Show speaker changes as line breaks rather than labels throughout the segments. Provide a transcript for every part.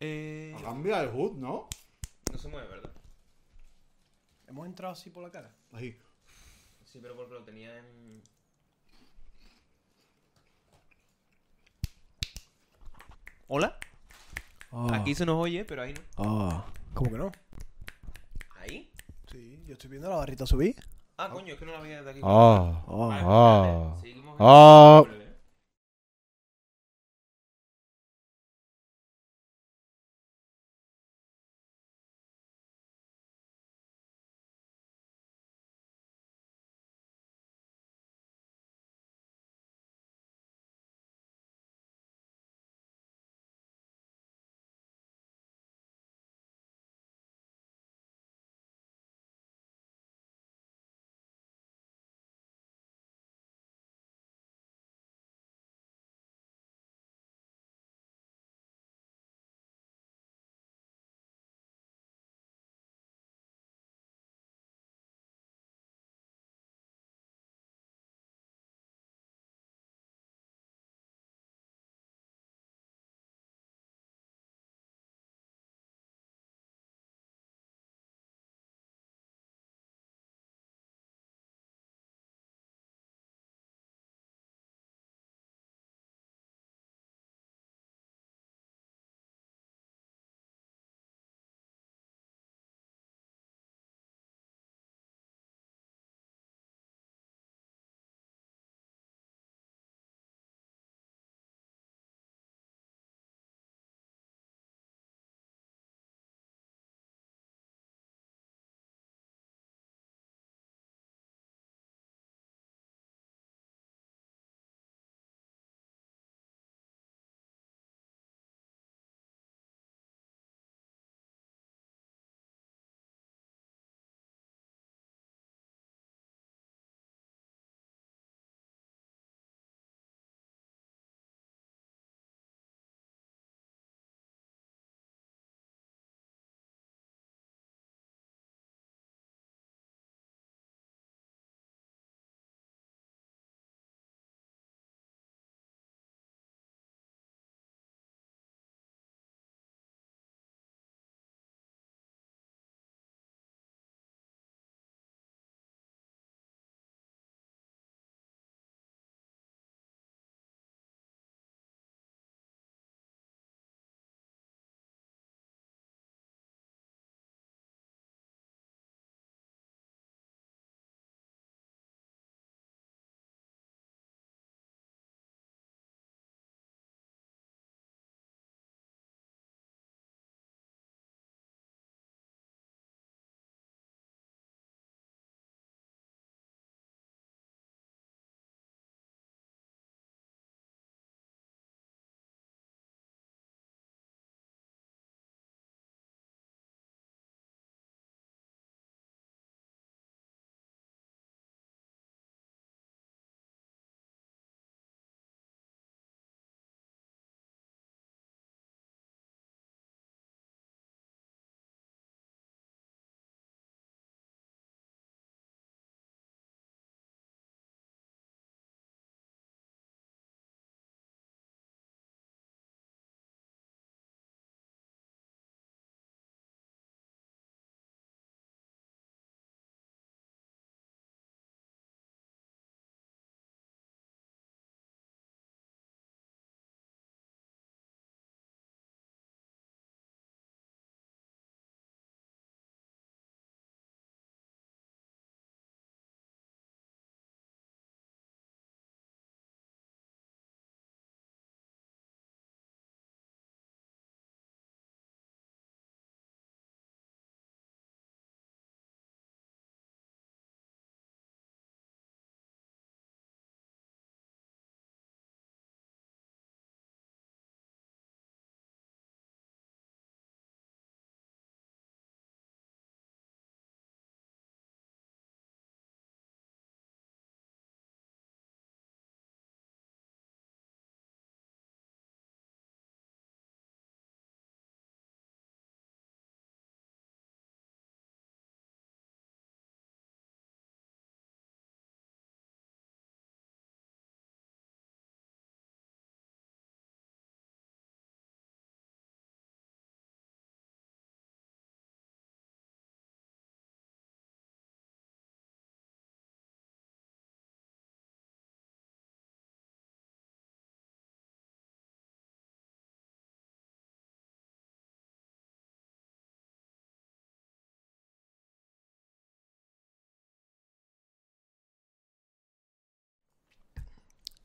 Eh,
Ha cambiado el HUD, ¿no?
No se mueve, ¿verdad?
Hemos entrado así por la cara.
Ahí.
Sí, pero porque lo tenía en. Hola. Aquí se nos oye, pero ahí no.
Ah,
¿Cómo que no?
¿Ahí?
Sí, yo estoy viendo la barrita subir.
Ah, coño, es que no la veía de aquí.
Ah,
Vale,
ah,
espérate, seguimos en- ¿eh?
ah.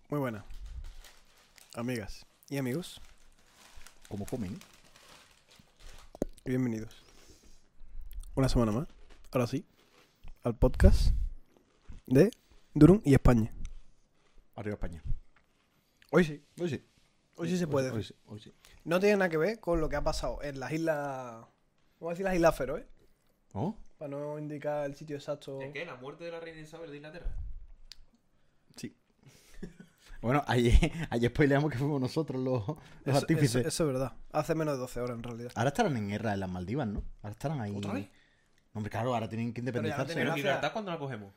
Muy buena. Amigas y amigos,
¿Cómo comen?
y bienvenidos. Una semana más, ahora sí, al podcast de Durum y España.
Arriba España.
Hoy sí.
Hoy sí.
Hoy sí se puede.
Hoy sí. Hoy sí.
No tiene nada que ver con lo que ha pasado en las islas. Vamos a decir las islas Feroe,
¿Oh?
para no indicar el sitio exacto.
¿Es qué? ¿La muerte de la reina Isabel de Inglaterra?
Sí. bueno, ayer, ayer spoileamos que fuimos nosotros los, los
Eso-
artífices.
Eso, eso es verdad. Hace menos de 12 horas en realidad.
Ahora estarán en guerra en las Maldivas, ¿no? Ahora estarán ahí.
¿Otra vez?
No, hombre, claro, ahora tienen que
ya la
independizarse.
tienen
¿Pero
Gracias.
Libertad cuándo la cogemos?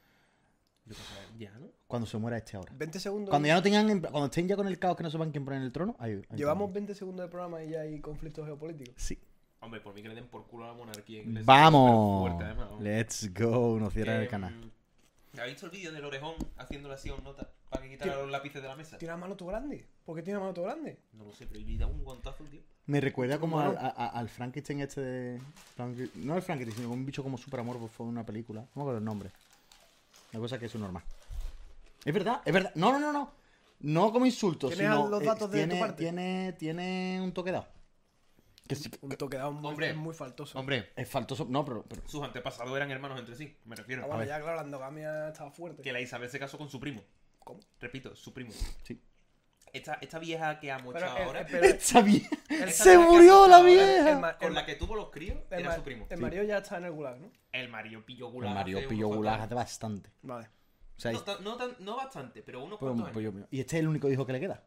Yo qué sé, ya, ¿no?
Cuando se muera este ahora.
20 segundos.
Cuando ya no tengan, en- cuando estén ya con el caos que no sepan quién poner en el trono, ahí. ahí
Llevamos
estamos.
20 segundos de programa y ya hay conflictos geopolíticos.
Sí.
Hombre, por mí que le den por culo a la monarquía inglesa.
Vamos.
Pero Fuerte, además. vamos.
Let's go. Nos cierran el
Que,
canal.
mm, Eh, ¿Habéis visto el vídeo del orejón haciéndole así a un nota para que quitara
Tío.
los lápices de la mesa?
¿Tiene la mano tu grande? ¿Por qué tiene la mano tu grande?
No lo sé, pero le da un guantazo, tío.
Me recuerda como
Bueno.
al, a- a- al Frankenstein este de... Frank- no el Frankenstein, sino un bicho como super amorfo de una película. No me acuerdo el nombre. Una cosa que es un normal. Es verdad, es verdad. No, no, no, no. No como insulto,
¿Tienes
sino...
los
eh,
datos de tu
tiene,
parte?
Tiene, tiene un toque dado. Que sí,
Un toque dado muy,
Hombre.
muy faltoso.
Hombre,
es faltoso. No, pero... pero-
sus antepasados eran hermanos entre sí, me refiero.
Ah, bueno,
ver.
ya claro, la endogamia estaba fuerte.
Que la Isabel se casó con su primo.
¿Cómo?
Repito, su primo.
sí.
Esta, esta vieja que ha
Pero,
mochado
eh,
ahora.
eh, pero el,
Esta vieja-
esta vieja
¡Se
que ha
murió
mochado
la
ahora,
vieja!
ma- ¿eh? el
Con
ma-
la que tuvo los críos,
el
era
ma-
su primo.
el marido ya está en el gulag, ¿no?
El Mario pilló
El
gulag.
Mario
hace
pilló
unos
gulag
cuantos
hace bastante.
Vale.
O sea,
años.
es-
No, tan- no, tan- no bastante, pero unos
pues-
cuantos
pues
años.
yo- y este es el único hijo que le queda.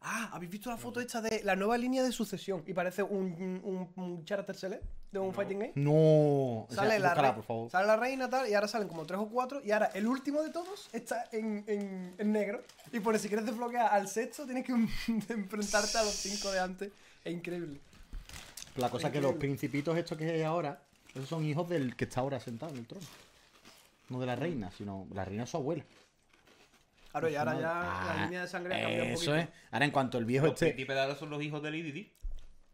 Ah, ¿habéis visto la foto esta de la nueva línea de sucesión? Y parece un, un, un Charter Select de un
No.
Fighting Game.
No. O sea,
Sale, la
búscala,
reina,
por favor.
sale la reina tal, y ahora salen como tres o cuatro, y ahora el último de todos está en, en, en negro. Y por si quieres desbloquear al sexto, tienes que enfrentarte a los cinco de antes. Es increíble.
La cosa es que los principitos estos que hay ahora, esos son hijos del que está ahora sentado en el trono. No de la reina, sino la reina es su abuela.
Claro, y ahora ya
Ah,
la línea de sangre ha cambiado un
Eso
poquito.
es. Ahora en cuanto el viejo
Los
esté...
príncipes de ahora son los hijos de Lady Di.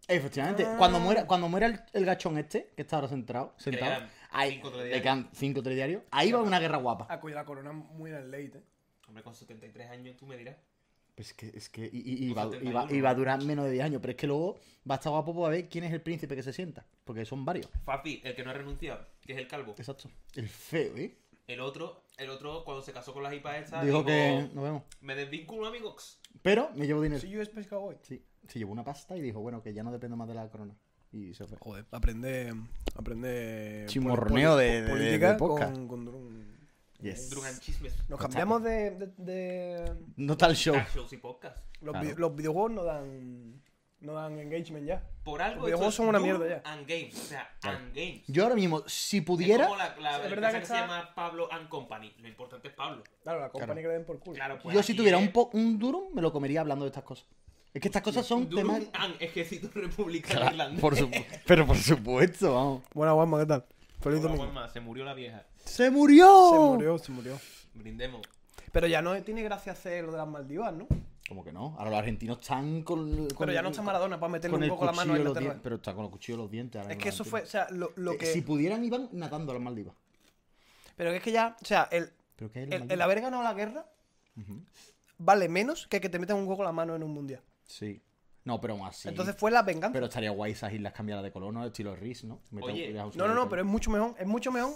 Efectivamente,
Ah.
cuando muera, cuando muera el, el gachón este, que está ahora sentado,
le
sentado
quedan
ahí,
cinco
le
telediarios.
quedan cinco telediarios, ahí va una guerra guapa.
Ah, cuidado, la corona muy en el late, ¿eh?
Hombre, con 73 años tú me dirás.
Pues Es que, es que y, y- y
Un
va, y va-
71,
y va a
¿no?
durar menos de 10 años, pero es que luego va a estar guapo para ver quién es el príncipe que se sienta, porque son varios.
Fafi, el que no ha renunciado, que es el calvo.
Exacto. El feo, ¿eh?
El otro, el otro cuando se casó con la jipa esta,
Dijo que nos vemos.
me desvinculo, amigos.
Pero me llevo dinero.
Si yo es pescado hoy.
Sí, se llevó una pasta y dijo, bueno, que ya no dependo más de la corona. Y se fue.
Joder, aprende. Aprende.
Chimorroneo
poli-
de- de-
política
de- de podcast.
Con, con Drum.
Yes.
Drugan chismes.
Nos cambiamos de. de, de-
No tal show.
Talk shows y podcasts.
Los,
Claro.
vi- los videojuegos no dan. No dan engagement ya.
Por algo
Los videojuegos
es
son una
Doom
mierda ya.
And games, o sea, and games.
Yo ahora mismo, si
Es
pudiera,
como la, la
Es
empresa
verdad
que,
que
se
está-
llama Pablo and Company. Lo importante es Pablo.
Claro, la compañía
Claro.
que le den por culo.
Claro, pues
yo
aquí
si
¿eh?
tuviera
es
un, po- un duro, me lo comería hablando de estas cosas. Es que estas cosas son
Durum
temas...
and Ejército Republicano
Claro,
Irlandés.
por supu- Pero por supuesto, vamos.
Buena Juanma, ¿qué tal? Feliz
Hola,
domingo.
Juanma, se murió la vieja.
¡Se murió!
Se murió, se murió.
Brindemos.
Pero ya no tiene gracia hacer lo de las Maldivas, ¿no?
Como que no. Ahora los argentinos están con... con
Pero ya no está Maradona para meterle un poco la mano
cuchillo
en
y
la
los
tierra.
dientes- Pero está con los cuchillos y los dientes. ahora
Es
mismo
que
los
eso fue, o
argentinos.
sea, lo, lo
Eh,
que...
Si pudieran, iban nadando a las Maldivas.
Pero es que ya, o sea, el,
Pero ¿qué es la
el, el haber ganado la guerra
Ujú.
vale menos que que te metan un hueco en la mano en un mundial.
Sí. No, pero aún así...
Entonces fue la venganza.
Pero estaría guay esas islas cambiadas de color, ¿no? Estilo Riz, ¿no? Mete-
Oye,
deja un
no, no, no,
solito.
pero es mucho mejor, es mucho mejor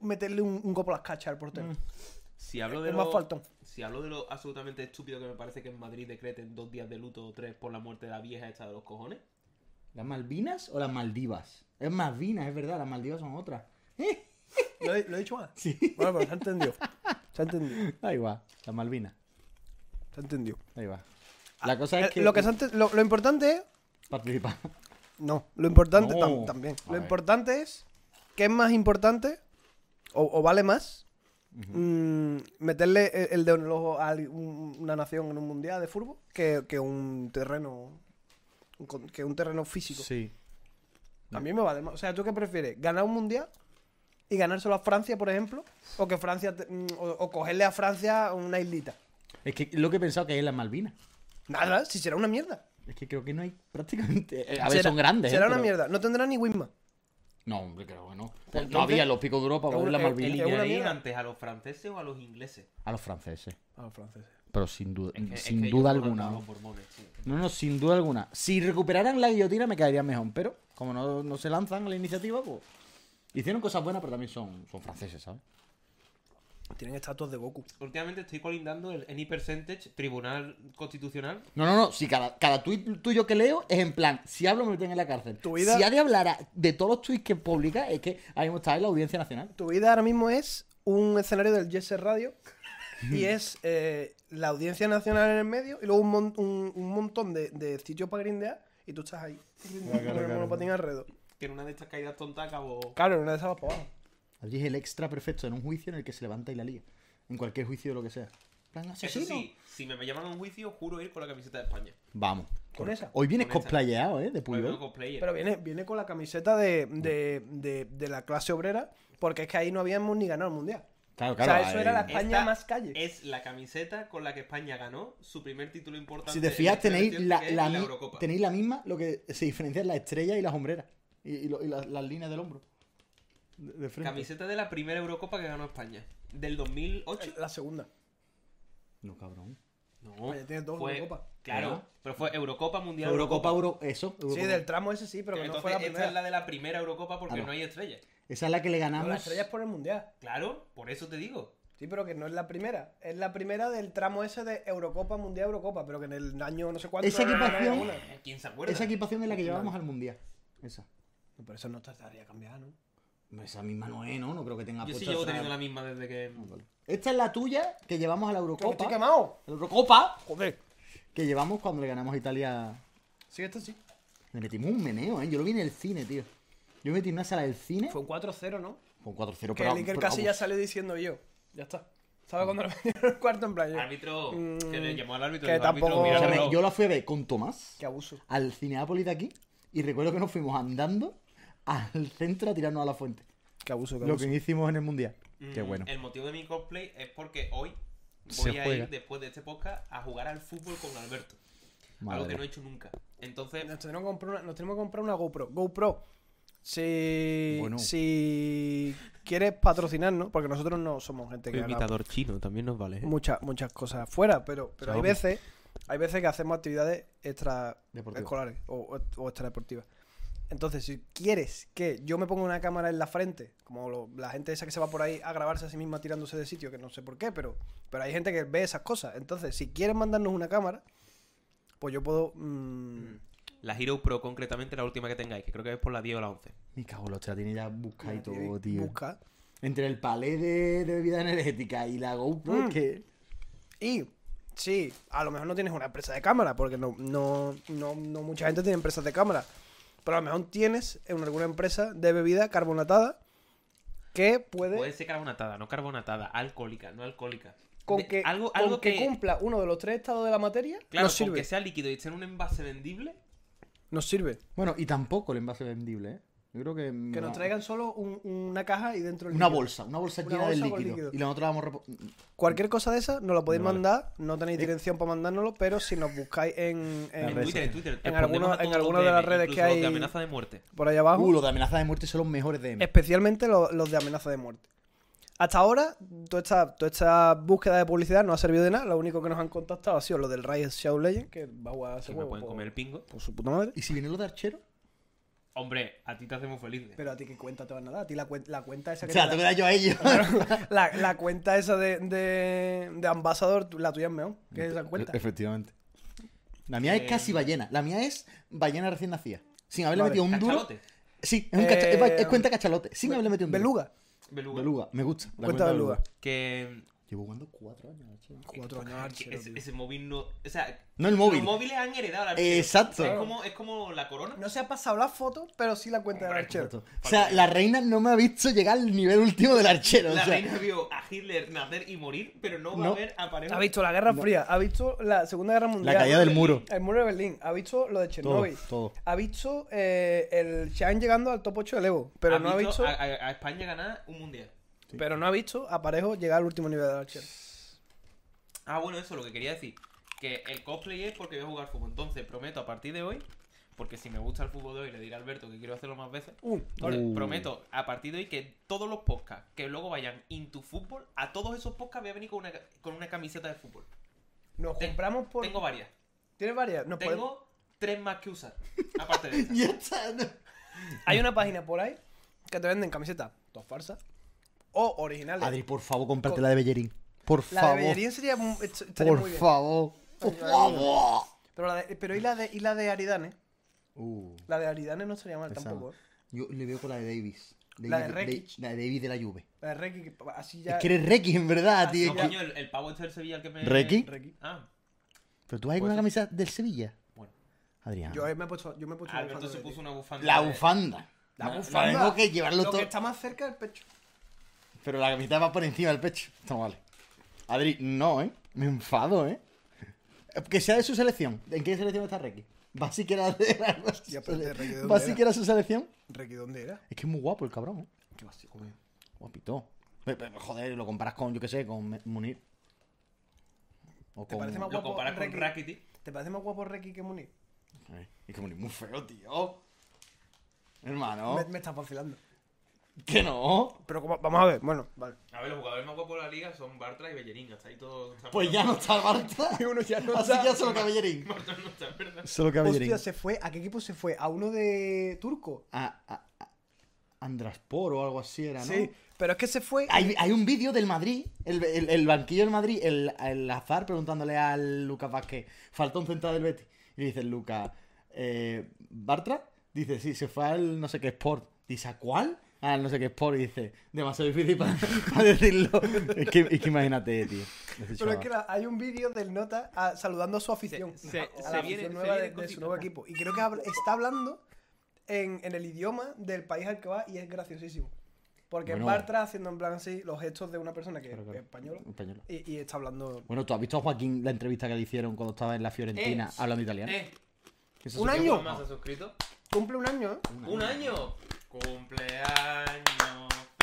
meterle un, un copo a las cachas al portero.
Mm.
Si hablo de
Es más
lo-
faltón.
Si hablo de lo absolutamente estúpido que me parece que en Madrid decreten dos días de luto o tres por la muerte de la vieja esta de los cojones.
¿Las Malvinas o las Maldivas? Es Malvinas, es verdad, las Maldivas son otras.
¿Lo, he- lo he dicho mal?
Sí.
Bueno, pero se ha entendido. Se ha entendido,
Ahí va, las Malvinas,
se ha entendido.
ahí va. La cosa es
Eh,
que...
Lo, que se ha ente- lo, lo importante es...
Participa.
No, lo importante
No.
tam- también.
A
Lo
ver.
importante es... ¿Qué es más importante? ¿O, o vale más? mm, meterle el, el dedo en el ojo a al- un- una nación en un mundial de fútbol que, que un terreno un con- que un terreno físico
Sí.
A mí me vale más. O sea, ¿tú qué prefieres? ¿Ganar un mundial y ganárselo a Francia, por ejemplo? ¿O que Francia te- mm, o, o cogerle a Francia una islita?
Es que lo que he pensado que es las Malvinas.
Nada, si será una mierda.
Es que creo que no hay prácticamente... eh, A ver,
Será-
son grandes.
Será
¿eh?
una
Pero-
mierda. No tendrá ni Wisma.
No, hombre, creo que no.
Pues Entonces-
no había los picos de Europa para
Es
ver la
una-
Malvinas.
es una
¿Eliminaríais
mierda.
antes a los franceses o a los ingleses?
A Ah, los franceses.
A los franceses.
Pero sin duda,
Es que- es
Mm, sin
que
duda
ellos fueron
alguna.
a los Borbones, sí.
No, no, sin duda alguna. Si recuperaran la guillotina me caería mejor, pero como no, no se lanzan a la iniciativa, pues... Hicieron cosas buenas, pero también son, son franceses, ¿sabes?
Tienen estatuas de Goku.
Últimamente estoy colindando el Any Percentage Tribunal Constitucional.
No, no, no. Si cada, cada tuit tuyo que leo es en plan, si hablo me meten en la cárcel.
Tu vida-
Si Ari hablara de todos los tuits que publica, es que ahí mismo está en la audiencia nacional.
Tu vida ahora mismo es un escenario del Yes Radio y es eh, la audiencia nacional en el medio y luego un, mon- un- un montón de, de sitios para grindear y tú estás ahí. con el monopatín alrededor.
Que en una de estas caídas tontas acabó.
Claro, en una de esas vas para abajo.
Allí es el extra perfecto en un juicio en el que se levanta y la liga. En cualquier juicio de lo que sea. En plan,
Eso
asesino.
sí, si me llaman a un juicio, juro ir con la camiseta de España.
Vamos.
Con esa.
Hoy vienes
Con esa.
cosplayeado, ¿eh? De
Pues
Puyol.
vengo cosplayer.
Pero viene, viene con la camiseta de, de- de- de la clase obrera porque es que ahí no habíamos ni ganado el mundial.
Claro,
o sea, eso
ahí-
era la
Esta
España más calle.
Es la camiseta con la que España ganó su primer título importante.
Si te
en
fijas,
este
tenéis
reciente
la,
que es
la mi-
Eurocopa.
tenéis la misma, lo que se diferencia es la estrella y las hombreras. Y, y lo- y las, las líneas del hombro. De, de frente.
Camiseta de la primera Eurocopa que ganó España. ¿Del 2008?
La segunda.
No, cabrón.
No.
España tiene dos
fue-
Eurocopas.
Claro,
¿Verdad?
pero fue Eurocopa Mundial.
Eurocopa, Euro... Eso.
Sí,
Eurocopa.
del tramo ese sí, pero que no
Entonces,
fue la
esta
primera.
es la de la primera Eurocopa porque
Ah, no.
no hay estrellas.
Esa es la que le
No,
ganamos.
la estrella es por el mundial.
Claro, por eso te digo.
Sí, pero que no es la primera. Es la primera del tramo ese de Eurocopa, Mundial, Eurocopa, pero que en el año no sé cuánto.
Esa
no era
equipación-
una.
Eh, ¿Quién se acuerda?
Esa equipación es la que llevábamos al mundial. Esa.
No, Pero eso no trataría de cambiar, ¿no?
Esa misma no es, ¿no? No creo que tenga
Yo sí
puesta
llevo
esa-
teniendo la misma desde que.
Mm.
Esta es la tuya que llevamos a la
Yo estoy
Eurocopa.
quemado.
La Eurocopa
Joder.
que llevamos cuando le ganamos a Italia.
Sí, esto sí.
Le metimos un meneo, ¿eh? Yo lo vi en el cine, tío. Yo me metí en una sala del cine
Fue un 4-0, ¿no?
con 4-0
Que
pero-
el Iker
pero Mm.
casi ya
abus-
salió diciendo yo. Ya está. ¿Sabes cuando lo metieron el cuarto en plan? yo,
Árbitro. Que le llamó al árbitro.
Mm, que
dijo, árbitro,
tampoco-
míralo.
Escúchame, yo la fui a ver con Tomás
Qué abuso.
al Cineápolis de aquí y recuerdo que nos fuimos andando al centro a tirarnos a la fuente.
Qué abuso, qué
Lo
abuso.
que hicimos en el Mundial.
Mm,
Qué bueno.
El motivo de mi cosplay es porque hoy
Se
voy a
juega.
ir, después de este podcast, a jugar al fútbol con Alberto. Algo
Madre
que no he
mía.
hecho nunca. Entonces,
Nos tenemos, que comprar una, nos tenemos que comprar una GoPro. GoPro, si,
Bueno.
si quieres patrocinarnos, porque nosotros no somos gente que gana
chino también nos vale. ¿eh?
muchas, muchas cosas fuera, pero, pero hay
Saúl.
veces, hay veces que hacemos actividades extra
Deportiva.
escolares o, o extra deportivas. Entonces, si quieres que yo me ponga una cámara en la frente, como lo- la gente esa que se va por ahí a grabarse a sí misma tirándose de sitio, que no sé por qué, pero, pero hay gente que ve esas cosas. Entonces, si quieres mandarnos una cámara, pues yo puedo. mm,
La Hero Pro, concretamente, la última que tengáis, que creo que es por la 10 o la 11.
Me cago en la hostia, tiene ya buscado y todo,
Nadie
tío.
busca.
Entre el palé de, de bebida energética y la GoPro,
Mm.
es que.
Y sí, a lo mejor no tienes una empresa de cámara, porque no, no, no, no mucha gente tiene empresas de cámara. Pero a lo mejor tienes en alguna empresa de bebida carbonatada que puede,
Puede ser carbonatada, no carbonatada, alcohólica, no alcohólica.
con,
De-
que,
algo,
con
algo
que...
que,
cumpla uno de los tres estados de la materia,
claro,
nos
con
sirve.
que sea líquido y esté en un envase vendible.
Nos sirve.
Bueno, y tampoco el envase vendible, ¿eh? Yo creo que.
Que nos traigan solo un- una caja y dentro el
Una
líquido.
bolsa, una bolsa
Una
llena
bolsa
de
con
líquido.
líquido.
Y la otra vamos. repo-
Cualquier cosa de esa nos la podéis
Vale.
mandar. No tenéis dirección para mandárnoslo, pero si nos buscáis en, en-
Las
En
redes
Twitter, en Twitter. respondemos
algunos-
a todos
en
los
algunas de
DM,
las redes que
incluso los
hay-
de amenaza de muerte.
por ahí abajo.
Uh, los de amenaza de muerte son los mejores de
Especialmente lo- los de amenaza de muerte. Hasta ahora, toda esta, toda esta búsqueda de publicidad no ha servido de nada. Lo único que nos han contactado ha sido lo del Rise Shadow Legend, que va a jugar ese
Que me
juego
pueden
por,
comer el pingo.
por su puta madre.
¿Y si vienen los de archero?
Hombre, a ti te hacemos felices.
Pero a ti qué cuenta te van a dar, a ti la, cuen- la cuenta
O
esa que
sea,
te
te
da-
queda yo a ellos.
la, la cuenta esa de, de, de ambasador, tú- la tuya es meón, que es esa cuenta.
Efectivamente. La mía
Eh,
es casi ballena. La mía es ballena recién nacida. Sin haberle
Vale.
metido un duro.
Cachalote.
Sí, es, un cacha- es ba-
Eh,
es cuenta cachalote. Sin haberle metido un duro.
Beluga,
Beluga.
Beluga. Me gusta. La
cuenta Beluga.
Que
Llevo jugando cuatro años. Archero.
Cuatro años
que
Archero,
ese,
tío.
ese móvil no. O sea,
No el móvil.
los móviles han heredado la
Exacto.
Es como, es como la corona.
No se ha pasado la foto, pero sí la cuenta del
Hombre,
archero.
Exacto. O sea, la reina no me ha visto llegar al nivel último del archero.
la
o sea,
reina vio a Hitler nacer y morir, pero no va
No.
a ver a pareja.
Ha visto la Guerra Fría, ha visto la Segunda Guerra
la
Mundial.
caída del muro.
El muro de Berlín, ha visto lo de
Todo,
Chernobyl.
todo.
Ha visto eh, el Shang llegando al top 8 del Evo, pero no ha visto,
A, a- a España ganar un mundial.
pero no ha visto a Parejo llegar al último nivel de Archer.
Ah, bueno, eso es lo que quería decir. Que el cosplay es porque voy a jugar fútbol. Entonces, prometo a partir de hoy Porque si me gusta el fútbol de hoy, le diré a Alberto que quiero hacerlo más veces.
Uh,
Entonces,
Uh.
prometo a partir de hoy que todos los podcasts que luego vayan into fútbol, a todos esos podcasts voy a venir con una, con una camiseta de fútbol.
Nos
Ten-
compramos por.
Tengo varias.
¿Tienes varias? Nos
Tengo
podemos-
tres más que usar. Aparte de esas.
Ya está. no.
Hay una página por ahí que te venden camisetas, dos farsas, o originales.
Adri, por favor, cómprate la de Bellerín. Por
la
favor.
de Bellerín sería, mu- est- estaría
por
muy bien.
favor. Por
Ay, ay,
favor.
Pero, la de, pero ¿y, la de, y la de Aridane?
Uh,
La de Aridane no sería mal
esa no.
tampoco. ¿eh?
Yo le veo con la de Davis.
La de
Davis-
Rekic.
La de Davis de la Juve.
La de Requi, que pa- así ya...
Es que eres Rekic, en verdad,
Ah,
tío.
No,
ya.
coño, el, el pavo este del Sevilla el que me.
¿Requi?
Requi.
Ah,
Pero tú vas con
Pues
una
sí.
camisa del Sevilla.
bueno.
Adrián.
Yo me he puesto, yo me he puesto una
Alberto
bufanda
se
de
puso
Requi.
una bufanda.
La
de-
bufanda.
La
No,
bufanda.
Tengo que llevarlo
Lo
todo.
que está más cerca del pecho.
Pero la camiseta va por encima del pecho. No vale. Adri, no, ¿eh? Me enfado, ¿eh? Que sea de su selección. ¿En qué selección está Requi? ¿Va siquiera de la...
Ya, pero de Requi, ¿de dónde
¿Va
era?
siquiera a su selección?
Requi, ¿dónde era?
Es que es muy guapo el cabrón, ¿eh?
Qué vacío, coño.
Guapito. Pe- pe- Joder, lo comparas con, yo qué sé, con Me- Munir. O
¿Te parece más
Lo
guapo
comparas con
Requi?
Rakitic.
¿Te parece más guapo Requi que Muni?
Eh, Es que Munir muy feo, tío. Hermano.
Me, me estás vacilando.
Que no.
Pero como- vamos a ver, bueno, vale.
A ver, los jugadores más guapos de la liga son Bartra y Bellerín. Hasta ahí todo. está
Pues ya no está el Barça.
Uno Ah, ya no
Así
está.
que ya solo Cabellerín.
Bartra no está, ¿verdad?
Solo
Hostia, se fue. ¿A qué equipo se fue? ¿A uno de turco?
a, a- a- Ah, Andraspor o algo así era, ¿no?
Sí, pero es que se fue.
Hay, hay un vídeo del Madrid, el, el- el banquillo del Madrid, el, el azar preguntándole al Lucas Vázquez, falta un central del Betis. Y le dice el Lucas, eh, ¿Bartra? Dice, sí, se fue al no sé qué Sport. Dice, ¿a cuál? Al no sé qué Sport. Y dice, demasiado difícil para, para decirlo. Es que, es que imagínate, tío. Ese
Pero es
chaval.
que la- hay un vídeo del Nota a- saludando a su afición.
Se- se-
a la
se
afición
viene- se
nueva de-
viene
de, su
cosita.
nuevo equipo. Y creo que habla- está hablando en, en el idioma del país al que va y es graciosísimo. Porque
Bueno.
Bartra haciendo en plan así los gestos de una persona que
Claro,
es
claro.
española
Española.
y, y está hablando.
Bueno, ¿tú has visto a Joaquín la entrevista que le hicieron cuando estaba en la Fiorentina
Eh,
hablando italiano?
Eh,
Que se
un
subió-
año.
¿Cuánto más ha suscrito?
Cumple un año, ¿eh?
¡Un año! ¡Cumpleaños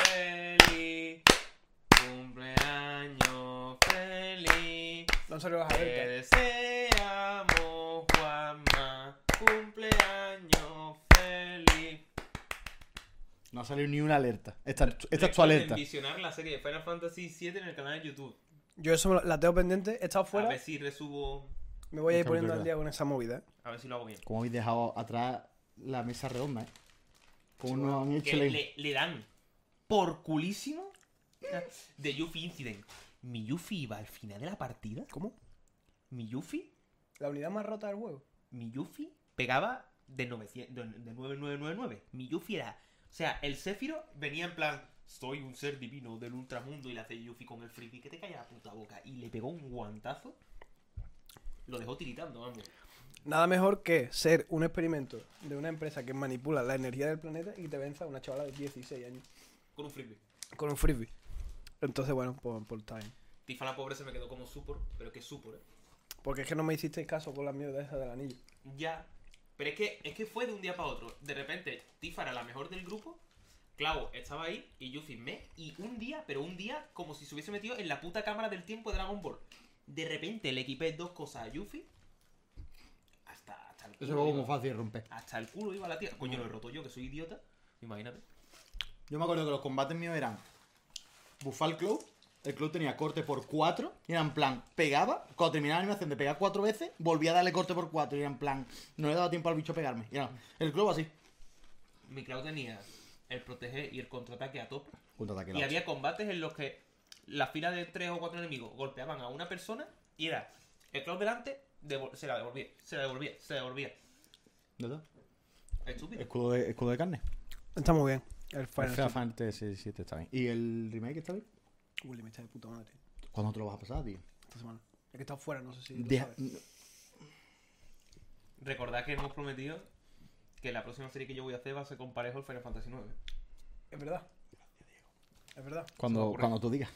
feliz! ¡Cumpleaños feliz!
No se lo vas a
Te
ver.
deseamos, Juanma. ¡Cumpleaños feliz!
No ha salido ni una alerta. Esta, esta es tu
Recuerden
alerta.
visionar la serie de Final Fantasy VII en el canal de YouTube.
Yo eso me lo- la tengo pendiente. He estado
A
fuera.
ver si resubo...
Me voy a ir
Está
poniendo
brutal.
al día con esa movida. ¿eh?
A ver si lo hago bien.
Como habéis dejado atrás la mesa redonda, ¿eh? Como
Sí,
no
bueno,
han hecho
que
la-
le, le dan por culísimo de Yuffie Incident. Mi Yuffie iba al final de la partida.
¿Cómo?
Mi Yuffie,
La unidad más rota del juego.
mi Yuffie pegaba de, 900, de, de 9999. Mi Yuffie era. O sea, el Céfiro venía en plan. Soy un ser divino del ultramundo y le hace Yuffie con el friki que te calla la puta boca. Y le pegó un guantazo. Lo dejó tiritando, vamos.
Nada mejor que ser un experimento de una empresa que manipula la energía del planeta y te venza una chavala de 16 años
Con un frisbee.
con un frisbee. Entonces, bueno, por, por time.
Tifa la pobre se me quedó como support, pero que support, eh.
Porque es que no me hicisteis caso con la mierda esa del anillo.
Ya. Pero es que, es que fue de un día para otro. De repente, Tifa era la mejor del grupo. Clau estaba ahí y yo firmé. Y un día, pero un día, como si se hubiese metido en la puta cámara del tiempo de Dragon Ball. De repente le equipé dos cosas a Yuffie. Hasta, hasta el culo.
Eso es como
iba.
fácil de romper.
Hasta el culo iba la tía. Coño, lo he roto yo, que soy idiota. Imagínate.
Yo me acuerdo que los combates míos eran bufar el club. El club tenía corte por cuatro. Y era en plan, pegaba. Cuando terminaba la animación de pegar cuatro veces, volvía a darle corte por cuatro. Y era en plan, no le daba tiempo al bicho a pegarme. Y era el club así.
Mi Clau tenía el proteger y el contraataque a tope.
Contraataque,
Y
la
había combates en los que la fila de tres o cuatro enemigos golpeaban a una persona y era el club delante, devol- se la devolvía, se la devolvía, se la devolvía.
hostia. ¿No está?
Estúpido.
Escudo de, escudo de carne.
Está muy bien. El
El
Final
Final Fantasy VII este está bien. ¿Y el remake está bien?
Fantasy. Uy, me está de puta madre
¿Cuándo te lo vas a pasar, tío?
esta semana. Es que está fuera, no sé si. lo
Deja-
sabes.
Recordad que hemos prometido que la próxima serie que yo voy a hacer va a ser con parejo el Final Fantasy IX.
Es verdad. Es verdad.
Se me
Cuando,
ocurre.
cuando tú digas.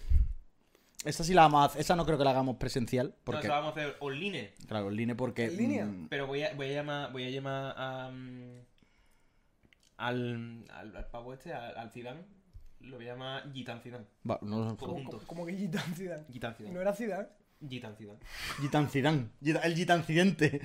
Esa sí la vamos a hacer- Esa no creo que la hagamos presencial.
Porque
Porque,
vamos a hacer online,
claro, en línea porque.
¿En línea?
mm,
pero voy a, voy a llamar, voy a llamar a, mm, al, al, al pavo este, al, al Zidane, lo voy a llamar Gitan Zidane.
va,
Todo
no,
¿Cómo,
junto.
cómo- cómo que Gitan Zidane?
Gitan Zidane.
No era Zidane.
Gitan Zidane.
Gitan Zidane. Gita- el gitancidente.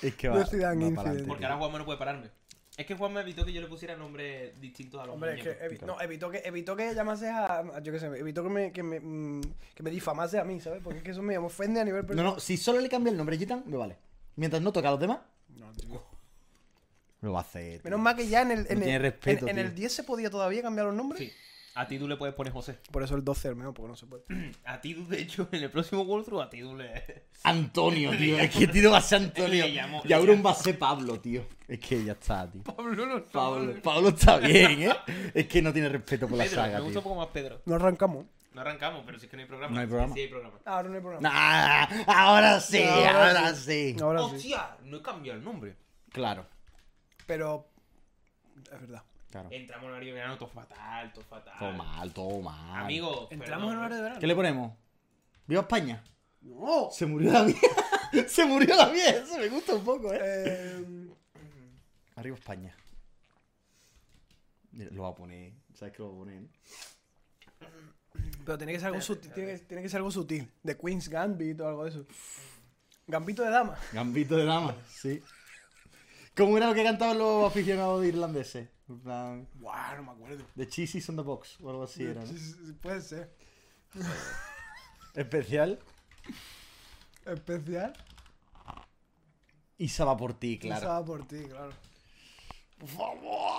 Es que va.
No Zidane,
va
incidente.
pa'lante,
Porque
tío.
ahora Juanma no puede pararme. Es que Juanma evitó que yo le pusiera nombres distintos a los
Hombre, es que,
muñecos.
evi- no, evitó que evitó que llamases a, yo qué sé, evitó que me, que, me, mm, que me difamase a mí, ¿sabes? Porque es que eso me ofende a nivel
No,
personal.
no, si solo le cambia el nombre Gitan, me vale. Mientras no toca a los demás,
No, tío.
lo va a hacer. tío.
Menos mal que ya en el, en
No tiene
el,
respeto,
en, en
tío.
el 10 se podía todavía cambiar los nombres.
Sí. A ti tú le puedes poner José.
Por eso el 12 es el mejor, porque no se puede.
A ti, de hecho, en el próximo walkthrough, a ti tú le.
Antonio, tío. Es que tío va a ser Antonio.
Le llamó,
Y
le
ahora
llamó.
va a ser Pablo, tío. Es que ya está, tío.
Pablo no
Pablo, Pablo está bien, ¿eh? Es que no tiene respeto por la
Pedro,
saga,
me gusta
tío.
un poco más Pedro.
No arrancamos.
No arrancamos, pero si es que no hay programa.
No hay programa.
Sí, hay programa.
Ahora no hay programa.
Nah, ahora sí,
Ahora
ahora,
sí.
sí.
Ahora sí.
¡Hostia! No he cambiado el nombre.
Claro,
Pero. Es verdad.
claro.
Entramos en horario de verano, todo fatal, todo fatal.
Todo mal, todo mal.
Amigo,
Entramos en horario de verano.
¿Qué le ponemos? ¿Viva España?
¡No!
Se murió la vieja. Se murió la vieja. Eso me gusta un poco, ¿eh?
Eh,
Arriba España. Mira, lo va a poner. ¿Sabes que lo va a poner? no?
pero tiene que ser algo sutil. Tiene que, tiene que ser algo sutil. De Queen's Gambit o algo de eso. Gambito de dama.
Gambito de dama, sí. ¿Cómo era lo que cantaban los aficionados irlandeses? En plan,
Buah, no me acuerdo.
The Cheese is on the Box o algo así era, ¿no?
Sí, sí, sí, Puede ser.
Especial.
Especial.
Isa va por ti, claro.
Pensaba por ti, claro.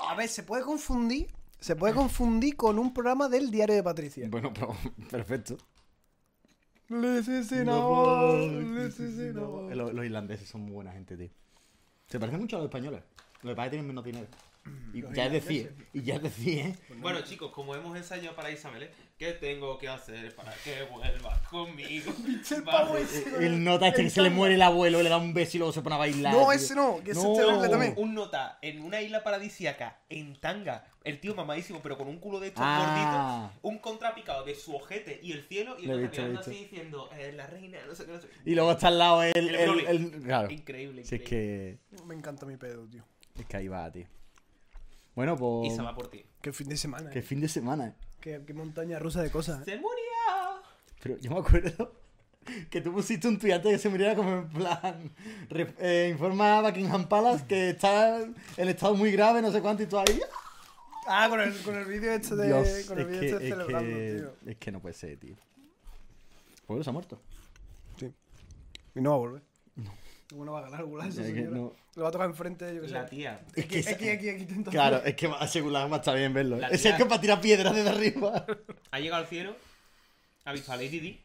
A ver, se puede confundir. Se puede confundir con un programa del diario de Patricia.
Bueno, pero perfecto.
Listen, sin amor, listen, sin amor.
Eh, Los, los irlandeses son muy buena gente, tío. Se parecen mucho a los españoles. Lo que pasa es que tienen menos dinero. Y
Los
ya es
irlandeses.
decir, y ya es decir, ¿eh?
Bueno, chicos, como hemos ensayado para Isabel, ¿eh? ¿qué tengo que hacer para que vuelvas conmigo? Vale.
El pavo ese,
El-
con
El nota este que se le
tanga.
muere el abuelo, le da un beso y luego se pone a bailar.
No,
tío.
ese no, que ese es terrible también.
Un nota en una isla paradisíaca, en tanga, el tío mamadísimo, pero con un culo de estos
Ah.
gorditos, un contrapicado de su ojete y el cielo, y
Lo he
el
visto, lo he
mirando
visto.
así diciendo, eh, la reina, no sé qué, no sé qué.
Y luego está al lado el.
El
el,
Broly.
el- claro.
Increíble, increíble.
Si es que.
Me encanta mi pedo, tío.
Es que ahí va, tío. Bueno, pues.
Isa va por ti.
Qué fin de semana.
Qué
eh.
fin de semana, eh.
Qué, qué montaña rusa de cosas. eh.
¡Se murió!
Pero yo me acuerdo que tú pusiste un tuit antes de que se muriera como en plan. re- eh, informa a Buckingham Palace que está en estado muy grave, no sé cuánto, y tú ahí.
Ah, con el, con el vídeo este de.
Dios,
con el
es
vídeo
que,
este de
es,
celebrando,
que,
tío.
es que no puede ser, tío. Pueblo se ha muerto.
Sí. Y no va a volver. No. Uno va a ganar Gula, esa
Ya que
señora.
no.
Lo va a tocar enfrente, yo qué sé.
La tía.
Es que
Aquí,
esa-
aquí, aquí, aquí, intentando.
Claro, es que asegurar más está bien verlo.
La
Es
tía-
el que para tirar piedras desde arriba.
Ha llegado al cielo, ha visto a Lady Di.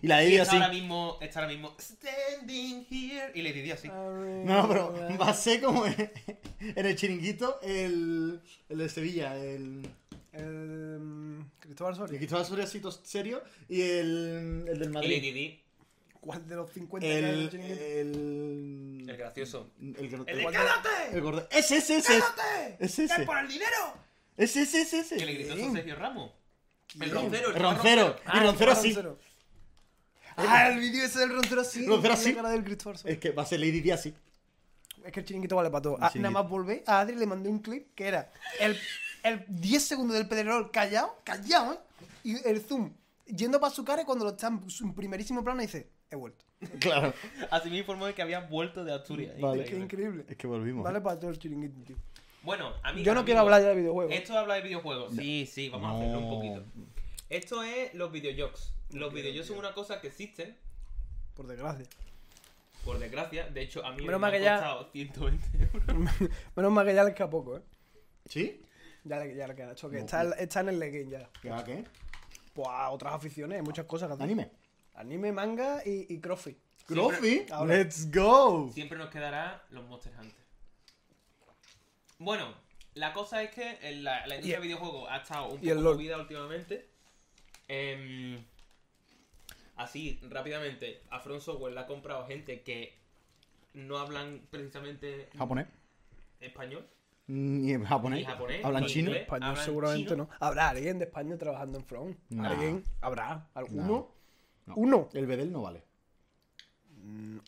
Y la de
Y
ella
está
así.
ahora mismo, está ahora mismo, standing here. Y Lady Di así.
No, no, pero va a ser como en en el chiringuito el, el de Sevilla, el,
El, mm, Cristóbal
el
Soria.
que estaba seriosito serio y el, el
Y Lady
del Madrid.
Di,
¿Cuál de los 50 que hay en el
El, eh,
chiringuito?
el,
el gracioso.
el gro-
¡El
el
de
gordo-
cállate!
el gordo- ¡Ese, ese, ese!
¡Cállate!
Es ese.
¡Es por el dinero!
¡Ese, ese, ese!
Que le
ese.
gritó
¿Quién?
a Sergio Ramos. El
¿Quién?
roncero. el
El
chaval
roncero.
Ah,
Y roncero sí.
Roncero. Ah, el vídeo ese del roncero sí.
Roncero
con
sí.
La cara del Cristóbal Soria.
Es que va a ser Lady Di así.
Es que el chiringuito vale para todo. Ah, nada
chiringuito.
más volvé, a Adri le mandé un clip que era el, el 10 segundos del Pedrerol callado, callado, ¿eh? Y el zoom yendo para su cara y cuando lo está en, en primerísimo plano dice, he vuelto.
Claro.
Así me informó de que había vuelto de Asturias.
Vale.
Qué
Increíble.
increíble.
Es que eh. volvimos.
Vale para todo el chiringuito, tío.
Bueno, amigo,
Yo no quiero hablar ya de videojuegos.
Esto habla de videojuegos. Sí, sí, vamos a hacerlo un
No.
poquito. Esto es los videojogs. Los videojogs son una cosa que existen,
Por desgracia.
por desgracia. De hecho, a mí
Menos
me
mal
han
que ya-
costado 120 euros.
Menos mal que ya le queda poco, ¿eh?
¿Sí?
Ya le, ya le queda, choque.
No.
Está, en- está en el Legend ya.
¿Qué va qué?
Pues a otras aficiones, hay muchas cosas que hacer.
¿Anime?
Anime, manga y, y crossfit.
Crossfit.
Ahora.
¡Let's go!
Siempre nos quedará los Monster Hunter. Bueno, la cosa es que en la, la industria
Y-
de videojuegos ha estado un
y el
poco
LOL.
movida últimamente. Em, así, rápidamente, a From Software la ha comprado gente que no hablan precisamente
Japonés.
español.
Ni en japonés.
Ni japonés,
Hablan
ni
chino.
inglés.
Español
¿Hablan
seguramente
chino?
no. ¿Habrá alguien de España trabajando en Front?
Nah.
¿Alguien? ¿Habrá? ¿Alguno?
No. No.
¿Uno?
El Bedel no vale.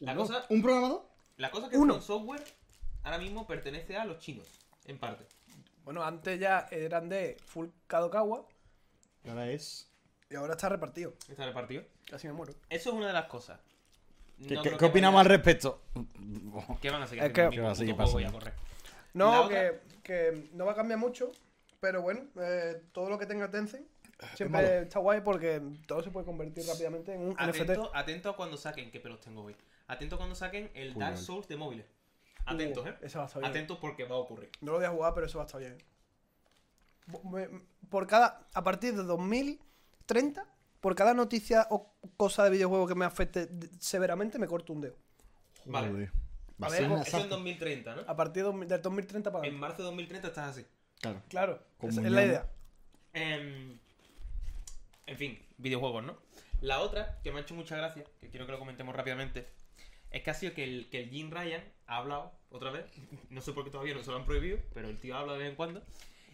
La
Uno.
cosa,
¿Un programador?
la cosa que
Uno.
From Software ahora mismo pertenece a los chinos, en parte.
Bueno, antes ya eran de Full Kadokawa
Ahora es.
y Y ahora está repartido.
Está repartido.
Casi me muero.
eso es una de las cosas. No
¿Qué,
creo
qué-
que
qué
vaya-
opinamos al respecto?
¿Qué van a seguir
Es que-
haciendo?
¿Qué va a
Mismo
seguir
puto juego y a
pasando?
correr. La
No, que,
otra-
que no va a cambiar mucho, pero bueno, eh, todo lo que tenga Tencent
Es
siempre está guay porque todo se puede convertir rápidamente en un NFT.
Atento, atento a cuando saquen, qué pelos tengo hoy. Atento a cuando saquen el
Uy,
Dark
vale.
Souls de móviles. Atentos,
Uh,
¿eh?
Eso va a estar bien.
Atentos porque va a ocurrir.
No lo voy a jugar, pero eso va a estar bien. Bo- me- Por cada, a partir de 2030, por cada noticia o cosa de videojuego que me afecte de- severamente, me corto un dedo.
Vale.
Joder. Va
A
a
ver,
ser una
Eso en
sarta.
2030, ¿no?
A partir de 2000 del 2030 para
En
adelante.
marzo de 2030 estás así.
Claro.
Claro, esa es
Comunión.
la idea.
Em, en fin, videojuegos, ¿no? La otra, que me ha hecho mucha gracia, que quiero que lo comentemos rápidamente, es que ha sido que el, que el Jim Ryan ha hablado otra vez, no sé por qué todavía no se lo han prohibido, pero el tío habla de vez en cuando,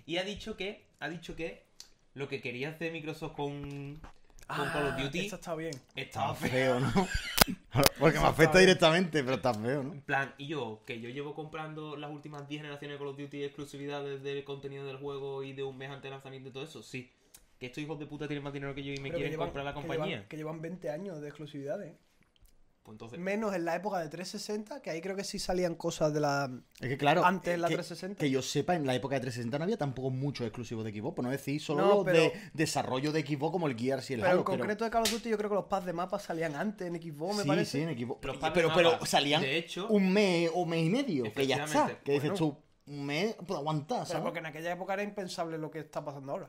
y ha dicho que, ha dicho que lo que quería hacer Microsoft con, con Call of Duty
Ah, Eso está bien.
estaba
Está
feo.
Ah, feo, ¿no? Porque me afecta directamente, pero está feo, ¿no?
En plan, y yo, que yo llevo comprando las últimas 10 generaciones de Call of Duty de exclusividad desde el contenido del juego y de un mes antes del lanzamiento y todo eso, sí. Que estos hijos de puta tienen más dinero que yo y me
Pero que
quieren
llevan-
comprar la
que
compañía.
llevan- Que llevan, 20 años de exclusividades. ¿eh?
Pues entonces,
Menos en la época de 360, que ahí creo que sí salían cosas de la...
Es que claro.
Antes
eh,
la
que-
360.
Que, yo sepa, en la época de 360 no había tampoco muchos exclusivos de Xbox. Por no decir solo
No,
los
pero-
de desarrollo de Xbox como el Gears y el
Pero en
Halo.
concreto de Call of Duty yo creo que los pads de mapas salían antes en Xbox, me
sí,
parece.
sí, en Xbox.
Los
pero,
pads de
pero, pero
mapas,
salían
de hecho-
un mes o mes y medio, que ya está.
Efectivamente.
Que dices
Bueno.
tú, un mes, pues aguantar,
Pero
¿sabes?
porque en aquella época era impensable lo que está pasando ahora.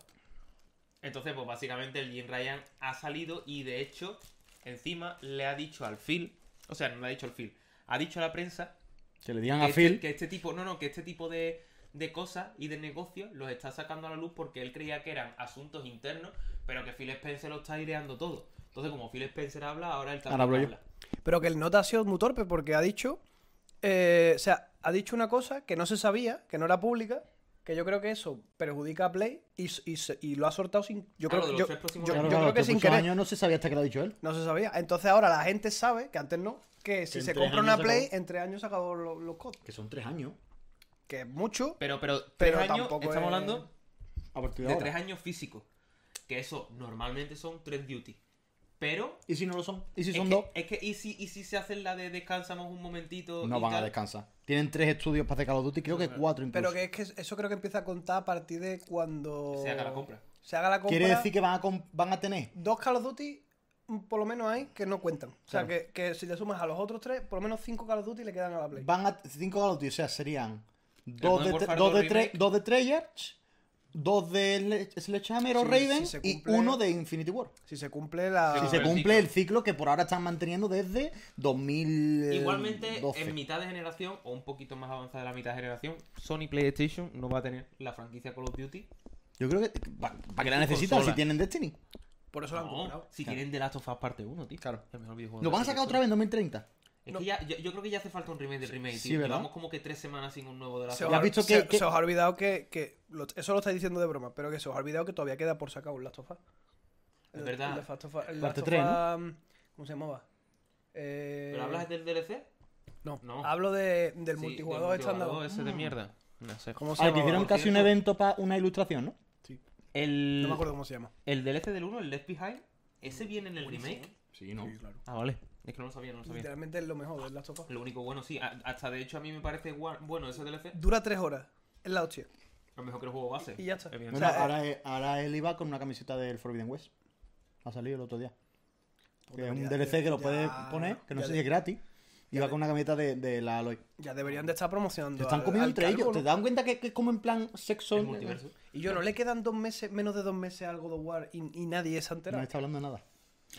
Entonces, pues básicamente el Jim Ryan ha salido y de hecho, encima le ha dicho al Phil, o sea, no le ha dicho al Phil, ha dicho a la prensa
Que le digan
que,
a
este,
Phil.
que este tipo, no, no, que este tipo de, de cosas y de negocios los está sacando a la luz porque él creía que eran asuntos internos, pero que Phil Spencer lo está aireando todo. Entonces, como Phil Spencer habla, ahora él también
Ahora hablo yo.
habla.
Pero que el nota ha sido muy torpe porque ha dicho. eh, o sea, ha dicho una cosa que no se sabía, que no era pública, que yo creo que eso perjudica a Play y, s- y se- y lo ha soltado sin. Yo
Claro,
creo,
de los
yo,
tres próximos
yo-
años.
yo
claro,
creo que
los
sin
próximos
querer.
años no se sabía hasta que lo ha dicho él.
No se sabía. Entonces ahora la gente sabe, que antes no, que si
en
se
tres
compra
años
una
se
Play,
acabó.
en tres años se acabó lo- los COD.
Que son tres años.
Que es mucho.
Pero, pero,
Pero
tres años,
tampoco
estamos
es-
hablando
A partir de,
de
ahora.
tres años físicos. Que eso normalmente son tres duty. Pero
¿Y si no lo son? ¿Y si
es
son
que,
dos?
es que ¿y, si, y si se hacen la de descansamos un momentito.
No
y
van a
tal?
descansar. Tienen tres estudios para hacer Call of Duty, creo que cuatro incluso.
Pero que es que eso creo que empieza a contar a partir de cuando.
Se haga la compra.
Se haga la compra.
Quiere decir que van a, com- van a tener.
dos Call of Duty, mm, por lo menos hay que no cuentan. O
Claro.
sea, que, que si le sumas a los otros tres, por lo menos cinco Call of Duty le quedan a la Play.
Van a cinco Call of Duty, o sea, serían dos
Modern
de,
Warfare
tre- dos
2
de, tre-
Remake.
dos de Treyarch, dos de Le- Sledgehammer o
Sí,
Raven
si se
y
cumple-
uno de Infinity War.
Si se cumple la.
Si
Sí,
se
Ah, el
cumple
ciclo.
el ciclo que por ahora están manteniendo desde 2012.
Igualmente, en mitad de generación, o un poquito más avanzada de la mitad de generación, Sony PlayStation no va a tener la franquicia Call of Duty.
Yo creo que. ¿Para qué la
Y
necesitan si
consola.
tienen Destiny?
Por eso la han
No,
comprado.
si
Claro.
tienen The Last of Us parte 1, tío.
Claro.
El mejor videojuego
¿Lo
de
van
la
a sacar otra
historia.
vez en 2030?
Es que ya, yo, yo creo que ya hace falta un remake del remake,
Sí,
tío.
¿verdad?
Llevamos como que tres semanas sin un nuevo de Last
Se
of
os,
Us.
¿Ya has
ha-
visto
se-
que- que-
se os ha olvidado que, que lo- eso lo estáis diciendo de broma, pero que se os ha olvidado que todavía queda por sacar un Last of Us.
Es verdad.
El Last of Us-
Parte
el Last of
tres,
Us, ¿Cómo se llamaba? Eh,
¿Pero hablas del DLC?
No,
No.
hablo de- del
Sí,
multijugador este
del multijugador
estándar.
ese de mierda. No sé.
¿Cómo se
Ah, que
llamaba?
hicieron
por
casi un
cierto.
evento para una ilustración, ¿no?
Sí.
El,
No me acuerdo cómo se llama.
el DLC del 1, el Left Behind, ese viene en el remake.
Sí, no.
Sí, claro.
Ah, vale. Es que no lo sabía, no lo sabía.
Literalmente es lo mejor del Last of Us.
Lo único bueno, sí. a- Hasta de hecho a mí me parece gua- bueno ese DLC.
Dura tres horas. Es la hostia.
A lo mejor que el juego base.
Y ya está.
Evidentemente.
No,
O
no,
sea, eh,
ahora, e, ahora él iba con una camiseta del Forbidden West. Ha salido el otro día. Que es un
debería-
DLC que lo
ya-
puedes poner, que no
ya
sé
de-
si es gratis. Iba
de-
con una camiseta de, de la Aloy.
Ya deberían de estar promocionando.
Te están
al-
comiendo
al
entre ellos.
calvo,
¿Te
¿no?
dan cuenta que, que es como en plan sexo?
El
en-
multiverso.
Y yo, ¿no le quedan dos meses, menos de dos meses al God of War y, y nadie se ha
No
enterado?
está hablando de nada.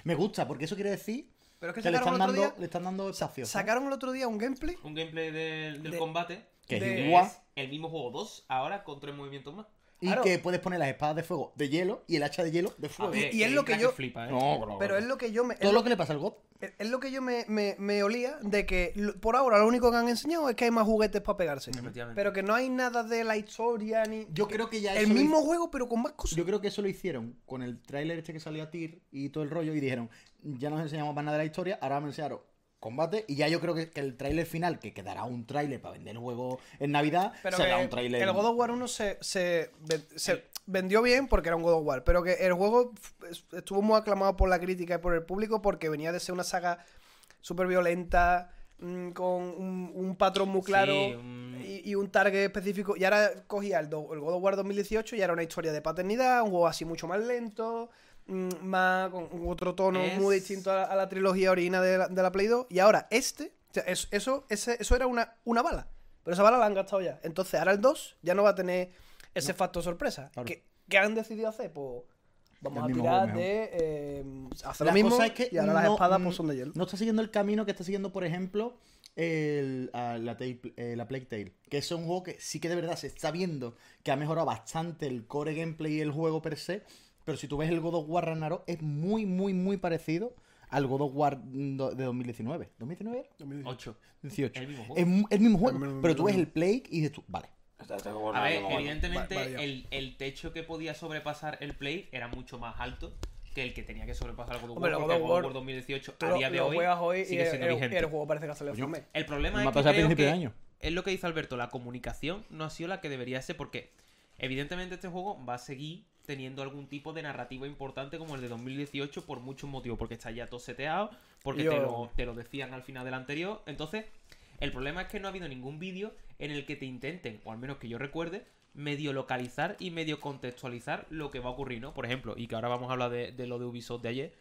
Me gusta, porque eso quiere decir
Pero es que
que le
sacaron
están,
el otro
dando,
día...
le están dando espacio. ¿sabes?
Sacaron el otro día un gameplay
Un gameplay del, del
De-
combate.
Que es
de-
igual.
El mismo juego 2, ahora con tres movimientos más.
Y
Claro.
que puedes poner las espadas de fuego de hielo y el hacha de hielo de
A
fuego.
ver,
Ah, y es lo que
entra
yo-
flipa, ¿eh?
No, bro,
Pero
bro.
es lo que yo me.
Todo
Es
lo
lo,
que le pasa al God.
es lo que yo me, me- me olía de que lo- por ahora lo único que han enseñado es que hay más juguetes para pegarse.
Efectivamente.
Pero que no hay nada de la historia ni.
Yo creo que ya
El
eso lo
mismo juego, pero con más cosas.
Yo creo que eso lo hicieron con el tráiler este que salió a TIR y todo el rollo y dijeron, ya nos enseñamos más nada de la historia, ahora vamos a enseñaros combate. Y ya yo creo que, que el tráiler final, que quedará un tráiler para vender el juego en Navidad,
Pero
será
que
un tráiler.
el God of War 1 se, se ven- se vendió bien porque era un God of War, pero que el juego f- es- estuvo muy aclamado por la crítica y por el público porque venía de ser una saga súper violenta, mm, con un, un patrón muy claro
Sí, un-
y, y un target específico. Y ahora cogía el, do- el God of War 2018 y era una historia de paternidad, un juego así mucho más lento, mm, más con un otro tono
Es-
muy distinto a, a la trilogía original de la, de la Play 2. Y ahora este, o sea, es- eso, ese- eso era una, una bala. Pero esa bala la han gastado ya. Entonces ahora el 2 ya no va a tener ese factor sorpresa.
Claro.
¿Qué, qué han decidido hacer? Pues vamos
El
a
mismo
tirar
juego,
de eh, hacer
La
lo mismo
cosa es que
y ahora las
no-
espadas
mm,
pues, son de hielo.
No está siguiendo el camino que está siguiendo, por ejemplo, el- a la, Tail- eh, la Plague Tale. Que es un juego que sí que de verdad se está viendo que ha mejorado bastante el core gameplay y el juego per se. Pero si tú ves el God of War Ragnarok, es muy, muy, muy parecido al God of War do- de 2019. ¿2019 era?
8.
18.
El mismo juego.
Es mu- el mismo juego.
El mismo-
pero tú ves el Plague y dices tú, vale.
A ver, evidentemente
Vale, vale,
el, el techo que podía sobrepasar el Play era mucho más alto que el que tenía que sobrepasar el God of
Hombre,
War,
el
porque el
God of
God of
War,
War 2018
Tú
a
lo,
día de
lo
hoy,
juegas hoy y
sigue
el,
siendo
el-
vigente.
el juego parece que sale hace
Coño,
un mes.
El problema
Me
es
ha
que,
pasado a
creo
principio
que
de año.
es lo que dice Alberto, la comunicación no ha sido la que debería ser porque evidentemente este juego va a seguir teniendo algún tipo de narrativa importante como el de 2018 por muchos motivos, porque está ya todo seteado, porque te
Yo-
lo, te lo decían al final del anterior, entonces el problema es que no ha habido ningún vídeo en el que te intenten, o al menos que yo recuerde, medio localizar y medio contextualizar lo que va a ocurrir, ¿no? Por ejemplo, y que ahora vamos a hablar de, de lo de Ubisoft de ayer,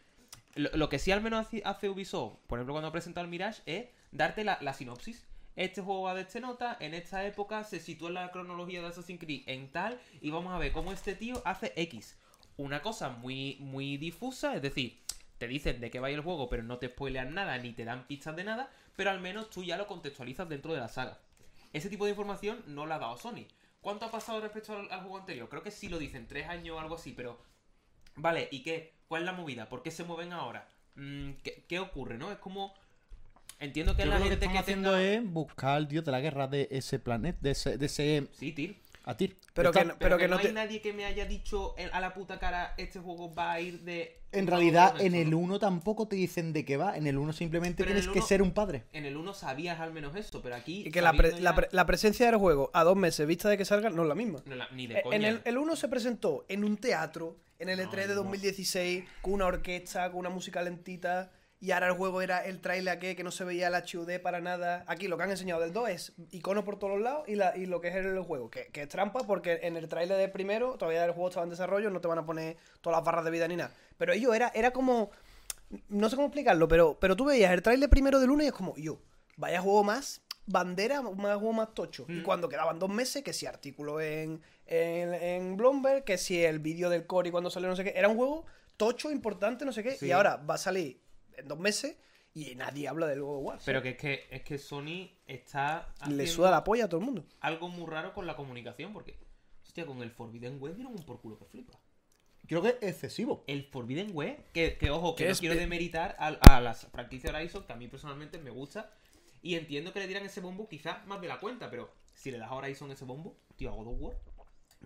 lo, lo que sí al menos hace, hace Ubisoft, por ejemplo, cuando ha presentado el Mirage, es darte la, la sinopsis. Este juego va de este nota, en esta época se sitúa en la cronología de Assassin's Creed en tal, y vamos a ver cómo este tío hace X. Una cosa muy, muy difusa, es decir, te dicen de qué va a ir el juego, pero no te spoilean nada ni te dan pistas de nada, pero al menos tú ya lo contextualizas dentro de la saga. Ese tipo de información no la ha dado Sony. ¿Cuánto ha pasado respecto al, al juego anterior? Creo que sí lo dicen, tres años o algo así, pero Vale, ¿y qué? ¿Cuál es la movida? ¿Por qué se mueven ahora? Mm, ¿Qué, qué ocurre, no? Es como... Entiendo que
Yo
la
creo que
gente que,
están haciendo
tenga...
es buscar al dios de la guerra de ese planeta, de ese, de ese
Sí, Til.
Atir.
Pero que,
Está-
no-
Pero,
pero
que, no hay
te-
nadie que me haya dicho en- a la puta cara este juego va a ir de...
En realidad,
Vamos a
en
ver,
el
¿no?
1 tampoco te dicen de qué va. En el 1 simplemente
Pero en el
tienes que
uno-
ser un padre.
En el 1 sabías al menos eso, pero aquí...
Y que la, pre-
sabiendo
la
ya-
pre- la presencia del juego a dos meses vista de que salga no es la misma.
No, la- ni de
Eh,
coña.
En el, el 1 se presentó en un teatro, en el E3 de 2016, con una orquesta, con una música lentita. Y ahora el juego era el trailer que, que no se veía la HUD para nada. Aquí lo que han enseñado del 2 es iconos por todos los lados y, la, y lo que es el juego. Que, que es trampa porque en el trailer del primero todavía el juego estaba en desarrollo, no te van a poner todas las barras de vida ni nada. Pero ello era, era como... No sé cómo explicarlo, pero, pero tú veías el trailer primero del 1 y es como, yo, vaya juego más bandera, más juego más tocho.
Mm.
Y cuando quedaban dos meses, que si artículo en, en, en Bloomberg, que si el vídeo del Cory cuando salió no sé qué, era un juego tocho, importante, no sé qué.
Sí.
Y ahora va a salir en dos meses y nadie habla del juego War.
Pero que es que, es que Sony está...
Le
haciendo-
suda la polla a todo el mundo.
algo muy raro con la comunicación, porque, hostia, con el Forbidden Web dieron un por culo que flipa.
Creo que es excesivo.
El Forbidden Web, que, que, ojo, que
Que
no
es
quiero
pe-
demeritar al- a, las franquicias Horizon, que a mí personalmente me gusta, y entiendo que le dieran ese bombo quizás más de la cuenta, pero si le das a Horizon ese bombo, tío, a God of War.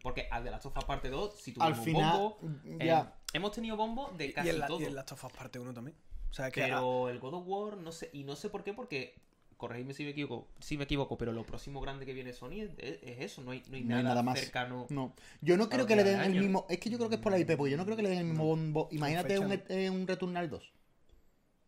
Porque al de Last of Us parte 2, si tuvimos
Al final,
bombo, eh,
ya.
hemos tenido bombo de casi
y, en la,
todo.
y en Last of Us parte 1 también. O sea, que ah,
Pero el God of War, no sé, y no sé por qué, porque, corregidme si me equivoco, si me equivoco, pero lo próximo grande que viene de Sony es, es eso, no hay, no hay
No hay
nada,
nada más.
cercano.
No. Yo no creo
Claro,
que le
que
den
al
el
año.
mismo. Es que yo creo que es por la IP, porque yo no creo que le den el mismo bombo. Imagínate
fecha,
un,
¿no?
eh, un Returnal 2.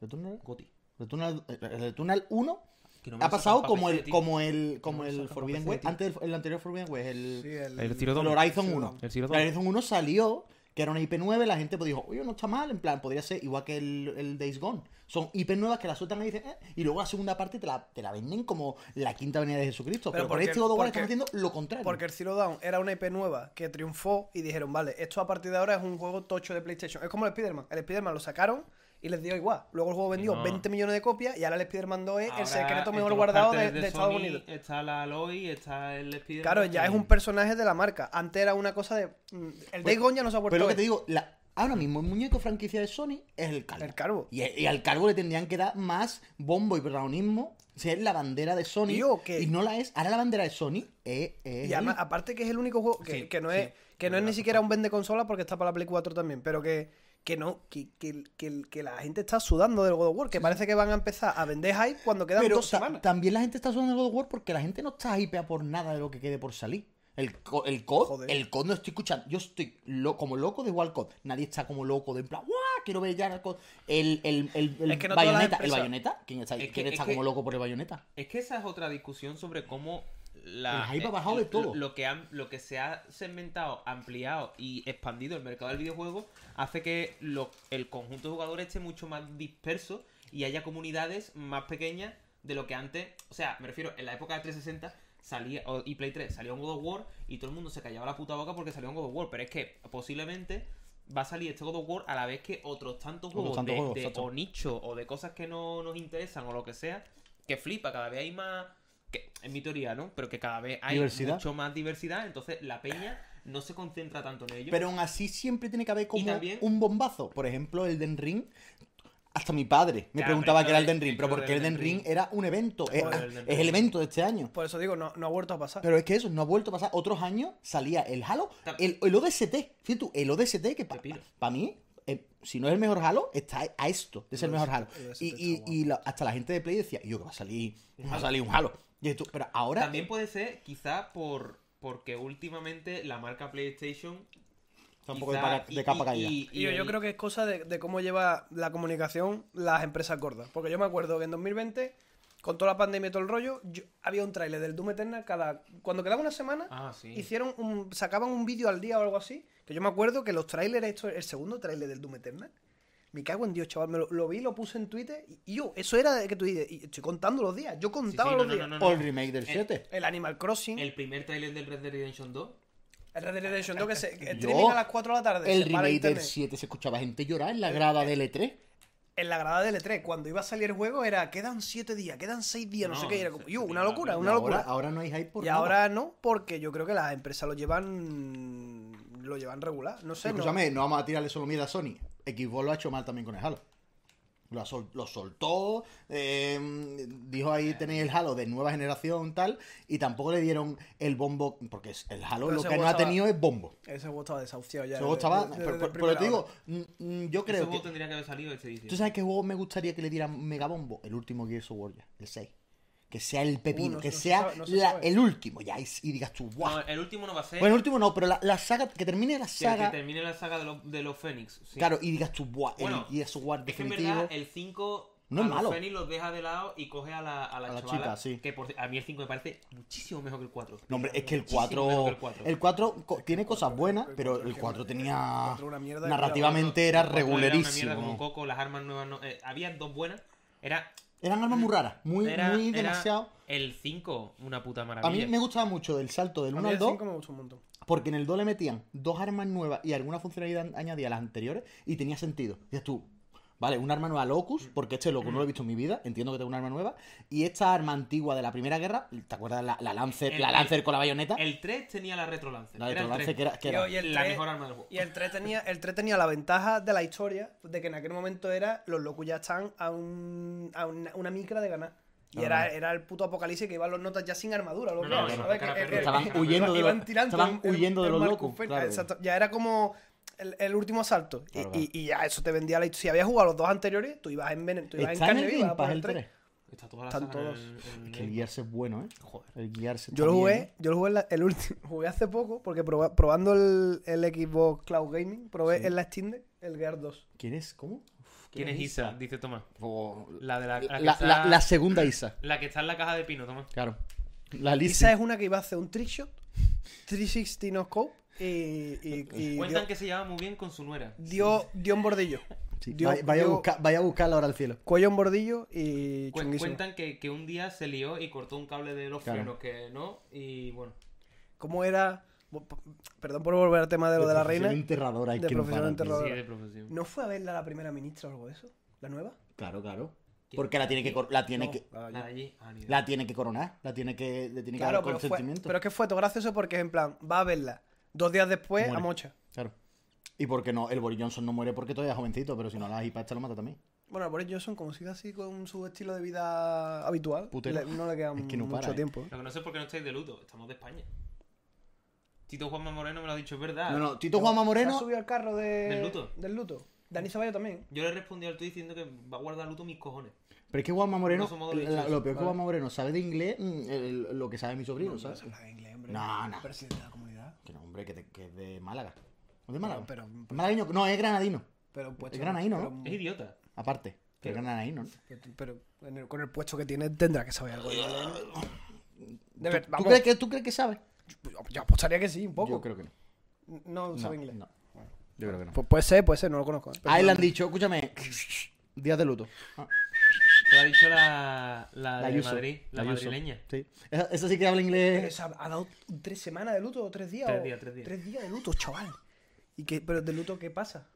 ¿Returnal?
Goti.
Returnal, eh, Returnal 1
Que no me
ha
lo sacan
pasado
pa'
como
PC,
el,
tío.
como el, como
me lo
el
sacan pa'
Forbidden
PC,
Web.
tío.
Antes del- el anterior Forbidden Web, el,
sí, el,
el Zero Dawn.
el Horizon
Sí,
1.
El Zero
El
Dawn.
Horizon 1 salió, que era una IP nueva, y la gente pues dijo, oye, no está mal, en plan, podría ser igual que el, el Days Gone. Son IP nuevas que la sueltan y dicen, "Eh", y luego la segunda parte te la, te la venden como la quinta venida de Jesucristo.
Pero
Pero, por
porque-
este God of War
porque-
están haciendo lo contrario.
Porque el Zero Dawn era una IP nueva que triunfó y dijeron, vale, esto a partir de ahora es un juego tocho de PlayStation. Es como el Spider-Man. El Spider-Man lo sacaron y les dio igual. Luego el juego vendió
no.
20 millones de copias y ahora el Spider-Man 2 es
Ahora,
el secreto
en
mejor
todos los
guardado de,
carteles
de Estados
Sony
Unidos.
Está la Aloy, está el Spider-Man.
Claro, ya es un personaje de la marca. Antes era una cosa de... mm, El Days Gone ya no se ha vuelto
Pues, Pero lo que
a
te
ver.
digo, la- ahora mismo el muñeco franquicia de Sony es el Calvo.
El Calvo.
Y, y al Calvo le tendrían que dar más bombo y protagonismo. Si es la bandera de Sony.
Tío, que-
Y no la es. Ahora la bandera de Sony es. es
Y además,
él.
aparte que es el único juego que,
Sí,
que no
sí,
es que no es
verdad.
ni siquiera un vende consola porque está para la Play 4 también, pero que, que no, que, que- que- que la gente está sudando del God of War, que parece que van a empezar a vender hype cuando quedan
Pero
dos
ta-
semanas.
también la gente está sudando el God of War porque la gente no está hypea por nada de lo que quede por salir. El, co- el COD,
Joder.
el COD no estoy escuchando. Yo estoy lo- como loco de igual COD. Nadie está como loco de en plan, ¡guau! Quiero ver ya el COD. El, el, el, el
Es que no todas las
bayoneta. ¿El
empresas-
bayoneta? ¿Quién está,
Es que-
quién
es
está
que-
como loco por el bayoneta?
Es que esa es otra discusión sobre cómo la,
El hype ha
eh,
bajado de
lo-
todo.
Lo que, han- lo que se ha segmentado, ampliado y expandido el mercado del videojuego hace que lo- el conjunto de jugadores esté mucho más disperso y haya comunidades más pequeñas de lo que antes. O sea, me refiero, en la época de 360 salía, o- y Play 3 salía un God of War y todo el mundo se callaba la puta boca porque salía un God of War. Pero es que posiblemente va a salir este God of War a la vez que otros tantos
Otros
juegos,
tantos
de-
juegos,
de-
exacto.
o nicho o de cosas que no nos interesan o lo que sea, que flipa, cada vez hay más, que, en mi teoría, ¿no? Pero que cada vez hay
Diversidad.
mucho más diversidad, entonces la peña no se concentra tanto en ello.
Pero aún así siempre tiene que haber como
también-
un bombazo. Por ejemplo, el Den Ring. Hasta mi padre me
Ya,
preguntaba
pero
qué era el
esto
Den
de-
Ring, pero
esto
porque el
del
Den
Elden
Ring
Ring.
era un evento, es,
Joder, el Elden
es el
Ring.
evento de este año.
Por eso digo, no, no ha vuelto a pasar.
Pero es que eso no ha vuelto a pasar. Otros años salía el Halo,
Tam-
el, el ODST. Fíjate tú, el ODST que para
Pepino.
mí, eh, si no es el mejor Halo, está a esto de ser el
El
mejor
ODST
Halo.
está
Y, y-
guapo.
y la- hasta la gente de Play decía, yo que va a salir, va a salir un Halo. Y tú, pero ahora.
También pues, puede ser, quizá, por porque últimamente la marca PlayStation...
está un poco de,
quizá-
para- de capa caída.
y- y
yo, yo
el-
creo que es cosa de, de cómo lleva la comunicación las empresas gordas. Porque yo me acuerdo que en 2020, con toda la pandemia y todo el rollo, yo- había un tráiler del Doom Eternal cada... Cuando quedaba una semana,
Ah, sí.
hicieron un, sacaban un vídeo al día o algo así. Que yo me acuerdo que los trailers, esto, el segundo tráiler del Doom Eternal, me cago en Dios, chaval. Me lo, lo vi, lo puse en Twitter. Y, y yo, eso era de que tú dices, y estoy contando los días.
Sí,
Yo
sí,
contaba
no,
los
no,
días.
no, no,
o el
no.
remake del
Eh,
7.
El Animal Crossing, el,
El primer tráiler del Red Dead Redemption 2.
Red Dead Redemption 2, que se que
Yo-
streaming a las 4 de la tarde.
El
se para
remake del
internet.
7 se escuchaba gente llorar en la grada
Eh,
del E3.
en la grada de L3, cuando iba a salir el juego, era quedan 7 días, quedan 6 días, no,
No,
sé qué. Era
se-
como,
se
"Yo,
te
una
iba
locura,
la
una
ahora,
locura.
ahora no hay hype por
y
nada.
ahora no, porque yo creo que las empresas lo llevan. Lo llevan regular. No sé, no.
Pues Escúchame, no vamos a tirarle solo miedo a Sony. Xbox lo ha hecho mal también con el Halo. Lo, ha sol- lo soltó, eh, dijo
Eh.
ahí tenéis el Halo de nueva generación tal, y tampoco le dieron el bombo, porque es- el Halo
Pero
lo
ese
que no
juego
ha
estaba-
tenido es bombo.
Ese juego estaba desahuciado ya.
Ese juego
desde-
estaba-
desde-
por- por-
desde
por
primera
lo que digo,
hora.
mm, mm, yo
Ese
creo
juego
que...
tendría que haber salido este diciembre.
¿Tú sabes qué juego me gustaría que le dieran mega bombo? El último Gears of War ya, el 6. Que sea el pepino,
no
que
se- no se
sea
sabe, no se
la-
sabe. eh.
el último ya, y, y digas tú, guau.
No, el último no va a ser...
bueno, el último no, pero la, la saga, que termine la
que- que,
saga,
termine la saga de los, de los Fénix. sí.
claro, y digas tú, guau,
Bueno,
el Gears of War
Es que en
definitivo.
verdad el 5
No
a
es
los
malo.
Fenix los deja de lado y coge a la, a la,
A la
chavala,
chica, sí.
Que por- a mí el 5 me parece muchísimo mejor que el 4.
No, hombre, es que el
Muchísimo mejor que
4.
el cuatro.
El 4 tiene cosas buenas,
el
pero
cuatro
el
es
4
que- el
tenía.
cuatro era una mierda y
Narrativamente era
Era una mierda como un
regulerísimo.
coco, las armas nuevas no- eh, había dos buenas. Era,
Eran armas muy raras, muy,
era,
muy
era
demasiado.
el 5, una puta
A
maravilla.
mí me gustaba mucho el salto del
A
1
mí
al
el
2,
5 me gustó un montón.
porque en el 2 le metían dos armas nuevas y alguna funcionalidad añadida a las anteriores y tenía sentido. Dices tú, vale, un arma nueva Locus, porque este Locus no lo he visto en mi vida, entiendo que tengo una arma nueva, y esta arma antigua de la Primera Guerra, ¿te acuerdas la, la Lancer,
El-
la Lancer con la bayoneta?
El 3 tenía la Retro Lancer.
la de
Este, era el
Lancer
tres.
que era. que era-
Y el
la
tres-
mejor arma del juego.
Y el 3 tenía, el 3 tenía la ventaja de la historia de que en aquel momento era los locos ya están a, un- a una, una micra de ganar. Y
Ah.
era, era el puto apocalipsis que iban los notas ya sin armadura. Los
No, no,
locos,
no,
¿sabes?
cara
Que-
perro.
que-
Estaban
que-
huyendo de
iban
los-
tirando
estaban
el-
huyendo de
el
los
Marcus
locos,
Fenn-
claro.
Exacto, ya era como el, el último asalto. Y-
Claro,
y,
claro.
y ya eso te vendía la historia. Si habías jugado los dos anteriores, tú ibas en, venen- tú ibas en
Está en
carne
el
viva
Game
por
Pass
el
el
3.
3.
Está toda la
Están
saga en
todos.
el- en el
Es que
Game
el guiarse es bueno, ¿eh?
Joder.
El guiarse
Yo lo
¿eh?
jugué, yo lo jugué, en la- el último, jugué hace poco porque proba- probando el, el Xbox Cloud Gaming, probé
Sí.
en la Steam Deck el Gear 2.
¿Quién es? ¿Cómo?
¿Quién es Isa? Dice Tomás.
O-
La de la, la,
La,
que
la-
está,
la segunda Isa.
la que está en la caja de pino, Tomás.
Claro. La Lisa.
Esa es una que iba a hacer un trickshot, 360 no scope, y, y- y
Cuentan
dio,
que se lleva muy bien con su nuera.
dio, dio un bordillo.
Sí,
Dio-
vaya, vaya a
dio
buscar- vaya a buscarla ahora al cielo.
Cuello un bordillo y
Cu-
chunguísimo.
Cuentan que, que un día se lió y cortó un cable de los
Claro.
frenos que no. Y bueno,
¿Cómo era? bo- p- Perdón por volver al tema de lo de, la
profesión
reina.
enterradora, es
De
que no
profesión
para,
enterradora.
sí,
Ahora.
de profesión.
¿No fue a verla la primera ministra o algo de eso? ¿La nueva?
tío. Claro, claro. Porque la tiene que cor- la tiene
No,
que
la-
La de allí, ah, ni idea.
la tiene que coronar, la tiene que le tiene que
Claro,
dar
pero, fue,
consentimiento.
pero es que fue todo gracioso porque en plan, va a verla. Dos días después,
Muere.
a Mocha.
Claro. Y porque no, el Boris Johnson no muere porque todavía es jovencito, pero si no la hipa esta lo mata también.
Bueno, Boris Johnson, como sigue así con su estilo de vida habitual,
Putero.
le- no le queda
Es que no
mucho
para, ¿eh?
tiempo. ¿eh?
Lo que no sé es por qué no estáis de luto. Estamos de España. Tito Juanma Moreno me lo ha dicho, es verdad. Ah.
No, no, Tito Juanma
¿Se ha
Moreno
subido al carro de-
Del luto.
Del luto. Dani Ceballos también.
Yo le respondí al tuit diciendo que va a guardar luto mis cojones.
Pero es que Juanma Moreno,
Grosso modo dicho
la-
eso,
lo peor que
vale.
Juanma Moreno sabe de inglés, mm, el- lo que sabe mi sobrino,
No
¿sabes?
se habla inglés, hombre.
No, no.
Presidente de la comunidad.
Que no, hombre, que, te- que es de Málaga. ¿Es de Málaga?
pero-
¿Es malagueño? No, es granadino.
Pero puesto,
Es granadino, ¿no?
Es idiota.
Aparte, que es
Pero-
granadino, ¿no?
Pero, pero en el- con el puesto que tiene tendrá que saber algo de inglés, ¿no? De ver,
¿Tú- ¿Tú,
vamos.
crees que, ¿Tú crees que sabe?
Yo- Yo apostaría que sí, un poco.
Yo creo que no.
No,
No,
sabe inglés. Pues,
no. Yo creo que no.
Pu- puede ser, puede ser, no lo conozco. ¿eh? Pero-
A él le han dicho, escúchame, días de luto. Ah,
Te lo ha dicho la, la, de
Ayuso,
Madrid, la,
Ayuso.
madrileña.
Sí. Esa, esa sí que habla
Pero
inglés.
se ha, ha dado tres semanas de luto, o tres días.
Tres
o-
días, tres días.
de luto, chaval. ¿Y qué, pero de luto, ¿qué pasa?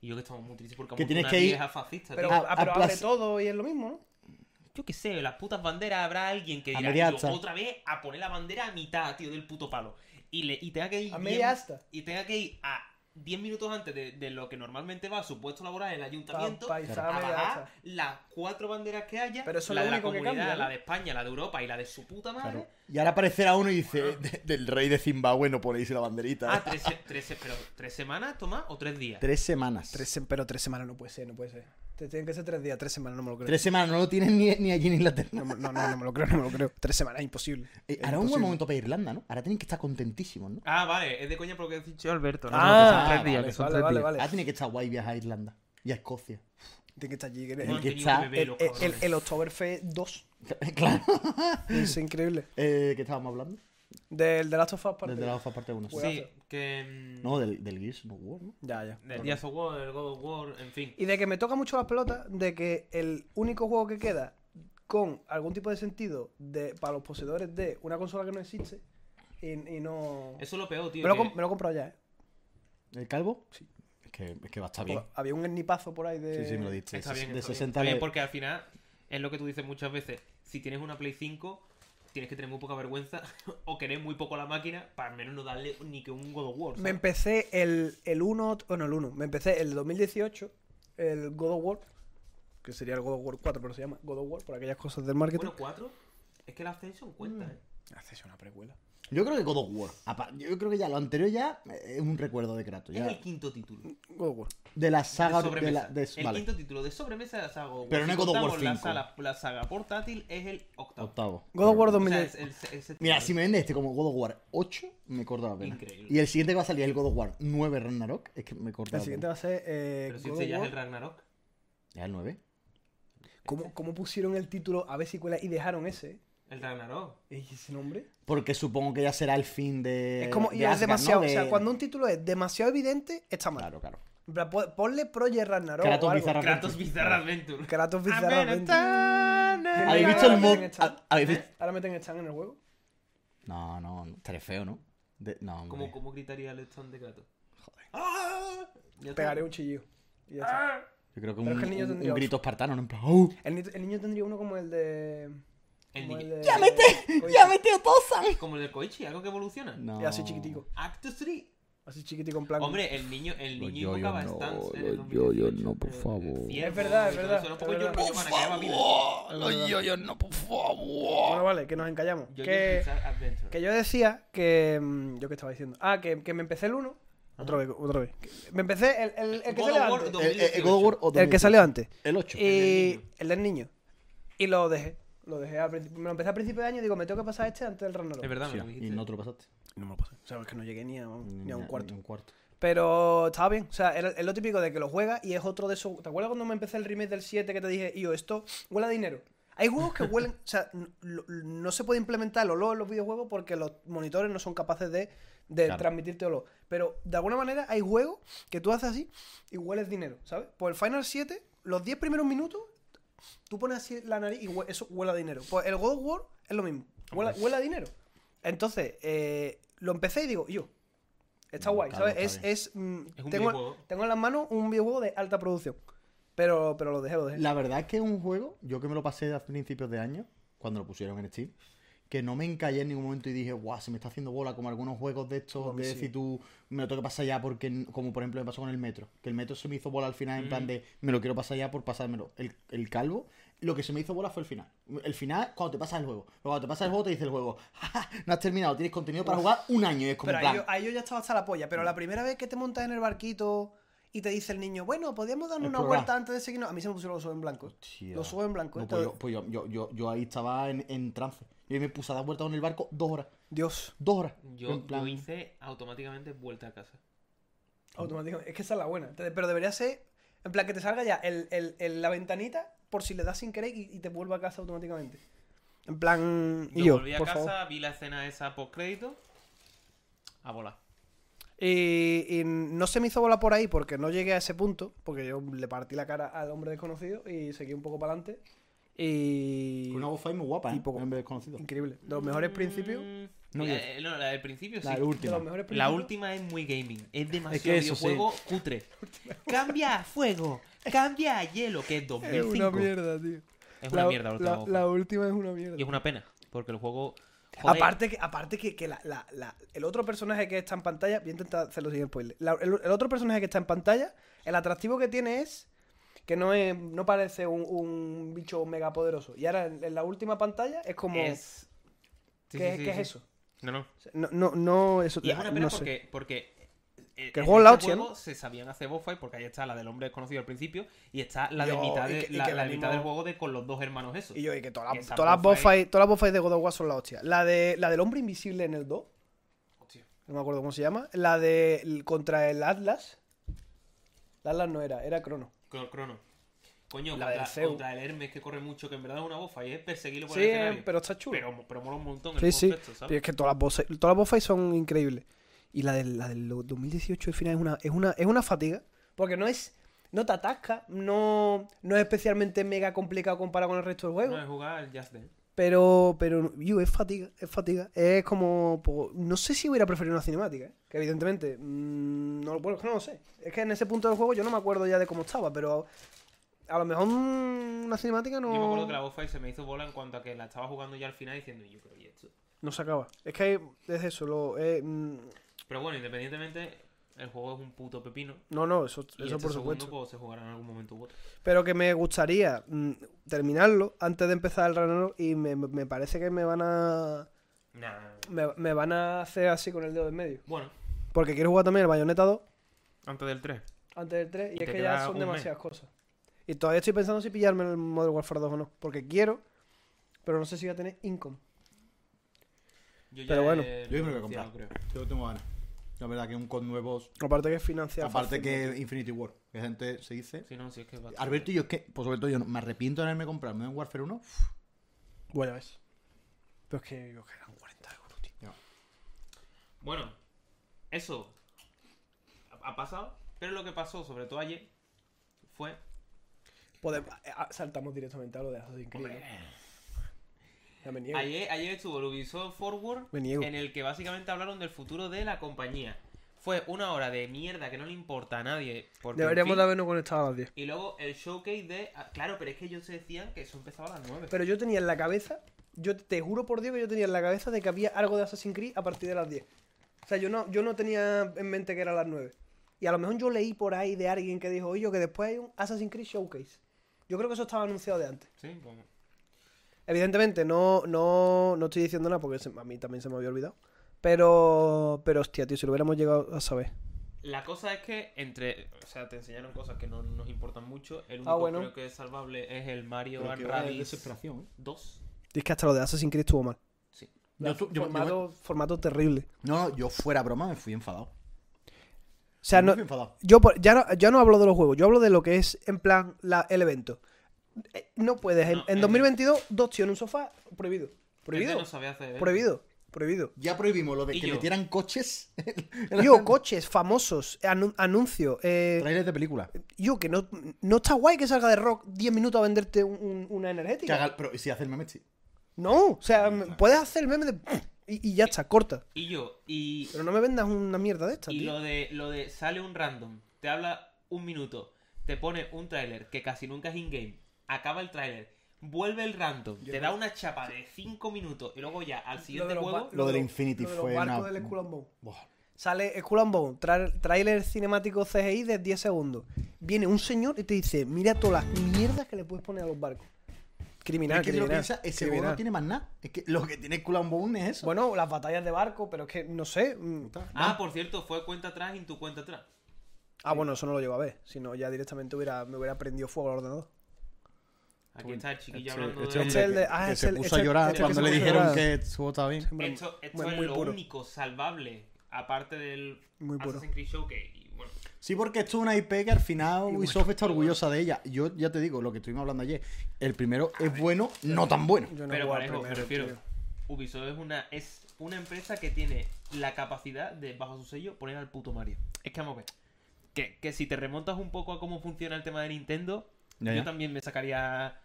Y yo que estamos muy tristes porque
Que
amo
tienes
una
que ir-
vieja fascista.
Pero,
tío.
A-
ah, pero
a
abre
plaza-
todo y es lo mismo, ¿no?
Yo qué sé, las putas banderas habrá alguien que
A
dirá
media
"Yo
asta".
otra vez a poner la bandera a mitad, tío, del puto palo. Y, le, y tenga que ir.
A
bien-
media asta.
Y tenga que ir a 10 minutos antes de, de lo que normalmente va a su puesto laboral en el ayuntamiento.
Ah, Pa- pa- y
a
sabe,
bajar
hacha.
las cuatro banderas que haya.
Pero eso es
la
lo
de la
único que
comunidad,
cambia, ¿no?
la de España, la de Europa y la de su puta madre.
Claro. Y ahora aparecerá uno y dice, "De- del rey de Zimbabue no ponéis la banderita.
Ah, tres, se- tres se- pero, ¿tres semanas, Tomás, o tres días?
Tres semanas.
Tres, se- pero tres semanas no puede ser, no puede ser. Te- Tienen que ser tres días, tres semanas, no me lo creo.
Tres semanas, no lo tienen ni, ni allí en Inglaterra.
No, me- no, no, no me lo creo, no me lo creo. Tres semanas, imposible.
Eh, ahora es
Es
un buen
imposible.
momento para Irlanda, ¿no? Ahora tienen que estar contentísimos, ¿no?
Ah, vale, es de coña porque lo que ha dicho Alberto. ¿no?
Ah,
Que son tres días,
vale,
que son
vale,
tres
vale,
días.
vale.
Ahora tiene que estar guay viajar a Irlanda y a Escocia.
Tiene que estar allí. que-
No han
que
tenido
está-
un bebé,
El,
los
el, el,
cabrones.
el Oktoberfest 2.
claro.
Es increíble.
Eh, ¿Qué estábamos hablando?
Del The Last of Us parte
Desde
uno.
la OFA parte 1.
Sí, que... mm,
No, del, del Gears, no War, ¿no?
Ya, ya.
Del Gears of War, el God of War, en fin.
Y de que me toca mucho las pelotas, de que el único juego que queda con algún tipo de sentido de, para los poseedores de una consola que no existe y, y no...
Eso es lo peor, tío.
me, lo,
que-
com- me lo he comprado ya, ¿eh?
¿El calvo? Sí. Es que, es que va a estar bien.
Porque Había un nipazo por ahí de...
Sí, sí, me lo diste.
Está bien,
de
está bien.
60
Está
le-
bien, porque al final, es lo que tú dices muchas veces, si tienes una Play 5, tienes que tener muy poca vergüenza o querer muy poco a la máquina para al menos no darle ni que un God of War. ¿sabes?
Me empecé el, el 1, bueno, el 1, me empecé el 2018, el God of War, que sería el God of War 4, pero se llama God of War, por aquellas cosas del marketing.
Bueno, cuatro, es que la Ascension
Mm,
cuenta, ¿eh?
Haces una precuela.
Yo creo que God of War. apa- Yo creo que ya lo anterior ya eh, es un recuerdo de Kratos. ya.
Es el quinto título. de
God of War.
De la saga de, la,
sobremesa.
de-
el
vale.
quinto título de sobremesa de la saga God of War.
Pero no
Si
es God of War
contamos la,
5.
sala- la saga portátil es el octavo.
Octavo.
God of War
O sea,
2018.
es el- es el séptimo.
Mira, si me vende este como God of War 8, me corta la pena.
Increíble.
Y el siguiente que va a salir es el God of War 9 Ragnarok, es que me corta
El
la
siguiente
pena.
va a ser eh,
Pero si
God
este
of
ya es
War.
el Ragnarok.
¿Es el 9?
¿Cómo, cómo pusieron el título a ver si cuela y dejaron ese?
El Ragnarok.
¿Y ese nombre?
Porque supongo que ya será el fin de.
es como. y
de
es
Asgard,
demasiado.
¿no?
O sea,
De-
cuando un título es demasiado evidente, está mal.
Claro, claro.
En plan, pon- Ponle Project Ragnarok.
Kratos
o algo.
Bizarra-
Kratos Bizarre Adventure.
Kratos
I'm
Bizarra
gonna
Adventure.
turn it
¿Habéis
Ahora
visto el
meten
mod?
Stan.
ha- ¿Habéis visto?
Ahora meten Stan en el juego.
No, no, no. Estaré feo, ¿no? De- No, hombre.
¿Cómo, ¿Cómo gritaría el stand de Kratos? ¡Ah! Ya está.
Pegaré un chillido. Y ya está.
¡Ah!
Yo creo que un,
Pero es que el niño
un- un
tendría ocho.
grito espartano, ¿no? En plan, ¡Uh!
El, ni- el niño tendría uno como el de.
El
como
niño-
de-
¡Ya mete!
Oye,
¡Ya mete a Tozan!
Como el de Koichi, algo que evoluciona.
No.
Y así chiquitico.
Acto 3.
Así chiquitico en plan.
Hombre, el niño, el
Los
niño
yoyos
invocaba
no,
stands en
los
el 2018.
yoyos no, por
Eh,
favor.
ciervo,
Es verdad, es
eso,
verdad,
eso, no
es
poco yo,
verdad.
rollo, para que haga vida.
Los yoyos no, por favor.
"Oh, Bueno, vale, que nos encallamos.
Yoyos
que.
Bizarre Adventure.
Que yo decía que. mm, ¿Yo qué estaba diciendo? Ah, que, que me empecé el 1. Otra vez, otra vez. Que- Me empecé el, el, el que
God
salió
of War
antes.
2018.
El, el- el Eh, God of War o
El que salió Eh, antes.
El 8.
Y el del niño. Y lo dejé. Lo dejé al principio. Me lo empecé al principio de año y digo, me tengo que pasar este antes del Ragnarok.
Es verdad, me lo dijiste.
y no te lo pasaste.
No me lo pasé. O sea, es que no llegué ni a, un- ni a un cuarto.
un cuarto.
Pero estaba bien. O sea, era- es lo típico de que lo juegas y es otro de esos. ¿Te acuerdas cuando me empecé el remake del 7 que te dije, yo, esto huele a dinero? Hay juegos que huelen. o sea, n- lo- no se puede implementar el olor en los videojuegos porque los monitores no son capaces de, de
Claro.
transmitirte olor. Pero de alguna manera hay juegos que tú haces así y hueles dinero, ¿sabes? Pues el Final 7, los 10 primeros minutos, tú pones así la nariz y hue- eso huele a dinero. Pues el God of War es lo mismo. Huele, huele a dinero. Entonces, eh, lo empecé y digo, yo, Está
No,
guay,
claro,
¿sabes?
está bien.
es, es, mm,
Es un
tengo,
videojuego.
tengo en las manos un videojuego de alta producción. Pero, pero lo dejé, lo dejé.
La verdad es que es un juego, yo que me lo pasé a principios de año, cuando lo pusieron en Steam, que no me encallé en ningún momento y dije, guau, se me está haciendo bola, como algunos juegos de
Como a
estos,
mí
de
sí.
si tú me lo tengo que pasar ya, porque, n- como por ejemplo me pasó con el metro, que el metro se me hizo bola al final, en
Mm.
plan de, me lo quiero pasar ya por pasármelo. El, el calvo, lo que se me hizo bola fue el final. El final, cuando te pasas el juego. Pero cuando te pasas el juego, te dice el juego, "Ja, ja, no has terminado, tienes contenido para jugar un año, y es como
pero
en
ahí
plan,
yo, ahí yo ya estaba hasta la polla. Pero la primera vez que te montas en el barquito Y te dice el niño, bueno, podríamos darnos
El
una
programa.
vuelta antes de seguirnos. A mí se me pusieron los ojos en blanco.
Hostia.
Los ojos en blanco.
No,
Entonces,
pues yo, pues yo, yo, yo, yo ahí estaba en, en trance. Yo me puse a dar vueltas en el barco dos horas.
Dios,
Dos horas.
Yo,
En plan,
yo hice automáticamente vuelta a casa.
automáticamente. Es que esa es la buena. Entonces, pero debería ser, en plan, que te salga ya el, el- el- la ventanita por si le das sin querer y, y te vuelva a casa automáticamente. En plan, y
Yo,
yo,
volví a
por
casa,
favor.
vi la escena esa post crédito. A volar.
Y, y no se me hizo bola por ahí porque no llegué a ese punto, porque yo le partí la cara al hombre desconocido y seguí un poco para adelante. Y...
Una voz ahí muy guapa, ¿eh?
Y poco.
En vez de desconocido.
Increíble. De los mejores principios.
No,
No,
yo-
Mm, la, eh, no, la del principio
La
sí.
De
última.
los mejores
La
principios.
última es muy gaming. Es demasiado
que eso sí.
videojuego cutre. cambia a fuego, cambia a hielo, que es 2005.
Es una mierda, tío.
Es una
La-
mierda lo que
la-
vamos a
la
jugar.
última es una mierda.
Y es una pena, porque el juego... joder,
Aparte que, aparte que, que la- la- la- el otro personaje que está en pantalla, voy a intentar hacerlo sin spoiler. La- el, el otro personaje que está en pantalla, el atractivo que tiene es que no es, no parece un, un bicho mega poderoso. Y ahora en, en la última pantalla es como
es... Sí,
¿qué,
sí, sí,
qué es
sí.
eso?
No, no.
O sea, No, no, no, eso
Y es una pena
no sé.
porque, porque eh,
Que
en
el juego
este
Launch,
juego
¿no?
se sabían hacer boss fight, porque ahí está la del hombre desconocido al principio y está la de
Yo,
mitad
y
de,
que- y
la,
que
la
la
mitad del
misma-
juego de con los dos hermanos eso.
Y yo, y que todas
Y
las
esa
todas las
boss
boss
fight-
fight- todas las boss fights de God of War son la hostia. La, de, la del hombre invisible en el 2,
Hostia.
no me acuerdo cómo se llama. La de el- contra el Atlas. El Atlas no era, era Crono.
Con el crono. Coño,
La del
contra,
Zeus.
contra el Hermes que corre mucho, que en verdad es una bofa y es perseguirlo por
Sí,
el escenario.
pero está chulo.
Pero, pero mola un montón el
sí, sí.
concepto, ¿sabes?
Pero es que todas las boss, todas las boss fights son increíbles. Y la del, la del 2018 al final es una, es una, es una fatiga. Porque no es. No te atasca, no, no es especialmente mega complicado comparado con el resto del juego.
No es jugar al Just Dance.
Pero, pero, yo, es fatiga, es fatiga. Es como, po- no sé si hubiera preferido una cinemática, ¿eh? que evidentemente, mm, no, lo- bueno, es que no lo sé. Es que en ese punto del juego yo no me acuerdo ya de cómo estaba, pero a lo mejor mm, una cinemática
Yo me acuerdo que la
no,
boss fight se me hizo bola en cuanto a que la estaba jugando ya al final diciendo, yo creo que esto.
no se acaba. Es que es eso, lo, eh, mm,
Pero bueno, independientemente, el juego es un puto pepino.
no, no, eso,
Y
eso
este
por
segundo,
supuesto.
pues, se jugará en algún momento u otro.
Pero que me gustaría mm, terminarlo antes de empezar el ranero y me, me parece que me van a...
Nah.
Me, me van a hacer así con el dedo en medio.
Bueno,
Porque quiero jugar también el Bayonetta 2.
antes del 3.
Antes del 3, y,
te
es que
queda
ya son
un mes.
demasiadas cosas. Y todavía estoy pensando si pillarme el Modern Warfare 2 o no. Porque quiero, pero no sé si voy a tener income.
Yo ya
Pero bueno.
he
Yo me lo voy a
renunciado,
comprar.
creo.
Yo tengo ganas. La verdad que un con nuevos.
Aparte que es financiado.
Aparte
fácil, ¿no?
que Infinity War. Que gente se dice.
Si no, si es que va a-
Alberto y yo es que, pues sobre todo yo, no- me arrepiento de haberme comprado el Modern Warfare 1.
Bueno, ves. Pero es que yo que eran 40 euros, tío.
Bueno, eso ha- ha pasado. Pero lo que pasó, sobre todo ayer, fue
Podemos- eh, ah, saltamos directamente a lo de Assassin's Creed. ¿no? Ya me niego.
Ayer, ayer estuvo el Ubisoft Forward
Me niego.
en el que básicamente hablaron del futuro de la compañía. Fue una hora de mierda que no le importa a nadie. Porque, en
Deberíamos
fin,
de habernos conectado a las 10.
Y luego el showcase de... ah, Claro, pero es que ellos se decían que eso empezaba a las 9.
Pero yo tenía en la cabeza, yo te juro por Dios que yo tenía en la cabeza de que había algo de Assassin's Creed a partir de las 10. O sea, yo no, yo no tenía en mente que era a las 9. Y a lo mejor yo leí por ahí de alguien que dijo, oye, que después hay un Assassin's Creed Showcase. Yo creo que eso estaba anunciado de antes.
Sí, pues,
Evidentemente, no, no, no estoy diciendo nada porque se- a mí también se me había olvidado. Pero, pero hostia, tío, si lo hubiéramos llegado a saber.
La cosa es que entre... O sea, te enseñaron cosas que no nos importan mucho. El único
Ah, bueno.
creo que es salvable es el Mario
Pero
and
que va de
Rabbids
desesperación, ¿eh?
2.
Es que hasta lo de Assassin's Creed estuvo mal.
Sí.
Yo tu- yo- yo-
formato, formato terrible.
No, no, yo fuera broma me fui enfadado.
O sea,
me
no,
fui enfadado.
Yo por- ya, no, ya no hablo de los juegos, yo hablo de lo que es en plan la, el evento. Eh, No puedes, en,
No,
en
el-
2022, dos tíos en un sofá, prohibido. Prohibido.
Gente no sabe hacer...
Prohibido. Prohibido.
Ya prohibimos lo de
Y
que
yo. Eh,
metieran coches en
Yo, coches famosos, anun- anuncio. eh,
trailers de película.
yo, que no, no está guay que salga de rock 10 minutos a venderte un- un- una
Que
energética.
haga, pero si hace el meme, sí.
No, o sea, m- puedes hacer el meme de. Y, y ya está, corta.
Y yo, y...
Pero no me vendas una mierda de esta,
Y
tío.
lo de, lo de sale un random, te habla un minuto, te pone un tráiler que casi nunca es in-game, acaba el tráiler, vuelve el random, te da una chapa de 5 minutos y luego ya al
Lo de
siguiente
los
juego...
ba-
Lo
de
del
los-
Infinity
lo de los
fue
barcos
una-
del Skull and Bones.
Buah.
Sale Skull and Bone, trailer cinemático CGI de 10 segundos. Viene un señor y te dice, mira todas las mierdas que le puedes poner a los barcos. Criminal,
es que si lo
criminal,
piensas, ese juego
criminal.
no tiene más nada. Es que lo que tiene Skull and Bones es eso.
Bueno, las batallas de barco, pero es que, no sé. mm,
Puta.
Ah, por cierto, fue cuenta atrás y tu cuenta atrás.
Ah, bueno, eso no lo llego a ver. Si no, ya directamente hubiera, me hubiera prendido fuego al ordenador.
Aquí está el chiquillo
Este-
hablando
este
de...
hombre
el de-
que-
ah,
que
es
se
el-
puso
es
a
el-
llorar
este que
cuando
se
le
puso a
dijeron
llorar.
que su juego estaba bien.
Hombre,
Esto, esto
muy-
es
muy
lo
puro.
único salvable, aparte del
Muy puro.
Assassin's Creed Showcase. Y bueno,
Sí, porque esto es una IP que al final Ubisoft está orgullosa de ella. Yo ya te digo, lo que estuvimos hablando ayer, el primero es bueno, no tan bueno.
Yo no he
pero
jugado al
parejo, me
primero,
refiero.
tío.
Ubisoft es una, es una empresa que tiene la capacidad de, bajo su sello, poner al puto Mario. Es que vamos a ver. Que, que si te remontas un poco a cómo funciona el tema de Nintendo,
Ya,
yo
ya.
también me sacaría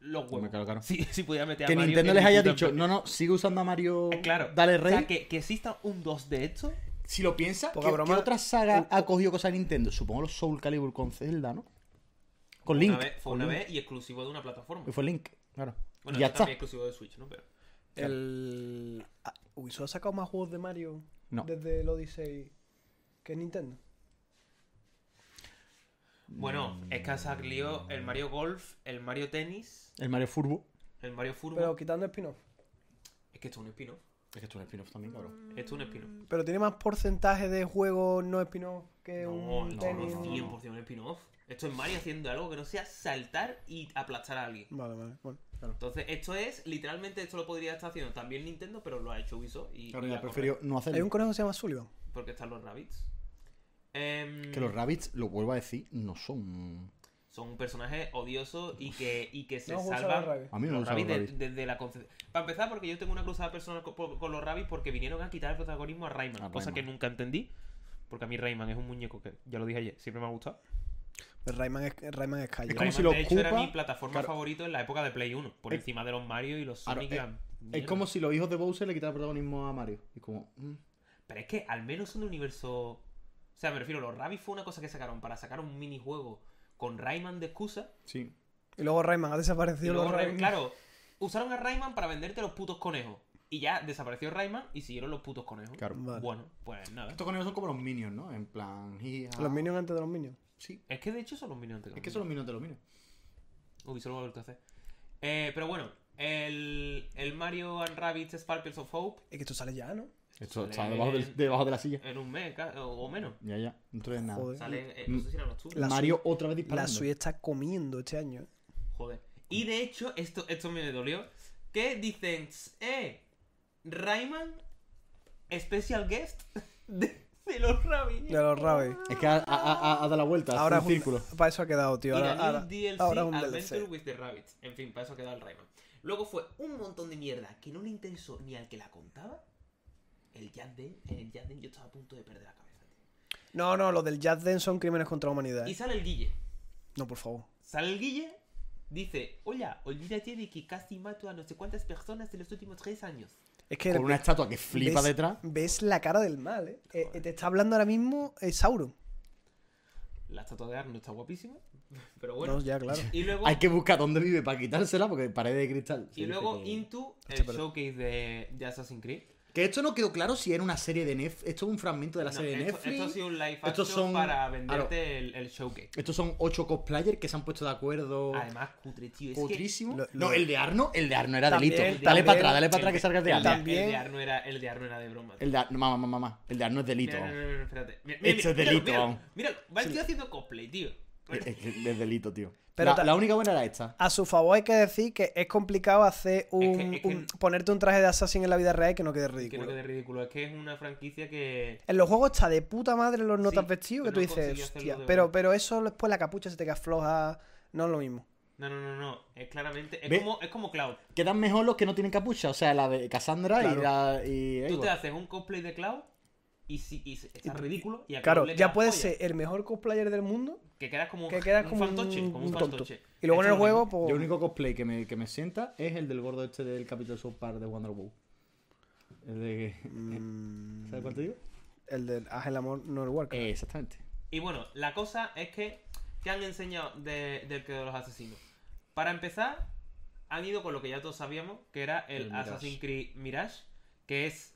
los huevos.
Hombre, claro, claro.
Si, si pudiera meter a
Que
Mario
Nintendo
en
les
mi
haya
puta
dicho,
empresa.
no, no, sigue usando a Mario,
Eh, Claro.
dale
O
rey.
sea, que, que exista un 2 de esto.
Si lo piensas, ¿qué,
Poca broma.
qué otra saga ha cogido cosas de Nintendo? Supongo los Soul Calibur con Zelda, ¿no? Con Link.
Una vez- fue
con
una
Link.
vez y exclusivo de una plataforma.
Y fue Link, claro.
Bueno,
Y ya
esto
está.
también es exclusivo de Switch, ¿no? Pero...
El... ah, Ubisoft ha sacado más juegos de Mario
No.
desde el Odyssey que Nintendo.
Mm.
Bueno, es que han salido el Mario Golf, el Mario Tennis,
El Mario Furbo.
el Mario Furbo.
Pero quitando spin-off.
Es que esto es un spin-off.
Es que esto es un spin-off también, cabrón.
Mm.
Esto es un spin-off.
Pero tiene más porcentaje de juegos no spin-off que
No,
un
esto no
tenis.
es
no, no.
100% un spin-off. Esto es Mario haciendo algo que no sea saltar y aplastar a alguien.
Vale, vale. Bueno, claro.
Entonces, esto es, literalmente, esto lo podría estar haciendo también Nintendo, pero lo ha hecho Ubisoft. Y,
Claro,
y
ya
a
prefiero no
Hay
hacerlo.
un conejo que se llama Sullivan.
correr, Porque están los Rabbits. Em,
Que los Rabbits, lo vuelvo a decir, no son.
son un personaje odioso y que, y que se
No, usa la
salva
rabia.
A mí no
los
me gustan los
rabbits de-
Rabbits.
desde la Para empezar, porque yo tengo una cruzada personal co- por- con, los rabbits porque vinieron a quitar el protagonismo a Rayman,
A
cosa
Rayman.
que nunca entendí. Porque a mí Rayman es un muñeco que, ya lo dije ayer, siempre me ha gustado.
Rayman es, Rayman es calle.
Es como
Rayman,
si lo
de hecho, era
ocupa-
mi plataforma
claro.
favorito en la época de Play 1, por
Es-
encima de los Mario y los
Claro,
Sonic. y la
Es
mierda.
como si los hijos de Bowser le quitaran protagonismo a Mario. Y como. mm.
Pero es que al menos en el universo... O sea, me refiero, los rabbits fue una cosa que sacaron para sacar un minijuego con Rayman de excusa.
Sí.
Y luego Rayman ha
Y
desaparecido.
luego
los
Ray-
Rayman.
claro, usaron a Rayman para venderte los putos conejos. Y ya desapareció Rayman y siguieron los putos conejos.
Claro.
Vale.
Bueno, pues nada.
Estos ellos son como los minions, ¿no? En plan. hi, ha.
Los Minions antes de los Minions.
Sí.
Es que de hecho son los minions.
Es que son los minions de los minions.
Uy, solo lo ha vuelto a hacer. Eh, pero bueno, el, el Mario and Rabbids Sparkles of Hope
Es que esto sale ya, ¿no?
Esto
Sale
está debajo, del-
en-
debajo de la silla.
en un mes ca- o menos.
Ya, ya. No trae nada.
Joder.
Sale, en- eh, no sé si era en octubre.
La
Mario otra vez
La
disparando.
Switch está comiendo este año. ¿eh?
Joder. Y de hecho, esto, esto me dolió. Que dicen, eh, Rayman, special guest de, de los Rabbids.
De los Rabbids.
Es que ha, ha- ha- ha dado la vuelta.
Ahora
Ahora
es
un círculo.
Para eso ha quedado, tío.
Mira,
Ahora,
new
ahora-
DLC
ahora es un
Adventure
DLC.
with the Rabbits. En fin, para eso queda el Rayman. Luego fue un montón de mierda que no le interesó ni al que la contaba. El Jaden, en el Jaden yo estaba a punto de perder la cabeza. tío.
No, no, lo del Jazz Den son crímenes contra la humanidad.
Y
¿eh?
sale el Guille.
No, por favor.
Sale el Guille, dice, hola, olvídate de que casi mato a no sé cuántas personas en los últimos tres años.
Es que
Con una estatua que flipa
ves-
detrás.
Ves la cara del mal, ¿eh? Eh,
Joder.
te está hablando ahora mismo eh, Sauron.
La estatua de Arno está guapísima, pero bueno.
No, ya, claro.
Y luego,
Hay que buscar dónde vive para quitársela porque pared de cristal.
y
Sí,
luego
dice que-
Into,
este
el
Hostia, perdón.
showcase de, de Assassin's Creed.
Que esto no quedó claro si era una serie de Netflix. Esto es un fragmento de la
No,
serie de
esto,
Netflix.
esto ha sido un live
Estos
action
son-
para
claro.
venderte el, el showcase.
Estos son ocho cosplayers que se han puesto de acuerdo.
Además, cutre, tío. Es que
Putrísimo.
Lo-
No,
lo-
el de Arno, el de Arno era
También,
delito. Dale
también.
para atrás, dale para
el
atrás
de-
que salgas de
el de-
Arno.
También.
El de Arno era, el de, Arno era de broma. tío.
El de Arno, mamá, mamá, mamá. El de Arno es delito.
Mira,
vamos.
no, no, no, no, espérate. Mira, mira,
Esto es
mira,
delito,
Míralo,
vamos.
míralo. míralo. Va el tío haciendo cosplay, tío.
Es, es- es delito, tío.
Pero
la,
ta-
la única buena era esta.
A su favor hay que decir que es complicado hacer un,
es que-
un- ponerte un traje de Assassin en la vida real y que no quede ridículo.
Creo que es ridículo. Es que es una franquicia que.
En los juegos está de puta madre los notas
Sí,
vestidos que
pero
tú
no consiguió
dices,
hacerlo
hostia,
de
pero,
bueno.
pero eso después la capucha se te queda floja, no es lo mismo.
No, no, no, no. Es claramente. Es
Ve-
como, es como Cloud.
Quedan mejor los que no tienen capucha. O sea, la de Cassandra
Claro.
y la. Y,
Tú te
Eivor.
haces un cosplay de Cloud y, si, y se- está ridículo. Y a
Claro,
Cloud le
ya
queda
puedes
joya,
ser el mejor cosplayer del mundo
Que quedas como,
que quedas
un
como
fantoche.
un,
como un
un tonto.
fantoche.
Y luego en
Esto
el
es lo mismo.
juego, pues...
Yo el único cosplay que me, que me sienta es el del gordo este del capítulo South Park de Wonder Woman. El de que-
mm,
¿Sabes cuál te digo?
el del Haz el amor, no el work.
Eh, exactamente.
Y bueno, la cosa es que, ¿qué han enseñado de- del que de los asesinos? Para empezar, han ido con lo que ya todos sabíamos, que era el,
El Mirage.
Assassin's Creed Mirage, que es,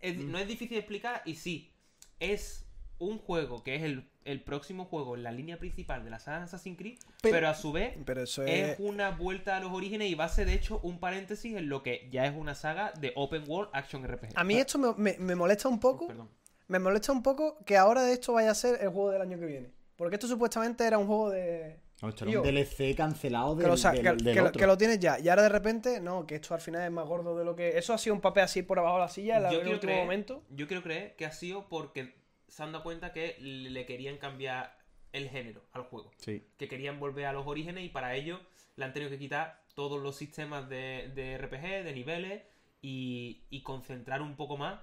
es-
Mm.
No es difícil de explicar, y sí, es un juego que es el, el próximo juego en la línea principal de la saga Assassin's Creed, pero,
Pero-
a su vez
pero eso
es
es...
una vuelta a los orígenes y va a ser, de hecho, un paréntesis en lo que ya es una saga de Open World Action RPG.
A mí esto me, me- me molesta un poco.
Oh, Perdón.
Me molesta un poco que ahora de esto vaya a ser el juego del año que viene. Porque esto supuestamente era un juego de.
Vamos a echar
Tío,
un DLC cancelado
que
del,
lo, sa-
del-
que-
del
que lo-
otro.
que lo tienes ya. Y ahora de repente, no, que esto al final es más gordo de lo que. Eso ha sido un papel así por abajo de la silla en la- en el último momento.
yo quiero creer que ha sido porque se han dado cuenta que le querían cambiar el género al juego.
Sí.
Que querían volver a los orígenes y para ello le han tenido que quitar todos los sistemas de, de RPG, de niveles y, y concentrar un poco más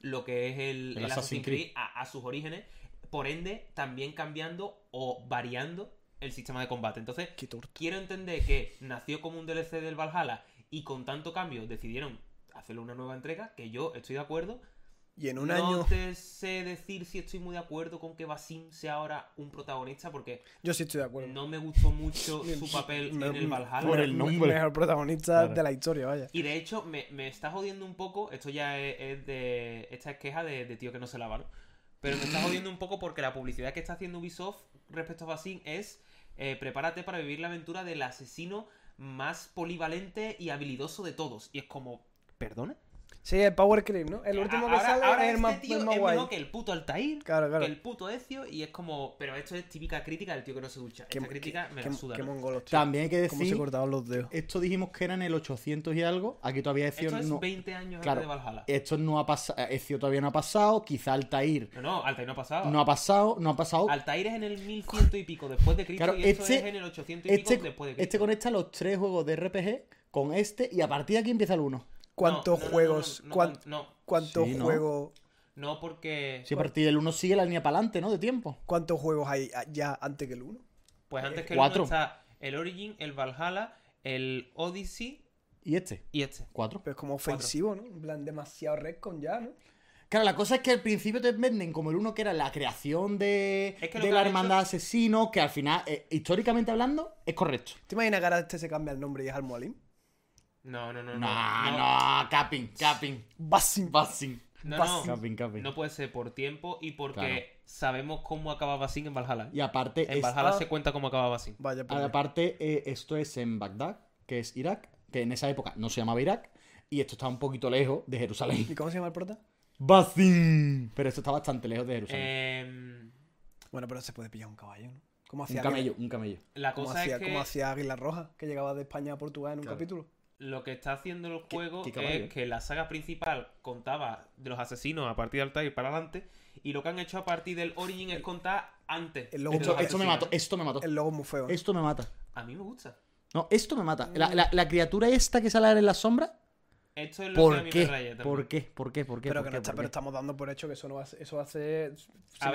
lo que es el,
El
el
Assassin's
Assassin's
Creed.
Creed a, a sus orígenes. Por ende, también cambiando o variando el sistema de combate. Entonces,
Qué torto.
quiero entender que nació como un DLC del Valhalla y con tanto cambio decidieron hacerle una nueva entrega, que yo estoy de acuerdo.
Y en un
no
año.
te sé decir si estoy muy de acuerdo con que Basim sea ahora un protagonista, porque
Yo sí estoy de acuerdo.
no me gustó mucho
Me-
su papel
me-
en el Valhalla.
Por el
me-
nombre.
Mejor protagonista
Claro.
de la historia, vaya.
Y de hecho, me, me está jodiendo un poco. Esto ya es, es de. Esta es queja de, de tío que no se lava, ¿no? Pero me está jodiendo un poco porque la publicidad que está haciendo Ubisoft respecto a Basim es. eh, prepárate para vivir la aventura del asesino más polivalente y habilidoso de todos. Y es como. ¿Perdona?
Sí, el Power Creep, ¿no? El último que
Ahora-
sale
ahora
es el
este
más,
tío
el más
es
guay.
mejor que el puto Altair.
Claro, claro.
Que el puto Ezio. Y es como. Pero esto es típica crítica del tío que no se ducha.
Qué-
Esta crítica me la
qué-
suda.
qué
¿no?
mongolos, tío.
También hay que
Cómo se
decir,
cortaban los dedos.
esto dijimos que era en el 800 y algo, aquí todavía Ezio
Esto es
no...
20 años
Claro.
antes de Valhalla.
Esto no ha pasado, Ezio todavía no ha pasado, quizá Altair
No, no, Altair no ha pasado.
no ha pasado, no ha pasado.
Altair es en el 1100 y pico después de Cristo
Oh. Claro,
y esto
este-
es en el 800 y pico
Este,
después de
este
Cristo.
conecta los tres juegos de RPG con este y a partir de aquí empieza el 1.
¿Cuántos
No, no, no,
juegos?
No, no,
cuán-
no,
¿Cuántos
Sí, ¿no?
juegos?
no, porque
Sí, a partir del 1 sigue la línea para adelante, ¿no? De tiempo.
¿Cuántos juegos hay ah, ya antes que el 1?
pues antes que
Cuatro.
el uno está el Origin, el Valhalla, el Odyssey
¿Y este?
y este.
Cuatro.
Pero es Pues como ofensivo, ¿no? En plan, demasiado Redcon ya, ¿no?
Claro, la cosa es que al principio te venden como el uno que era la creación de,
Es que lo
de
que
la
han
hermandad de asesino, que al final, eh, históricamente hablando, es correcto.
¿Te imaginas que ahora este se cambia el nombre y es Almohalim?
No, no, no,
No,
no.
no, capping, capping,
Basim.
passing.
No,
Basim.
no.
Capping, capping.
No puede ser por tiempo y porque
Claro.
sabemos cómo acababa Sin en Valhalla.
Y aparte,
En
es-
Valhalla
esta-
se cuenta cómo acababa Sin.
Vaya, pues, por
a-
Dios.
aparte eh, esto es en Bagdad, que es Irak, que en esa época no se llamaba Irak, y esto está un poquito lejos de
¿Y
Jerusalén.
cómo se llama el prota?
Basim. Pero esto está bastante lejos de Jerusalén.
Eh,
Bueno, pero se puede pillar un caballo, ¿no? ¿Cómo
un
hacía Águila-
camello, un camello.
la
como
cosa
hacía,
es que
como hacía Águila Roja, que llegaba de España a Portugal en un
Claro.
capítulo?
Lo que está haciendo el juego
qué caballo, eh?
es que la saga principal contaba de los asesinos a partir de Altair para adelante y lo que han hecho a partir del Origin
Eh,
es contar antes.
el logo-
de
Esto,
los
esto me
asesinos.
mató, esto me mató.
El logo es muy feo. ¿no?
Esto me mata.
A mí me gusta.
No, esto me mata.
Mm.
La, la- la criatura esta que sale en la sombra.
Esto es lo que a
¿Por
mí
qué?
me raya también.
¿Por qué? ¿Por qué? ¿Por qué?
pero
¿Por
que
qué?
no está,
¿Por qué?
pero estamos dando por hecho que eso no va a, ser- eso va a ser
A ver,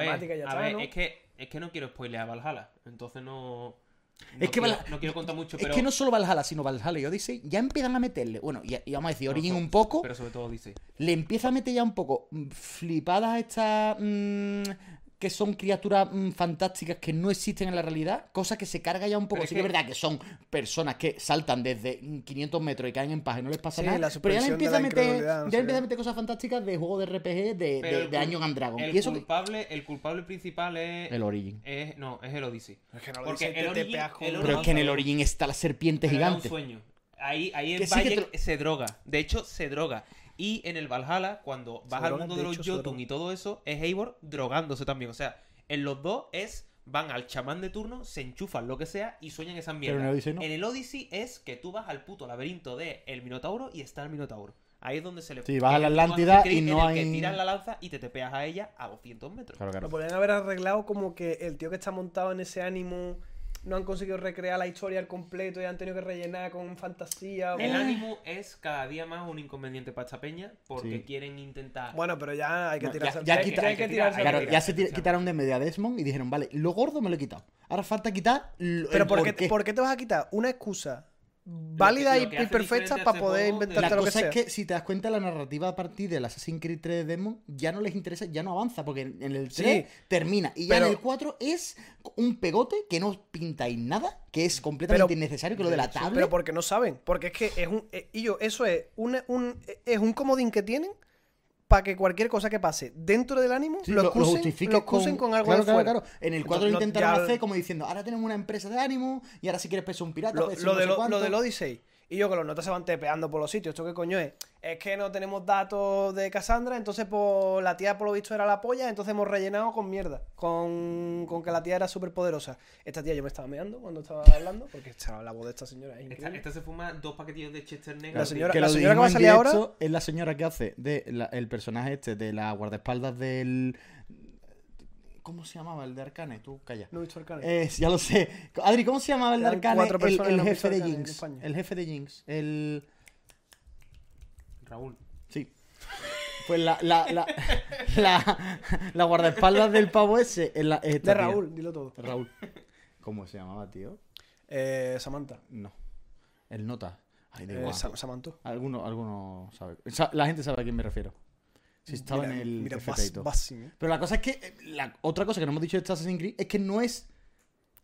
cinemática y ya
a
está,
ver,
¿no?
es que es que no quiero spoilear Valhalla, entonces no no
Es que
quiero,
Valha-
no quiero contar mucho,
Es
pero
que no solo Valhalla, sino Valhalla y Odyssey ya empiezan a meterle. Bueno, y, y vamos a decir, Origin
so-
un poco.
pero sobre todo dice.
Le empieza a meter ya un poco mm, flipadas a estas. mm, que son criaturas mm, fantásticas que no existen en la realidad. Cosas que se carga ya un poco.
Pero es
Sí que es
que-
verdad que son personas que saltan desde mm, 500 metros y caen en paz y no les pasa
Sí,
nada.
la
pero ya le
suspensión de
empieza
la
a meter.
incredulidad, no
ya
sé
le empieza
qué.
a meter cosas fantásticas de juegos de RPG de,
Pero
de,
el
de
cul-
Dungeon and Dragon.
El
Y eso.
culpable, el culpable principal es
El Origin.
es- no, es el Odyssey.
Es que no lo
Porque
dice,
el
te- te
Origin-
pegas con
el
una
Pero es que en el Origin está la serpiente
Pero era un
gigante.
sueño. Ahí, ahí
Que
en
sí, que te
Bayek se droga. De hecho, se droga. Y en el Valhalla, cuando vas al
droga,
mundo
de
de los
hecho, se
Jotun
droga.
y todo eso, es Eivor drogándose también. O sea, en los dos es van al chamán de turno, se enchufan lo que sea y sueñan esas mierdas.
en el Odyssey no.
En el Odyssey es que tú vas al puto laberinto de el Minotauro y está el Minotauro. Ahí es donde se le
Sí, vas a la
en el Assassin's
Atlántida
Creed
y no
en el
hay-
que tiras la lanza y te tepeas a ella a 200 metros.
Lo podrían haber arreglado como que el tío que está montado en ese ánimo no han conseguido recrear la historia al completo y han tenido que rellenar con fantasía.
El
o-
ánimo es cada día más un inconveniente para esta peña porque
Sí.
quieren intentar
Bueno, pero ya hay que
No, ya-
tirarse al
ya
hay-
quita-
hay que tirarse al
Claro,
tren.
ya se tira- quitaron de media Desmond y dijeron, vale, lo gordo me lo he quitado. Ahora falta quitar. lo-
Pero
el
¿por qué,
porqué.
por qué te vas a quitar una excusa válida
lo
y-
que
y
hace
perfecta
diferente a
para
este
poder
juego de-
inventarte
La
lo que
cosa
sea?
es que si te das cuenta la narrativa a partir del Assassin's Creed 3 Demon ya no les interesa, ya no avanza, porque en en el
Sí,
3 termina y ya
pero-
en el 4 es un pegote que no pintáis nada, que es completamente
Pero-
innecesario, que lo de la tabla.
Pero porque no saben. Porque es que es un. eh, y yo, eso es un, un- es un comodín que tienen para que cualquier cosa que pase dentro del ánimo
Sí,
lo excusen,
justifiques
lo excusen con, algo
claro,
de
claro,
fuera.
claro. En el 4
Lo- lo-
intentaron
ya-
hacer como diciendo, ahora tenemos una empresa de ánimo y ahora si quieres peso un pirata,
Lo,
puedes ser
lo
no
de
sé
lo- lo
cuánto".
del Odyssey. Y yo que los notas se van tepeando por los sitios. ¿Esto qué coño es? es que no tenemos datos de Cassandra, entonces pues, la tía por lo visto era la polla, entonces hemos rellenado con mierda, con, con que la tía era súper poderosa. Esta tía yo me estaba meando cuando estaba hablando, porque esta- la voz de esta señora es
Esta,
increíble.
esta se fuma dos paquetillos de Chester Negro.
La señora-
que
la
lo
señora que va a
dijimos en
salir
directo es la señora que hace de la- el personaje este de la guardaespaldas del ¿Cómo se llamaba el de Arcane? Tú calla.
No he visto Arcane.
Eh, ya lo sé. Adri, ¿cómo se llamaba el de
Eran
Arcane?
cuatro
El-
personas
el,
en los
jefe de
Arcane en
Jinx.
España.
El jefe de Jinx. El
Raúl.
Sí. Pues la, la, la, la, la guardaespaldas del pavo ese es la- es esta
de
tía.
Raúl, dilo todo.
Raúl. ¿Cómo se llamaba, tío?
Eh, Samantha.
No. El nota. Ay, da
Eh,
igual.
Sa- Samantha.
Alguno, alguno sabe. Sa- La gente sabe a quién me refiero. Si estaba
Mira,
en el
mira,
FT y
vas-
todo.
vas sin, ¿eh?
Pero la cosa es que eh, la otra cosa que no hemos dicho de este Assassin's Creed es que no es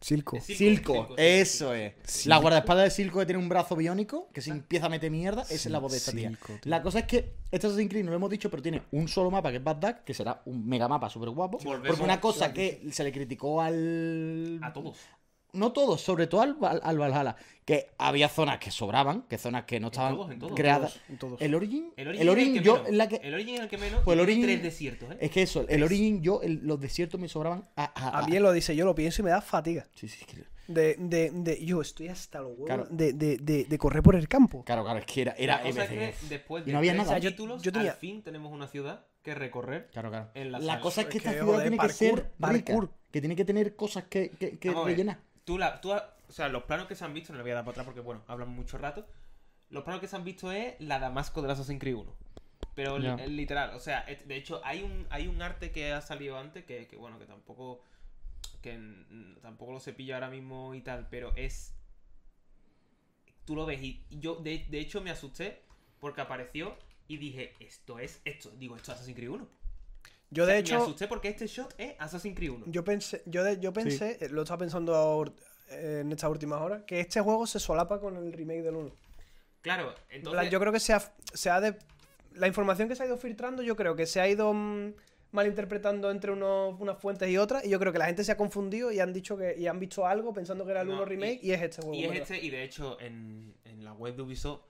Silco.
Sí. Silco,
Silco.
Silco, sí,
Eso es.
Silco.
La guardaespaldas de Silco que tiene un brazo biónico que se empieza a meter mierda. Esa es la voz de esta tía.
Silco, tío.
La cosa es que este Assassin's Creed no lo hemos dicho, pero tiene un solo mapa que es Bad Duck, que será un mega mapa súper guapo.
Volvemos-
Porque una cosa que se le criticó al.
A todos.
No todos, sobre todo al, Val- al Valhalla. Que había zonas que sobraban, que zonas que no estaban
todos, en todos, en
creadas.
todos, en todos.
El Origin.
El Origin, es el que
yo.
menos.
la que-
El Origin es el que menos.
Pues el
y
Origin-
Tres desiertos, ¿eh?
Es que eso, el Origin, yo, el- los desiertos me sobraban a. a-
A mí él lo dice, yo lo pienso y me da fatiga.
Sí, sí, es que-
De, de, de, yo estoy hasta los huevos
Claro.
de, de, de, de correr por el campo.
Claro, claro, es que era,
La
era
cosa es que
MCG.
después
Y
de
no había
tres
nada.
Yo-
capítulos,
yo tenía-
al fin tenemos una ciudad que recorrer.
Claro, claro.
en la
La,
sala.
cosa es que
Es
esta
que,
ciudad
joder,
tiene que ser
parkour,
rica,
parkour.
que tiene que tener cosas que, que, que
Vamos a ver.
rellenar.
Tú, la, tú ha- o sea, los planos que se han visto, no le voy a dar para atrás porque, bueno, hablan mucho rato. Los planos que se han visto es la Damasco de Assassin's Creed 1. Pero li-
Ya.
es literal, o sea, es- de hecho, hay un, hay un arte que ha salido antes que, que, bueno, que tampoco que mm, tampoco lo cepillo ahora mismo y tal, pero es. Tú lo ves y yo, de, de hecho, me asusté porque apareció y dije, esto es esto. Digo, esto es Assassin's Creed 1.
Yo, de
me
hecho,
asusté porque este shot es Assassin's Creed 1.
Yo pensé, yo, de- yo pensé, eh, lo estaba pensando ahora, eh, en estas últimas horas, que este juego se solapa con el remake del 1.
Claro,
En plan,
entonces.
Yo creo que se ha, se ha de- la información que se ha ido filtrando, yo creo que se ha ido mm, malinterpretando entre unos- unas fuentes y otras, y yo creo que la gente se ha confundido y han dicho que y han visto algo pensando que era el
No,
1 remake y, es este juego.
Y es
¿verdad?
este, y de hecho, en, en la web de Ubisoft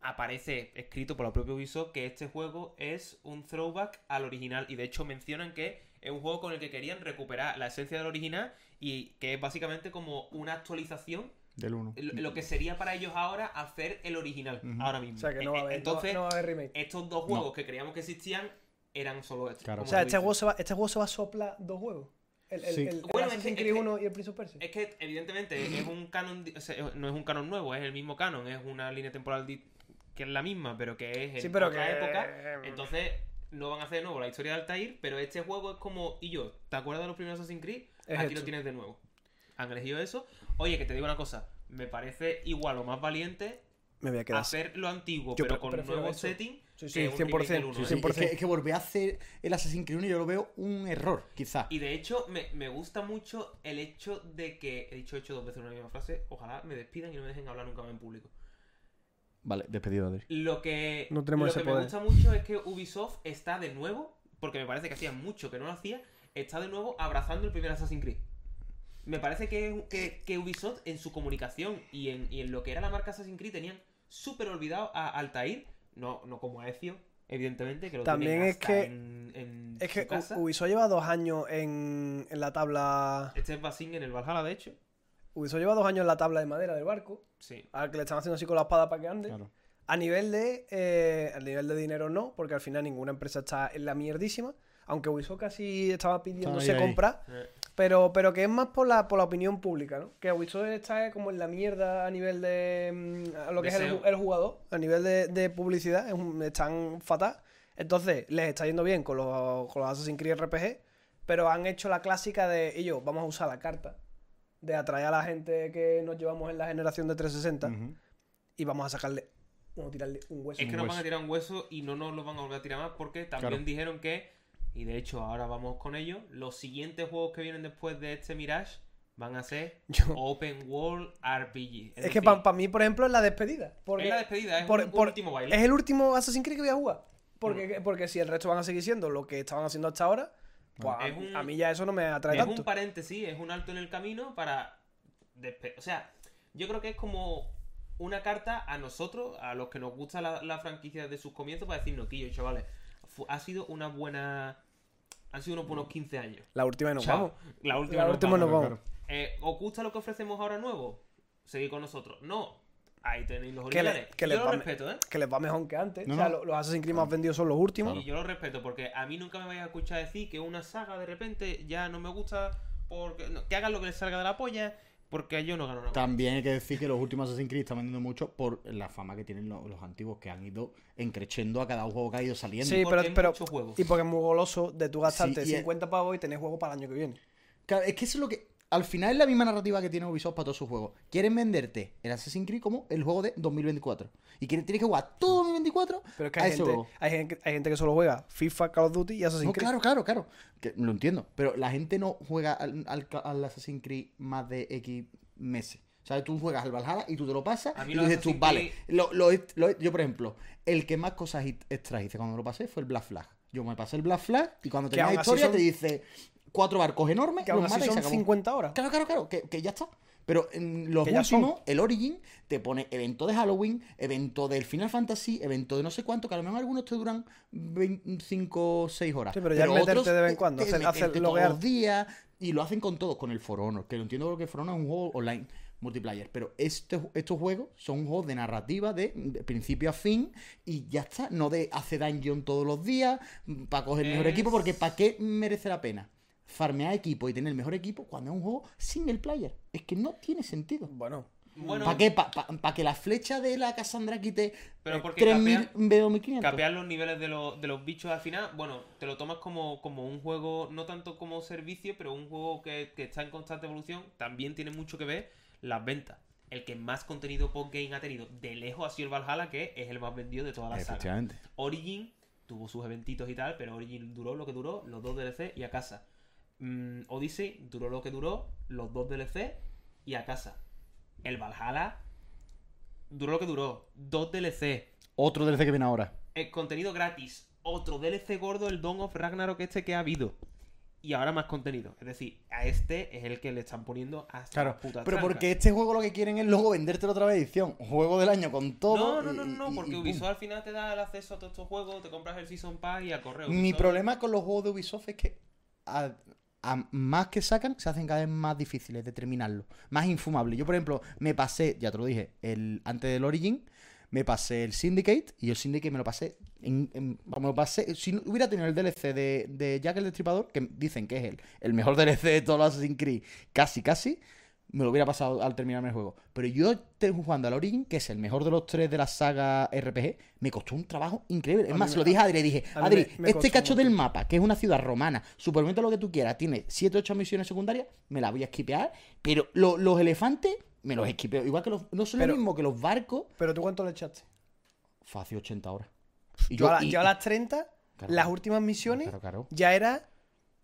aparece escrito por la propia Ubisoft que este juego es un throwback al original. Y de hecho mencionan que es un juego con el que querían recuperar la esencia del original y que es básicamente como una actualización.
Del 1.
Lo lo que sería para ellos ahora hacer el original,
Ujú.
ahora mismo.
O sea que
Eh,
no va a
eh,
haber, no va-
Entonces, eh,
no va a haber remake.
estos dos juegos que creíamos que existían eran solo estos.
Claro.
como
o sea,
tú
este
dices.
juego, se va, este juego se va a soplar dos juegos. El, el,
Sí.
el- el
Bueno, es que-
Assassin's
es
Creed
que-
1 y el Prince of Persia.
Es que evidentemente es un canon, di- o sea, no es un canon nuevo, es el mismo canon, es una línea temporal di- que es la misma, pero que es en
Sí, pero
otra
que-
época. Entonces no van a hacer de nuevo la historia de Altair, pero este juego es como y yo. ¿Te acuerdas de los primeros Assassin's Creed?
Es
Aquí lo
esto.
tienes de nuevo. Han elegido eso. Oye, que te digo una cosa, me parece igual o más valiente
Me voy a quedar. así.
hacer lo antiguo,
Yo
pero
pre-
con
prefiero
nuevo
eso.
setting.
Sí, sí,
que un remake
100%,
del uno,
sí,
¿eh?
Sí, es,
100%.
que, es que volver a hacer el Assassin's Creed 1 yo lo veo un error, quizá.
Y de hecho, me, me gusta mucho el hecho de que. He dicho hecho dos veces una misma frase. Ojalá me despidan y no me dejen hablar nunca más en público.
Vale, despedido, Adri.
Lo que,
No tenemos
lo
ese
que me
poder.
gusta mucho es que Ubisoft está de nuevo, porque me parece que hacía mucho que no lo hacía, está de nuevo abrazando el primer Assassin's Creed. Me parece que, que- que Ubisoft en su comunicación y en, y en lo que era la marca Assassin's Creed tenían súper olvidado a Altair, no, no como a Ezio, evidentemente, que lo
También
tienen
es
hasta
que-
en, en
Es
su
que
casa.
U- Ubisoft lleva dos años en, en la tabla.
Este es Basing en el Valhalla, de hecho.
Ubisoft lleva dos años en la tabla de madera del barco.
Sí.
Al que le están haciendo así con la espada para que ande. A nivel de. eh, a nivel de dinero no, porque al final ninguna empresa está en la mierdísima. Aunque Ubisoft casi estaba pidiéndose
ahí.
comprar.
Eh,
Pero, pero que es más por la, por la opinión pública, ¿no? Que Ubisoft está como en la mierda a nivel de. mm, a lo que es el,
Deseo.
ju- el jugador, a nivel de, de publicidad, es un- están fatal. Entonces, les está yendo bien con los, con los Assassin's Creed RPG, pero han hecho la clásica de ellos, vamos a usar la carta, de atraer a la gente que nos llevamos en la generación de 360
Ujú.
y vamos a sacarle, vamos a tirarle un hueso.
Es que nos van a
hueso.
tirar un hueso y no nos lo van a volver a tirar más porque también
Claro.
dijeron que, y de hecho ahora vamos con ello, los siguientes juegos que vienen después de este Mirage van a ser
Yo-
Open World RPG.
es que para mí, por ejemplo, es la despedida. Porque
es la despedida, es
por-
un- un
por-
último baile.
Es el último Assassin's Creed que voy a jugar. Porque, porque si el resto van a seguir siendo lo que estaban haciendo hasta ahora, pues a,
Es un-
a mí ya eso no me atrae
Es
tanto.
un paréntesis, es un alto en el camino para... despe- O sea, yo creo que es como una carta a nosotros, a los que nos gusta la, la franquicia de sus comienzos, para decirnos, Quillo, chavales, fu- ha sido una buena. Han sido unos buenos 15 años.
La última y nos
Chao.
vamos.
La última.
La
nos
última
vamos.
nos vamos.
Eh, ¿Os gusta lo que ofrecemos ahora nuevo? Seguid con nosotros. No. Ahí tenéis los
Que le-
originales.
que
yo
les
lo
va me-
respeto, ¿eh?
Que les va mejor que antes.
No,
o sea,
no.
lo- los Assassin's Creed más vendidos son los últimos.
Y yo lo respeto, porque a mí nunca me vais a escuchar decir que una saga de repente ya no me gusta, porque no, que hagan lo que les salga de la polla, porque yo no gano nada.
También hay que decir que los últimos Assassin's Creed están vendiendo mucho por la fama que tienen los, los antiguos, que han ido encrechendo a cada juego que ha ido saliendo.
Sí,
Porque
pero,
hay
pero-
muchos juegos.
Y porque es muy goloso de tú gastarte
Sí, y es-
50 pavos y tener juego para el año que viene.
Claro, es que eso es lo que. Al final es la misma narrativa que tiene Ubisoft para todos sus juegos. Quieren venderte el Assassin's Creed como el juego de 2024. Y quieren, tienes que jugar todo 2024
Pero es que
a
hay,
ese
gente,
juego.
hay, gen- hay gente, que solo juega FIFA, Call of Duty y Assassin's
No,
Creed.
claro, claro, claro. Que lo entiendo. Pero la gente no juega al, al, al Assassin's Creed más de X meses. ¿Sabes? Tú juegas al Valhalla y tú te lo pasas
A mí
y
los
dices tú,
Assassin's
vale. Lo, lo- lo- yo, por ejemplo, el que más cosas hit- extras hice cuando lo pasé fue el Black Flag. Yo me pasé el Black Flag y cuando
Que
termina
aún
la
así
historia
son-
te dice cuatro barcos enormes,
Que aún
los
así
matas y se
son
acabó.
50 horas.
Claro, claro, claro, que, que ya está. Pero en los
Que ya son.
últimos, el Origin, te pone evento de Halloween, evento del Final Fantasy, evento de no sé cuánto, que a lo mejor algunos te duran 5 o 6 horas.
Sí, pero ya es meterte de vez en cuando, hacer- hacer
meterte todos
loguear.
los días, y lo hacen con todos, con el For Honor, que lo entiendo porque For Honor es un juego online multiplayer, pero este, estos juegos son juegos de narrativa de, de principio a fin y ya está, no de hacer dungeon todos los días para coger el mejor
Es-
equipo, porque ¿para qué merece la pena? farmear equipo y tener el mejor equipo cuando es un juego single player. Es que no tiene sentido.
Bueno,
Bueno,
¿Para qué? ¿Para que la flecha de la Cassandra quite eh,
Pero porque
3.000 B2500?
capear los niveles de, los- de los bichos al final, bueno, te lo tomas como, como un juego, no tanto como servicio, pero un juego que, que está en constante evolución, también tiene mucho que ver las ventas. El que más contenido post-game ha tenido de lejos ha sido el Valhalla, que es el más vendido de toda la saga. Origin tuvo sus eventitos y tal, pero Origin duró lo que duró, los dos DLC y a casa. Mm, Odyssey duró lo que duró, los dos DLC y a casa. El Valhalla duró lo que duró, dos DLC,
Otro DLC que viene ahora.
el contenido gratis, otro DLC gordo, el Dawn of Ragnarok este que ha habido. Y ahora más contenido. Es decir, a este es el que le están poniendo hasta
Claro,
la puta
pero
tranca.
porque este juego lo que quieren es luego vendértelo otra vez edición. Juego del año con todo.
No, no, no,
y-
no,
y-
porque
y pum.
Ubisoft al final te da el acceso a todos estos juegos, te compras el Season Pass y a correo.
Mi
Ubisoft-
problema con los juegos de Ubisoft es que a, a más que sacan, se hacen cada vez más difíciles de terminarlo, más infumables. Yo, por ejemplo, me pasé, ya te lo dije, el, antes del Origin, me pasé el Syndicate y el Syndicate me lo pasé. En, en- vamos, me lo pasé. Si no- hubiera tenido el DLC de, de Jack el Destripador, que dicen que es el, el mejor DLC de todos los Assassin's Creed, casi, casi. Me lo hubiera pasado al terminarme el juego. Pero yo te- jugando al Origin, que es el mejor de los tres de la saga RPG, me costó un trabajo increíble. Es
mí
más,
me-
se lo dije a Adri, le dije,
A mí
Adri,
me- me
este
costó
cacho
mucho.
del mapa, que es una ciudad romana, suplemento lo que tú quieras, tiene 7 8 misiones secundarias, me las voy a esquipear, pero lo- los elefantes me los esquipeo. Igual que los. No son
Pero-
lo mismo que los barcos.
pero tú cuánto le echaste?
Fácil 80 horas. Y
Yo, a, la-
y-
yo a las 30,
Claro.
las últimas misiones,
Claro, claro.
ya era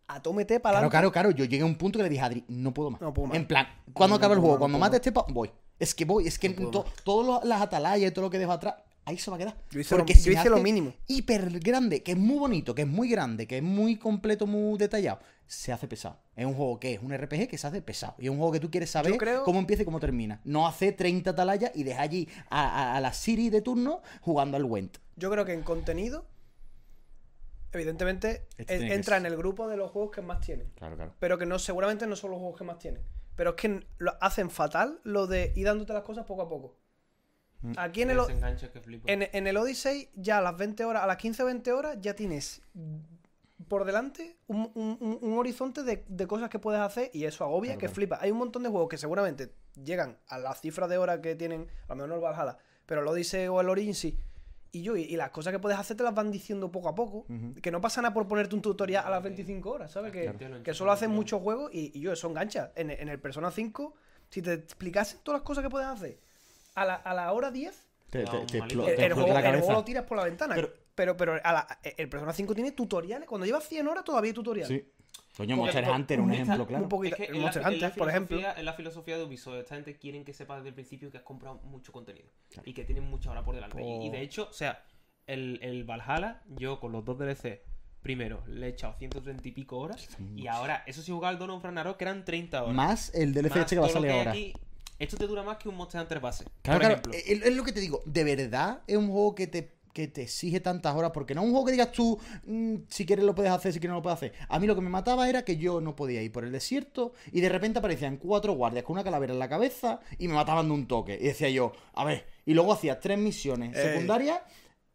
a tómete para
Claro, claro, claro. Yo llegué a un punto que le dije a Adri, no puedo más.
No puedo más.
En plan, cuando
No, no
acaba el
puedo
juego,
más,
cuando
no puedo
mate
más.
este pa, voy. Es que voy, es que
puedo
to- todas las atalayas y todo lo que dejo atrás, ahí se va a quedar.
Yo hice lo-
Porque
yo
se me
hice lo
hace
mínimo.
Hiper grande, que es muy bonito, que es muy grande, que es muy completo, muy detallado. Se hace pesado. Es un juego que es un RPG que se hace pesado. Y es un juego que tú quieres saber
creo-
cómo empieza y cómo termina. No hace 30 atalayas y deja allí a, a- a la Siri de turno jugando al Went.
Yo creo que en contenido, evidentemente,
Este
en-
tiene que
entra
ser.
en el grupo de los juegos que más tienen.
Claro, claro.
Pero que no, seguramente no son los juegos que más tienen. Pero es que lo hacen fatal lo de ir dándote las cosas poco a poco.
Mm.
Aquí en el, O-
Desenganches que flipas.
en, en el Odyssey, ya a las 20 horas, a las 15 o 20 horas, ya tienes por delante un, un- un- un horizonte de, de cosas que puedes hacer y eso agobia
Claro,
que
claro.
flipa. Hay un montón de juegos que seguramente llegan a la cifra de horas que tienen, a lo mejor no el Valhalla, pero el Odyssey o el Origin sí. Y yo, y, y las cosas que puedes hacer te las van diciendo poco a poco.
Ujú.
Que no pasa nada por ponerte un tutorial a las 25 horas, ¿sabes? Que,
Claro.
que solo hacen muchos juegos y, y yo, eso engancha. En, en el Persona 5, si te explicasen todas las cosas que puedes hacer a la, a la hora 10,
Te, te- te
Malito.
explo-
el,
te
el
explota
juego,
la
el juego
cabeza.
lo tiras por la ventana. Pero,
Pero-
pero, a la- el Persona 5 tiene tutoriales. Cuando llevas 100 horas todavía hay tutoriales.
Sí. Coño,
Porque-
Monster Hunter, un
Mucha-
ejemplo, claro.
Un poquito.
Es que
el
en la-
Monster
en la
Hunter, por ejemplo.
filosofía- En la filosofía de Ubisoft, esta gente quieren que sepas desde el principio que has comprado mucho contenido
Claro.
y que tienen mucha hora por delante. Y- Y,
Por-
de hecho, o sea, el, el Valhalla, yo con los dos DLC, primero le he echado 130 y pico horas
son
y ahora, eso sí jugaba al Dawn of Ragnarok, que eran 30 horas.
Más el DLC
Más
este que va a
todo lo
salir
hay
ahora.
aquí, Esto te dura más que un Monster Hunter base. por
Claro, claro, eh,
ejemplo.
es, es lo que te digo. De verdad es un juego que te, que te exige tantas horas. Porque no es un juego que digas tú, mm, si quieres lo puedes hacer, si quieres no lo puedes hacer. A mí lo que me mataba era que yo no podía ir por el desierto y de repente aparecían cuatro guardias con una calavera en la cabeza y me mataban de un toque. Y decía yo, a ver. Y luego hacías tres misiones
Ey.
secundarias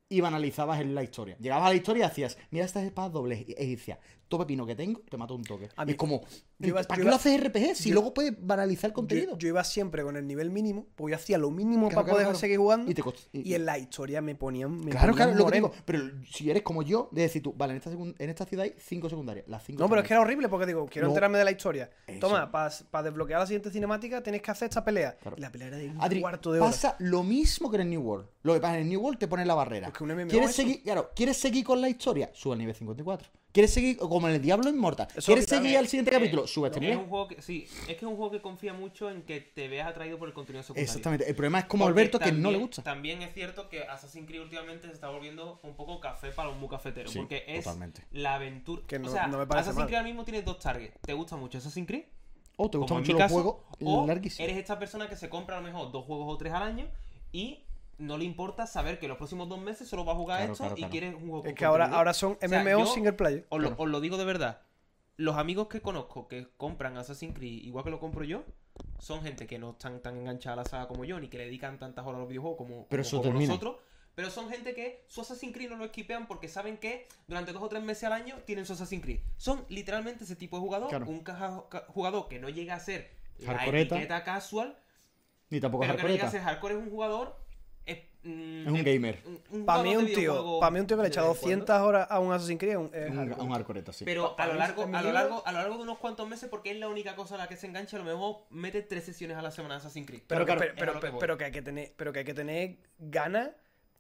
y banalizabas en la historia. Llegabas a la historia y hacías, mira estas espadas dobles e decías, todo pepino que tengo, te mato un toque.
A
Y
mí-
es como,
yo iba-
¿para
yo
qué lo
iba-
haces RPG si
yo-
luego puedes banalizar el contenido?
Yo, yo iba siempre con el nivel mínimo, porque yo hacía lo mínimo
Claro,
para
claro,
poder
claro.
seguir jugando.
Y
Y,
te cost- y-
en la historia me ponían. me
Claro,
ponían
claro, lo que
moreno.
digo. Pero si eres como yo, de decir tú, vale, en esta, segun- en esta ciudad hay cinco secundarias. Las cinco
No, pero es que
secundarias.
era horrible porque digo, quiero
No.
enterarme de la historia.
Eso.
Toma, para desbloquear la siguiente cinemática tienes que hacer esta pelea.
Claro.
Y la pelea era de un
Adri,
cuarto de hora.
pasa lo mismo que en el New World. Lo que pasa en el New World te ponen la barrera.
Es que un MMO
¿Quieres
es-
seguir, claro, ¿Quieres seguir con la historia? Sube al nivel 54. ¿Quieres seguir como en el Diablo Inmortal?
Eso
¿Quieres
quita-
seguir al siguiente
Eh,
capítulo? Sube a este
es
nivel.
un juego que, sí, es que es un juego que confía mucho en que te veas atraído por el contenido secundario.
Exactamente. El problema es como
Porque
Alberto, que no le
también-
gusta.
También es cierto que Assassin's Creed últimamente se está volviendo un poco café para un muy cafetero.
Sí,
porque es
totalmente.
la aventura.
Que no-
o sea,
no me parece
Assassin's
mal.
Creed ahora mismo tiene dos targets. ¿Te gusta mucho Assassin's Creed?
O Oh, te gusta
Como en
mucho
mi
los
caso,
juegos
o
larguísimos.
Eres esta persona que se compra a lo mejor dos juegos o tres al año y no le importa saber que los próximos dos meses solo va a jugar
Claro,
esto
claro,
y
claro.
quiere un juego.
Es
con
que ahora,
contenido.
ahora son
O sea,
MMO
yo-
single player.
Os, lo,
Claro.
os lo digo de verdad. Los amigos que conozco que compran Assassin's Creed igual que lo compro yo, son gente que no están tan enganchada a la saga como yo, ni que le dedican tantas horas a los videojuegos como,
Pero
como-
eso
como
termina.
nosotros. Pero son gente que su Assassin's Creed no lo esquipean porque saben que durante dos o tres meses al año tienen su Assassin's Creed. Son literalmente ese tipo de jugador,
Claro.
un caja- ca- jugador que no llega a ser la
Hardcoreta.
etiqueta casual,
Ni tampoco es
pero que no llega a
hardcoreta.
ser hardcore, es un jugador... Es, mm,
Es un gamer.
Para
jugador
mí,
de
un tío,
videojuego
para mí, un tío que le
de
echa
vez en cuando.
200 horas a un Assassin's Creed. un- es
Un,
hardcore.
un hardcoreta, sí.
Pero a
Para
lo
mí,
este
largo,
en mi
a lo
libro-
largo, a lo largo de unos cuantos meses, porque es la única cosa a la que se engancha, a lo mejor mete tres sesiones a la semana de Assassin's Creed.
pero,
Claro,
que,
claro.
pero,
Era lo
pero-
que voy.
pero que hay que tener pero que hay que tener ganas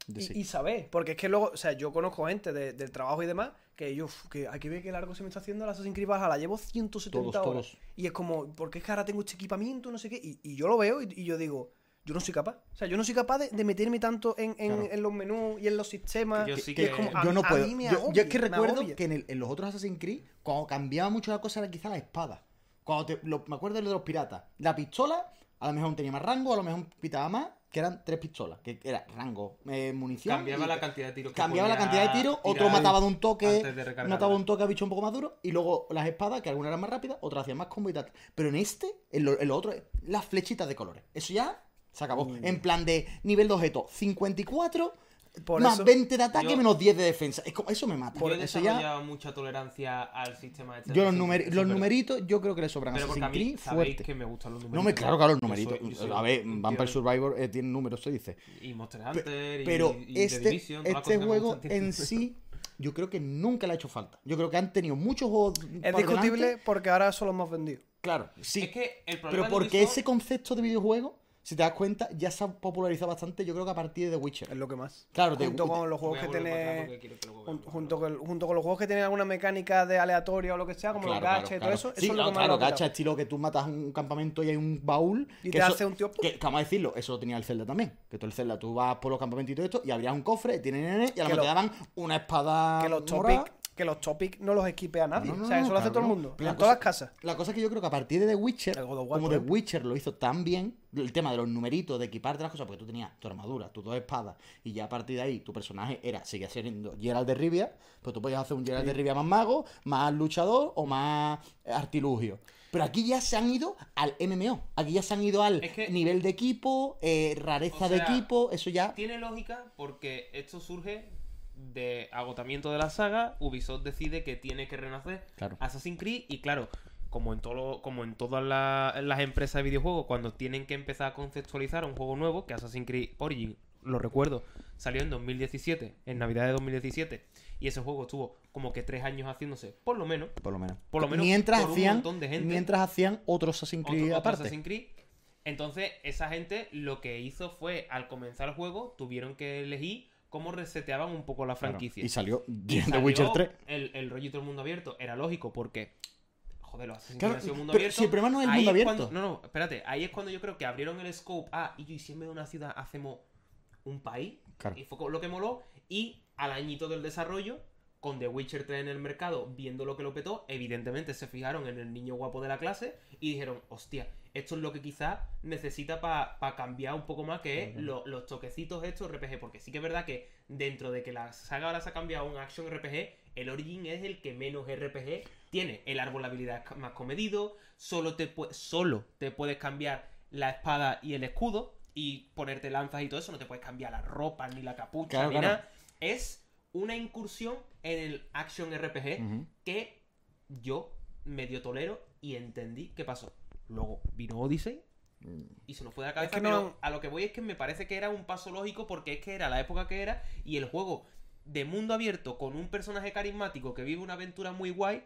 De-
y,
sí.
y saber porque es que luego o sea yo conozco gente de- del trabajo y demás que yo uf, que hay que ver qué largo se me está haciendo la Assassin's Creed Valhalla llevo 170
Todos,
horas
todos.
y es como porque es que ahora tengo este equipamiento no sé qué y, y yo lo veo y, y yo digo yo no soy capaz o sea yo no soy capaz de, de meterme tanto en, en-
Claro.
en los menús y en los sistemas
Yo
y
sí
es
que-
como, a-
yo no
a
puedo.
mí me
yo, yo es que
agobia, me
recuerdo
agobia.
que en, el- en los otros Assassin's Creed, cuando cambiaba mucho la cosa, era quizá la espada. Cuando te- lo- me acuerdo de lo de los piratas. La pistola, a lo mejor tenía más rango, a lo mejor pitaba más, que eran tres pistolas, que era rango, eh, munición.
Cambiaba
y-
la cantidad de tiros. que
Cambiaba la
podía
cantidad de tiros, otro
tirar
mataba de un
antes
toque,
de recargarla.
mataba de un toque a bicho un poco más duro, y luego las espadas, que algunas eran más rápidas, otras hacían más combo y tal. Pero en este, en lo, en lo otro, las flechitas de colores. Eso ya se acabó.
Mm.
En plan de nivel de objeto, 54,
Por
más
eso-
20 de ataque,
Yo-
menos 10 de defensa. Es como- eso me mata.
Yo he
eso ya-
desarrollado mucha tolerancia al sistema este.
yo los,
Assassin's
numer-
Creed, eso
los
es verdad.
numeritos, yo creo que le sobran a
Pero porque
Assassin's
a mí
Creed
sabéis
fuerte.
que me gustan los
No
numeritos.
me, claro, claro, los
Yo
numeritos.
soy- yo soy
a ver,
un tío
Vampire
de-
Survivor eh, tiene números, se dice.
Y Monster
Pe-
Hunter. y-
pero
y, The
este,
Division, todas las
este
cosas que me
juego
gustan tienen-
en sí, yo creo que nunca le ha hecho falta. Yo creo que han tenido muchos juegos.
es
por
discutible
delante.
porque ahora son los más vendidos
Claro, sí.
Es que el problema
pero
de
porque
Ubisoft-
ese concepto de videojuego, si te das cuenta, ya se ha popularizado bastante, yo creo que a partir de The
es
Witcher.
lo que más
Claro, te-
junto con los
Voy
juegos
a
que
volver para atrás
tiene
porque quiero que luego
Jun-
veamos.
junto con, junto con los juegos que tienen alguna mecánica de aleatoria o lo que sea, como los gachas y todo eso,
Sí,
eso es lo que
no,
más
claro,
me ha
gacha,
gustado.
estilo que tú matas un campamento y hay un baúl.
Y
que
te
eso-
hace un tío, ¡pum!
Que, que vamos a decirlo, eso lo tenía el Zelda también. Que tú el Zelda, tú vas por los campamentos y todo esto, y abrías un cofre, tiene nene, y a lo
Que
mejor te
lo-
daban una espada.
Que los
morada.
topics que los topic no los equipe a nadie.
No, no,
o sea,
no,
eso lo hace
claro, pues,
todo el
no.
mundo.
Pero la
en todas
cosa-
las casas.
La cosa es que yo creo que a partir de The Witcher,
El God of War,
como
por
The
ejemplo.
Witcher lo hizo tan bien, el tema de los numeritos, de equiparte las cosas, porque tú tenías tu armadura, tus dos espadas, y ya a partir de ahí tu personaje era, seguía siendo Geralt de Rivia, pero tú podías hacer un Geralt de Rivia más mago, más luchador o más eh, artilugio. Pero aquí ya se han ido al MMO, aquí ya se han ido al
Es que-
nivel de equipo, eh, rareza
O
de
sea,
equipo, eso ya...
Tiene lógica porque esto surge de agotamiento de la saga. Ubisoft decide que tiene que renacer
Claro.
Assassin's Creed y claro, como en todo, como en todas la- las empresas de videojuegos, cuando tienen que empezar a conceptualizar un juego nuevo, que Assassin's Creed Origin, lo recuerdo, salió en 2017, en Navidad de 2017, y ese juego estuvo como que tres años haciéndose, por lo menos.
Por lo menos.
por lo menos
mientras
por un
hacían,
montón de gente.
mientras hacían otros Assassin's
otro-
Creed
otro
aparte.
Assassin's Creed. Entonces, esa gente lo que hizo fue, al comenzar el juego, tuvieron que elegir cómo reseteaban un poco la
Claro,
franquicia.
Y salió
Y
The
salió
Witcher 3.
El, el rollito del mundo abierto era lógico porque. Joder, los Assassin's
Claro,
Creed han sido mundo
pero
abierto.
si el problema no es el
Ahí
mundo
es
abierto.
cuando- no, no, espérate. Ahí es cuando yo creo que abrieron el scope. Ah, y yo, y si en vez de una ciudad hacemos un país.
Claro.
Y fue co- lo que moló. Y al añito del desarrollo, con The Witcher 3 en el mercado, viendo lo que lo petó, evidentemente se fijaron en el niño guapo de la clase y dijeron, hostia, esto es lo que quizás necesita para cambiar un poco más, que es lo- los toquecitos estos RPG. Porque sí que es verdad que dentro de que la saga ahora se ha cambiado a un action RPG, el Origin es el que menos RPG tiene. El árbol de habilidad es más comedido, solo te, pue- solo te puedes cambiar la espada y el escudo y ponerte lanzas y todo eso. No te puedes cambiar la ropa, ni la capucha,
Claro,
ni
claro.
nada. Es una incursión en el action RPG
Ujú.
que yo medio tolero y entendí qué pasó. Luego vino Odyssey y se nos fue de la cabeza,
que no-
pero a lo que voy es que me parece que era un paso lógico porque es que era la época que era y el juego de mundo abierto con un personaje carismático que vive una aventura muy guay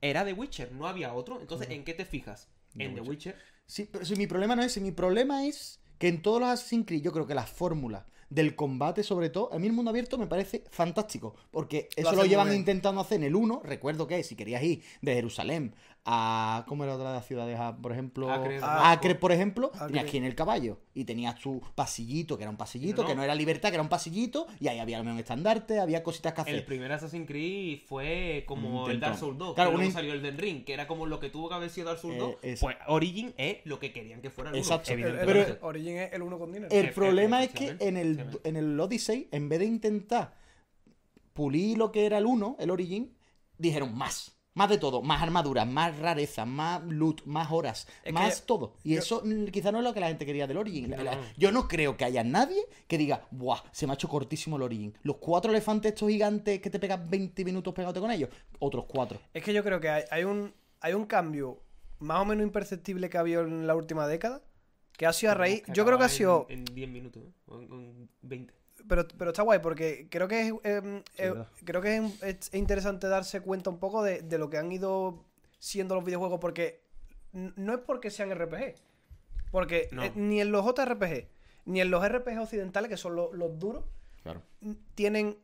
era The Witcher, no había otro. Entonces, ¿en qué te fijas?
The
en The Witcher.
Sí, pero si mi problema no es ese, mi problema es que en todos los Assassin's Creed yo creo que la fórmula del combate sobre todo, a mí el mundo abierto me parece fantástico, porque eso
hacen
lo,
muy
llevan
bien.
intentando hacer en el 1, recuerdo que si querías ir de Jerusalén a, ¿cómo era otra de las ciudades? A, por ejemplo,
Acre.
a Acre, por ejemplo,
Acre.
tenías que ir en el caballo y tenías tu pasillito, que era un pasillito,
No, no.
que no era libertad, que era un pasillito, y ahí había a lo mejor un estandarte, había cositas que hacer.
El primer Assassin's Creed fue como
Un
el Dark
intento.
Souls 2,
Claro,
claro, que
un
luego
in-
salió el Den Ring, que era como lo que tuvo que haber sido Dark Souls
Eh,
2.
eso.
Pues Origin es lo que querían que fuera el uno,
Exacto.
El- el-
evidentemente.
Pero-
Origin es el uno con dinero.
El
Efe-
problema es que en
efectivamente,
el,
efectivamente.
en el Odyssey, en vez de intentar pulir lo que era el 1, el Origin, dijeron más. Más de todo, más armaduras, más rareza, más loot, más horas,
Es
más
que-
todo. Y eso mm, quizá no es lo que la gente quería del Origin. La- la-
No.
yo no creo que haya nadie que diga, ¡buah! Se me ha hecho cortísimo el Origin. Los cuatro elefantes estos gigantes que te pegas 20 minutos pegándote con ellos, otros cuatro.
Es que yo creo que hay, hay un, hay un cambio más o menos imperceptible que ha habido en la última década, que ha sido a raíz... Yo creo que ha sido...
En, en 10 minutos, ¿eh? O en, en 20.
Pero, pero está guay, porque creo que es, eh, eh,
verdad.
creo que es, es interesante darse cuenta un poco de, de lo que han ido siendo los videojuegos, porque n- no es porque sean RPG, porque
No.
eh, ni en los JRPG, ni en los RPG occidentales, que son lo- los duros,
Claro.
n- tienen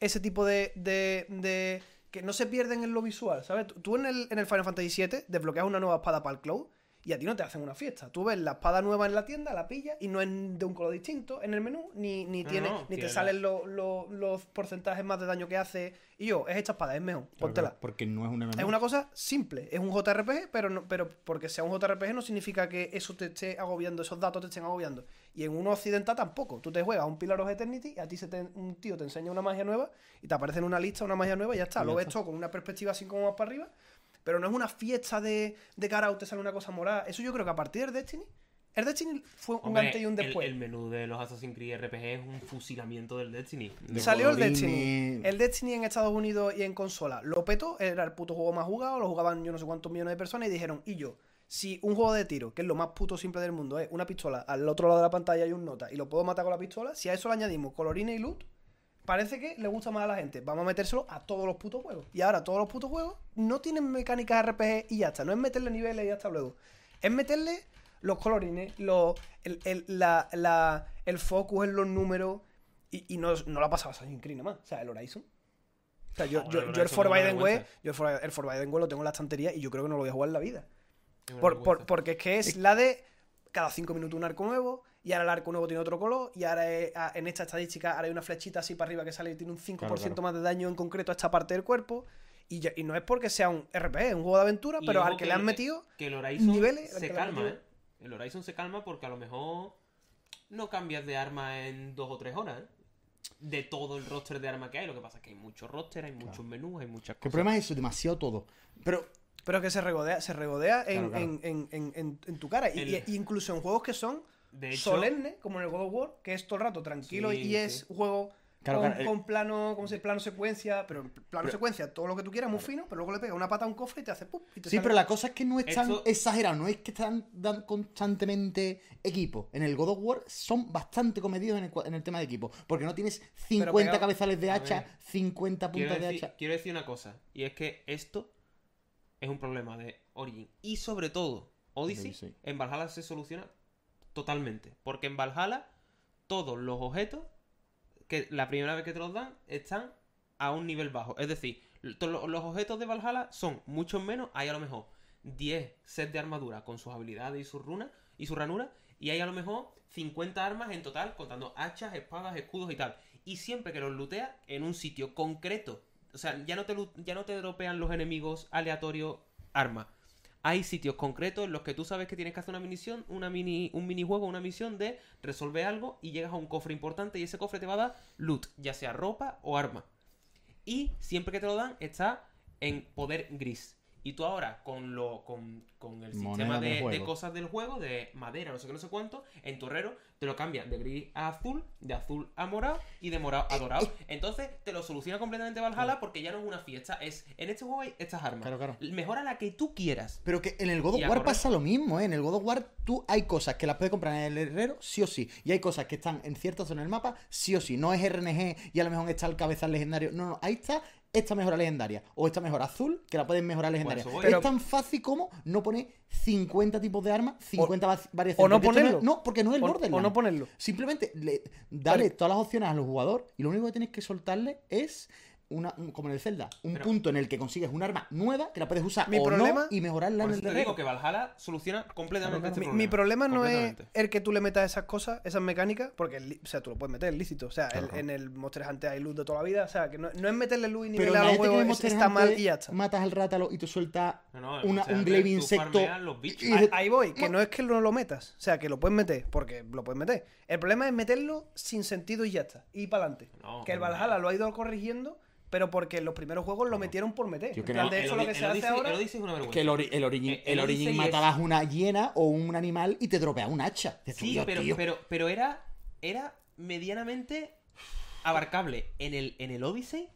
ese tipo de, de- de- que no se pierden en lo visual, ¿sabes? Tú- Tú en el, en el Final Fantasy VII desbloqueas una nueva espada para el Cloud y a ti no te hacen una fiesta. Tú ves la espada nueva en la tienda, la pillas y no es de un color distinto en el menú, ni, ni,
No,
tiene,
no,
ni te
tiene-
salen lo- lo- los porcentajes más de daño que hace. Y yo, es esta espada, es mejor, póntela.
Porque no es una
Es una cosa simple, es un JRPG, pero no, pero porque sea un JRPG no significa que eso te esté agobiando, esos datos te estén agobiando. Y en uno occidental tampoco. Tú te juegas un Pilar of Eternity, a ti se te- un tío te enseña una magia nueva y te aparece en una lista una magia nueva y ya está.
Y ya
Lo ves
está.
todo con una perspectiva así como más para arriba, pero no es una fiesta de, de cara a te sale una cosa morada. Eso yo creo que a partir del Destiny, el Destiny fue un
Hombre,
antes y un
el-
después.
El, menú de los Assassin's Creed RPG es un fusilamiento del Destiny.
De
Salió el
colorines.
Destiny. El Destiny en Estados Unidos y en consola. Lo petó, era el puto juego más jugado, lo jugaban yo no sé cuántos millones de personas y dijeron, y yo, si un juego de tiro, que es lo más puto simple del mundo, es una pistola, al otro lado de la pantalla hay un nota y lo puedo matar con la pistola, si a eso le añadimos colorines y loot, parece que le gusta más a la gente. Vamos a metérselo a todos los putos juegos. Y ahora todos los putos juegos no tienen mecánicas RPG y ya está. No es meterle niveles y hasta luego. Es meterle los colorines, los, el, el- la- la- el focus en los números. Y, y no, no la pasaba Assassin's Creed nada más. O sea, el Horizon. O sea, yo,
Joder,
yo-
el
yo el
Horizon es
Forbidden
una
West,
vergüenza.
yo el For- el Forbidden West lo tengo en la estantería y yo creo que no lo voy a jugar en la vida.
Es una
Por- por-
vergüenza.
porque es que es la de cada cinco minutos un arco nuevo, y ahora el arco nuevo tiene otro color, y ahora eh, a- en esta estadística ahora hay una flechita así para arriba que sale y tiene un 5%
Claro, claro.
más de daño en concreto a esta parte del cuerpo. Y, ya- y no es porque sea un RPG, es un juego de aventura,
Y
pero
ojo
al que le
el-
han metido.
que el Horizon
niveles, al que
se
le han
calma,
metido-
¿eh? El Horizon se calma porque a lo mejor no cambias de arma en dos o tres horas, ¿eh? De todo el roster de armas que hay. Lo que pasa es que hay mucho roster, hay muchos menús, hay muchas
El
cosas.
problema es eso, demasiado todo. Pero
Pero que se regodea, se regodea
Claro,
en,
claro.
en- en- en- en- en tu cara. Y-
El-
y- y incluso en juegos que son
De hecho,
solemne, como en el God of War, que es todo el rato tranquilo
Sí,
y
sí.
es juego
Claro,
con,
claro, el-
con plano, ¿cómo se dice? Plano secuencia, pero en plano secuencia, todo lo que tú quieras, muy fino, pero luego le pega una pata a un cofre y te hace ¡pum! y te
Sí,
sale-
pero la cosa es que no es tan
Esto-
exagerado, no es que están dan constantemente equipo. En el God of War son bastante comedidos en el, cua- en el tema de equipo, porque no tienes 50
pegado-
cabezales de
A
hacha,
ver.
50
quiero
puntas de
decir-
hacha.
quiero decir una cosa, y es que esto es un problema de Origin. Y sobre todo, Odyssey,
Odyssey.
en Valhalla se soluciona totalmente. Porque en Valhalla, todos los objetos, que la primera vez que te los dan, están a un nivel bajo. Es decir, to- lo- los objetos de Valhalla son muchos menos, hay a lo mejor 10 sets de armadura con sus habilidades y sus runas y sus ranuras, y hay a lo mejor 50 armas en total, contando hachas, espadas, escudos y tal. Y siempre que los looteas en un sitio concreto, o sea, ya no te, lu- ya no te dropean los enemigos aleatorios armas. hay sitios concretos en los que tú sabes que tienes que hacer una misión, una mini, un minijuego, una misión de resolver algo y llegas a un cofre importante y ese cofre te va a dar loot, ya sea ropa o arma. Y siempre que te lo dan está en poder gris. Y tú ahora, con lo con, con el sistema
Moneda del
de, de
juego.
cosas del juego, de madera, no sé qué, no sé cuánto, en torrero, te lo cambian de gris a azul, de azul a morado y de morado a dorado. Entonces te lo soluciona completamente Valhalla porque ya no es una fiesta, es en este juego hay estas armas.
Claro, claro.
Mejora la que tú quieras.
Pero que en el God of
Y a
War
correr.
pasa lo mismo, ¿eh? En el God of War tú hay cosas que las puedes comprar en el herrero, sí o sí. Y hay cosas que están en ciertas zonas del mapa, sí o sí. No es RNG y a lo mejor está el cabezal legendario. No, no, ahí está esta mejora legendaria. O esta mejora azul, que la puedes mejorar legendaria.
Pues eso voy.
Pero-
Es tan fácil como no poner 50 tipos de armas, 50 va- variaciones.
o no
Porque esto es-
ponerlo.
No, porque no es el
O-
Borderlands.
o no ponerlo.
Simplemente le, dale todas las opciones al jugador y lo único que tienes que soltarle es una, un- como en el Zelda, un
Pero-
punto en el que consigues un arma nueva que la puedes usar
Mi
o
problema- Pues
no y mejorarla
Por
en
eso
el
te
herrero.
digo que Valhalla soluciona completamente
Claro,
este
Mi,
problema.
mi problema no es
Completamente.
el que tú le metas esas cosas, esas mecánicas, porque es lí- o sea, tú lo puedes meter, es lícito. O sea,
Claro,
el-
claro.
en el Monster Hunter hay luz de toda la vida. O sea, que no, no es meterle luz y
Pero
nivelar
la
al
gente que
juego,
le
es-
Monster
está mal
Hunter,
y ya está.
matas al rátalo y tú sueltas
No, no, el
una-
Monster
un
Hunter,
glaive
tú
insecto.
farmeas los bichos.
y
Ah,
dices,
Ahí voy, que no es que no lo metas. O sea, que lo puedes meter, porque lo puedes meter. El problema es meterlo sin sentido y ya está. Y para adelante.
No,
que el
hombre.
Valhalla lo ha ido corrigiendo, pero porque los primeros juegos lo metieron por meter.
Yo
En
creo-
plan,
No,
de
el
hecho, lo
Odi-
que
el
se hace
Odyssey-
ahora.
El Odyssey es una vergüenza.
que el, ori- el origin,
Eh,
Pues,
el
el
origin
Odyssey
matabas una hiena o un animal y te dropeaba un hacha. Dices tú,
Sí,
"Dios,
pero,
tío".
pero, pero era, era medianamente abarcable. En el, en el Odyssey,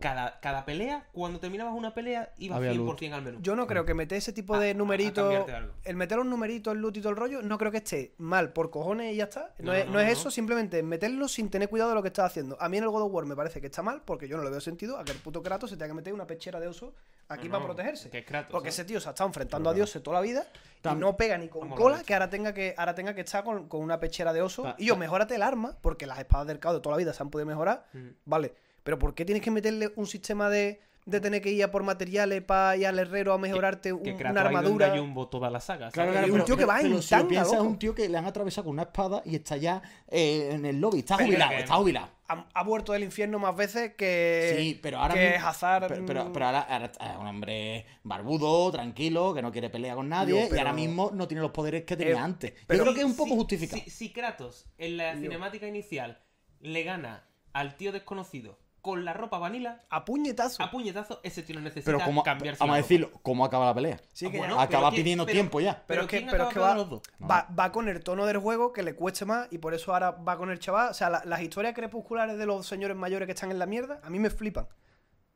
cada, cada pelea, cuando terminabas una pelea, ibas
Había
100%
loot.
al menú.
Yo no creo que meter ese tipo
mm.
de
Ah, A- a- a
numeritos.
cambiarte algo.
El meter un numerito, el loot y todo el rollo, no creo que esté mal por cojones y ya está. No,
No,
es,
no,
no es
no.
eso, simplemente meterlo sin tener cuidado de lo que estás haciendo. A mí en el God of War me parece que está mal, porque yo no le veo sentido a que el puto Kratos se tenga que meter una pechera de oso aquí
No,
para
no,
protegerse.
que es Kratos,
porque
¿eh?
ese tío se ha estado enfrentando a Dios toda la vida
Tam-
y no pega ni con
Vamos,
cola
lo he
que ahora tenga que ahora tenga que estar con, con una pechera de oso.
Pa-
y yo,
pa-
mejórate el arma, porque las espadas del caos de toda la vida se han podido mejorar.
Mm.
Vale, pero ¿por qué tienes que meterle un sistema de, de tener que ir a por materiales para ir al herrero a mejorarte un-
que
una
Kratos ha ido en
armadura?
Yumbo toda la saga.
Claro,
¿sabes?
claro,
Y un
pero-
tío que va
pero-
en
pero si
tanga,
lo piensas, es
loco.
un tío que le han atravesado con una espada y está ya eh, en el lobby. Está
Pero
jubilado,
que-
está jubilado.
Ha, ha muerto del infierno más veces
Eh,
que,
Sí, pero ahora
que
mismo-
Hazard.
Pero,
mm,
pero- pero ahora, ahora es un hombre barbudo, tranquilo, que no quiere pelear con nadie
Yo, pero-
y ahora mismo no tiene los poderes que tenía
Eh,
antes. Yo
pero-
creo que es un poco
Si-
justificado.
Si, si Kratos, en la
Yo.
cinemática inicial, le gana al tío desconocido con la ropa vanilla,
a puñetazo.
a puñetazo, ese tío no necesita
pero como
cambiarse
vamos a
la ropa.
decirlo, ¿cómo acaba la pelea?
Sí, que
Ah,
ya-
bueno,
acaba
pero ¿quién-
pidiendo
pero-
tiempo ya.
Pero
Pero es que,
¿quién
pero
acaba
es que va,
pegando los dos?
va, va con el tono del juego que le cueste más y por eso ahora va con el chaval. O sea, la- las historias crepusculares de los señores mayores que están en la mierda, a mí me flipan.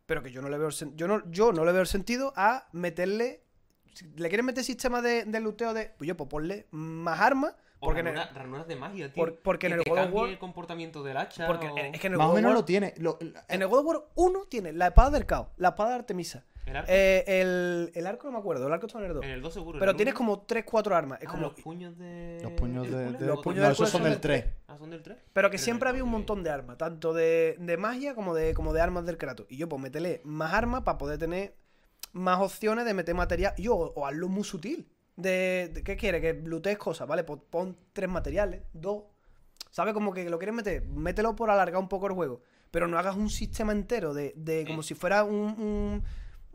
Pero que yo no le veo el sen- yo no, yo no le veo el sentido a meterle. si le quieren meter sistema de, de looteo de. Pues yo, pues ponle más armas.
O
Porque en el-
ranura- ranuras de magia, tío.
por- porque en
que
el
te
God of
cambie
War-
el comportamiento del hacha.
porque
o-
en- es que en el
Más o
God of
menos
War-
lo tiene. Lo- lo-
en el God of War 1 tiene la espada del caos, la espada de Artemisa.
¿El arco?
eh, el, el arco no me acuerdo, el arco está en el 2.
En el 2 seguro. en
Pero
el
tienes
uno-
como 3-4 armas. Es
Ah,
como,
los puños de.
los puños de.
Hércules,
de-
Los
¿no?
puños
no,
de
esos son
Hércules
del 3.
Ah, son del 3.
Pero que siempre había un montón de armas, tanto de, de magia como de, como de armas del Kratos. Y yo, pues métele más armas para poder tener más opciones de meter material. Yo, o, o hazlo muy sutil. De, de- ¿Qué quiere? Que lootes cosas, ¿vale? Pues pon tres materiales, dos. ¿Sabes? Como que lo quieres meter, mételo por alargar un poco el juego. Pero no hagas un sistema entero de, de como
Eh.
si fuera un, un,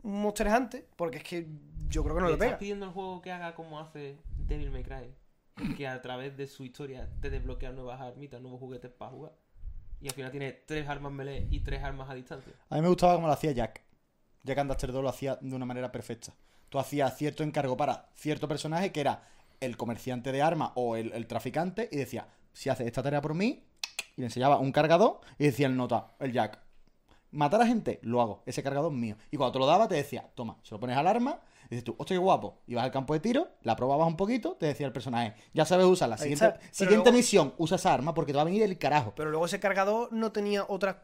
un Monster Hunter, porque es que yo creo que no
Le
le
estás
pega.
pidiendo al juego que haga como hace Devil May Cry. Que a través de su historia te desbloquea nuevas armitas, nuevos juguetes para jugar. Y al final tiene tres armas melee y tres armas a distancia.
A mí me gustaba como lo hacía Jack. Jack Andaster 2 lo hacía de una manera perfecta. Tú hacías cierto encargo para cierto personaje que era el comerciante de armas o el, el traficante y decía, si haces esta tarea por mí, y le enseñaba un cargador y decía el nota, el Jack, matar a gente, lo hago, ese cargador es mío. Y cuando te lo daba te decía, toma, se lo pones al arma, y dices tú, hostia, qué guapo, ibas al campo de tiro, la probabas un poquito, te decía el personaje, ya sabes usarla,
Ahí
siguiente,
está. Pero
siguiente
luego-
misión, usa esa arma porque te va a venir el carajo.
Pero luego ese cargador no tenía otras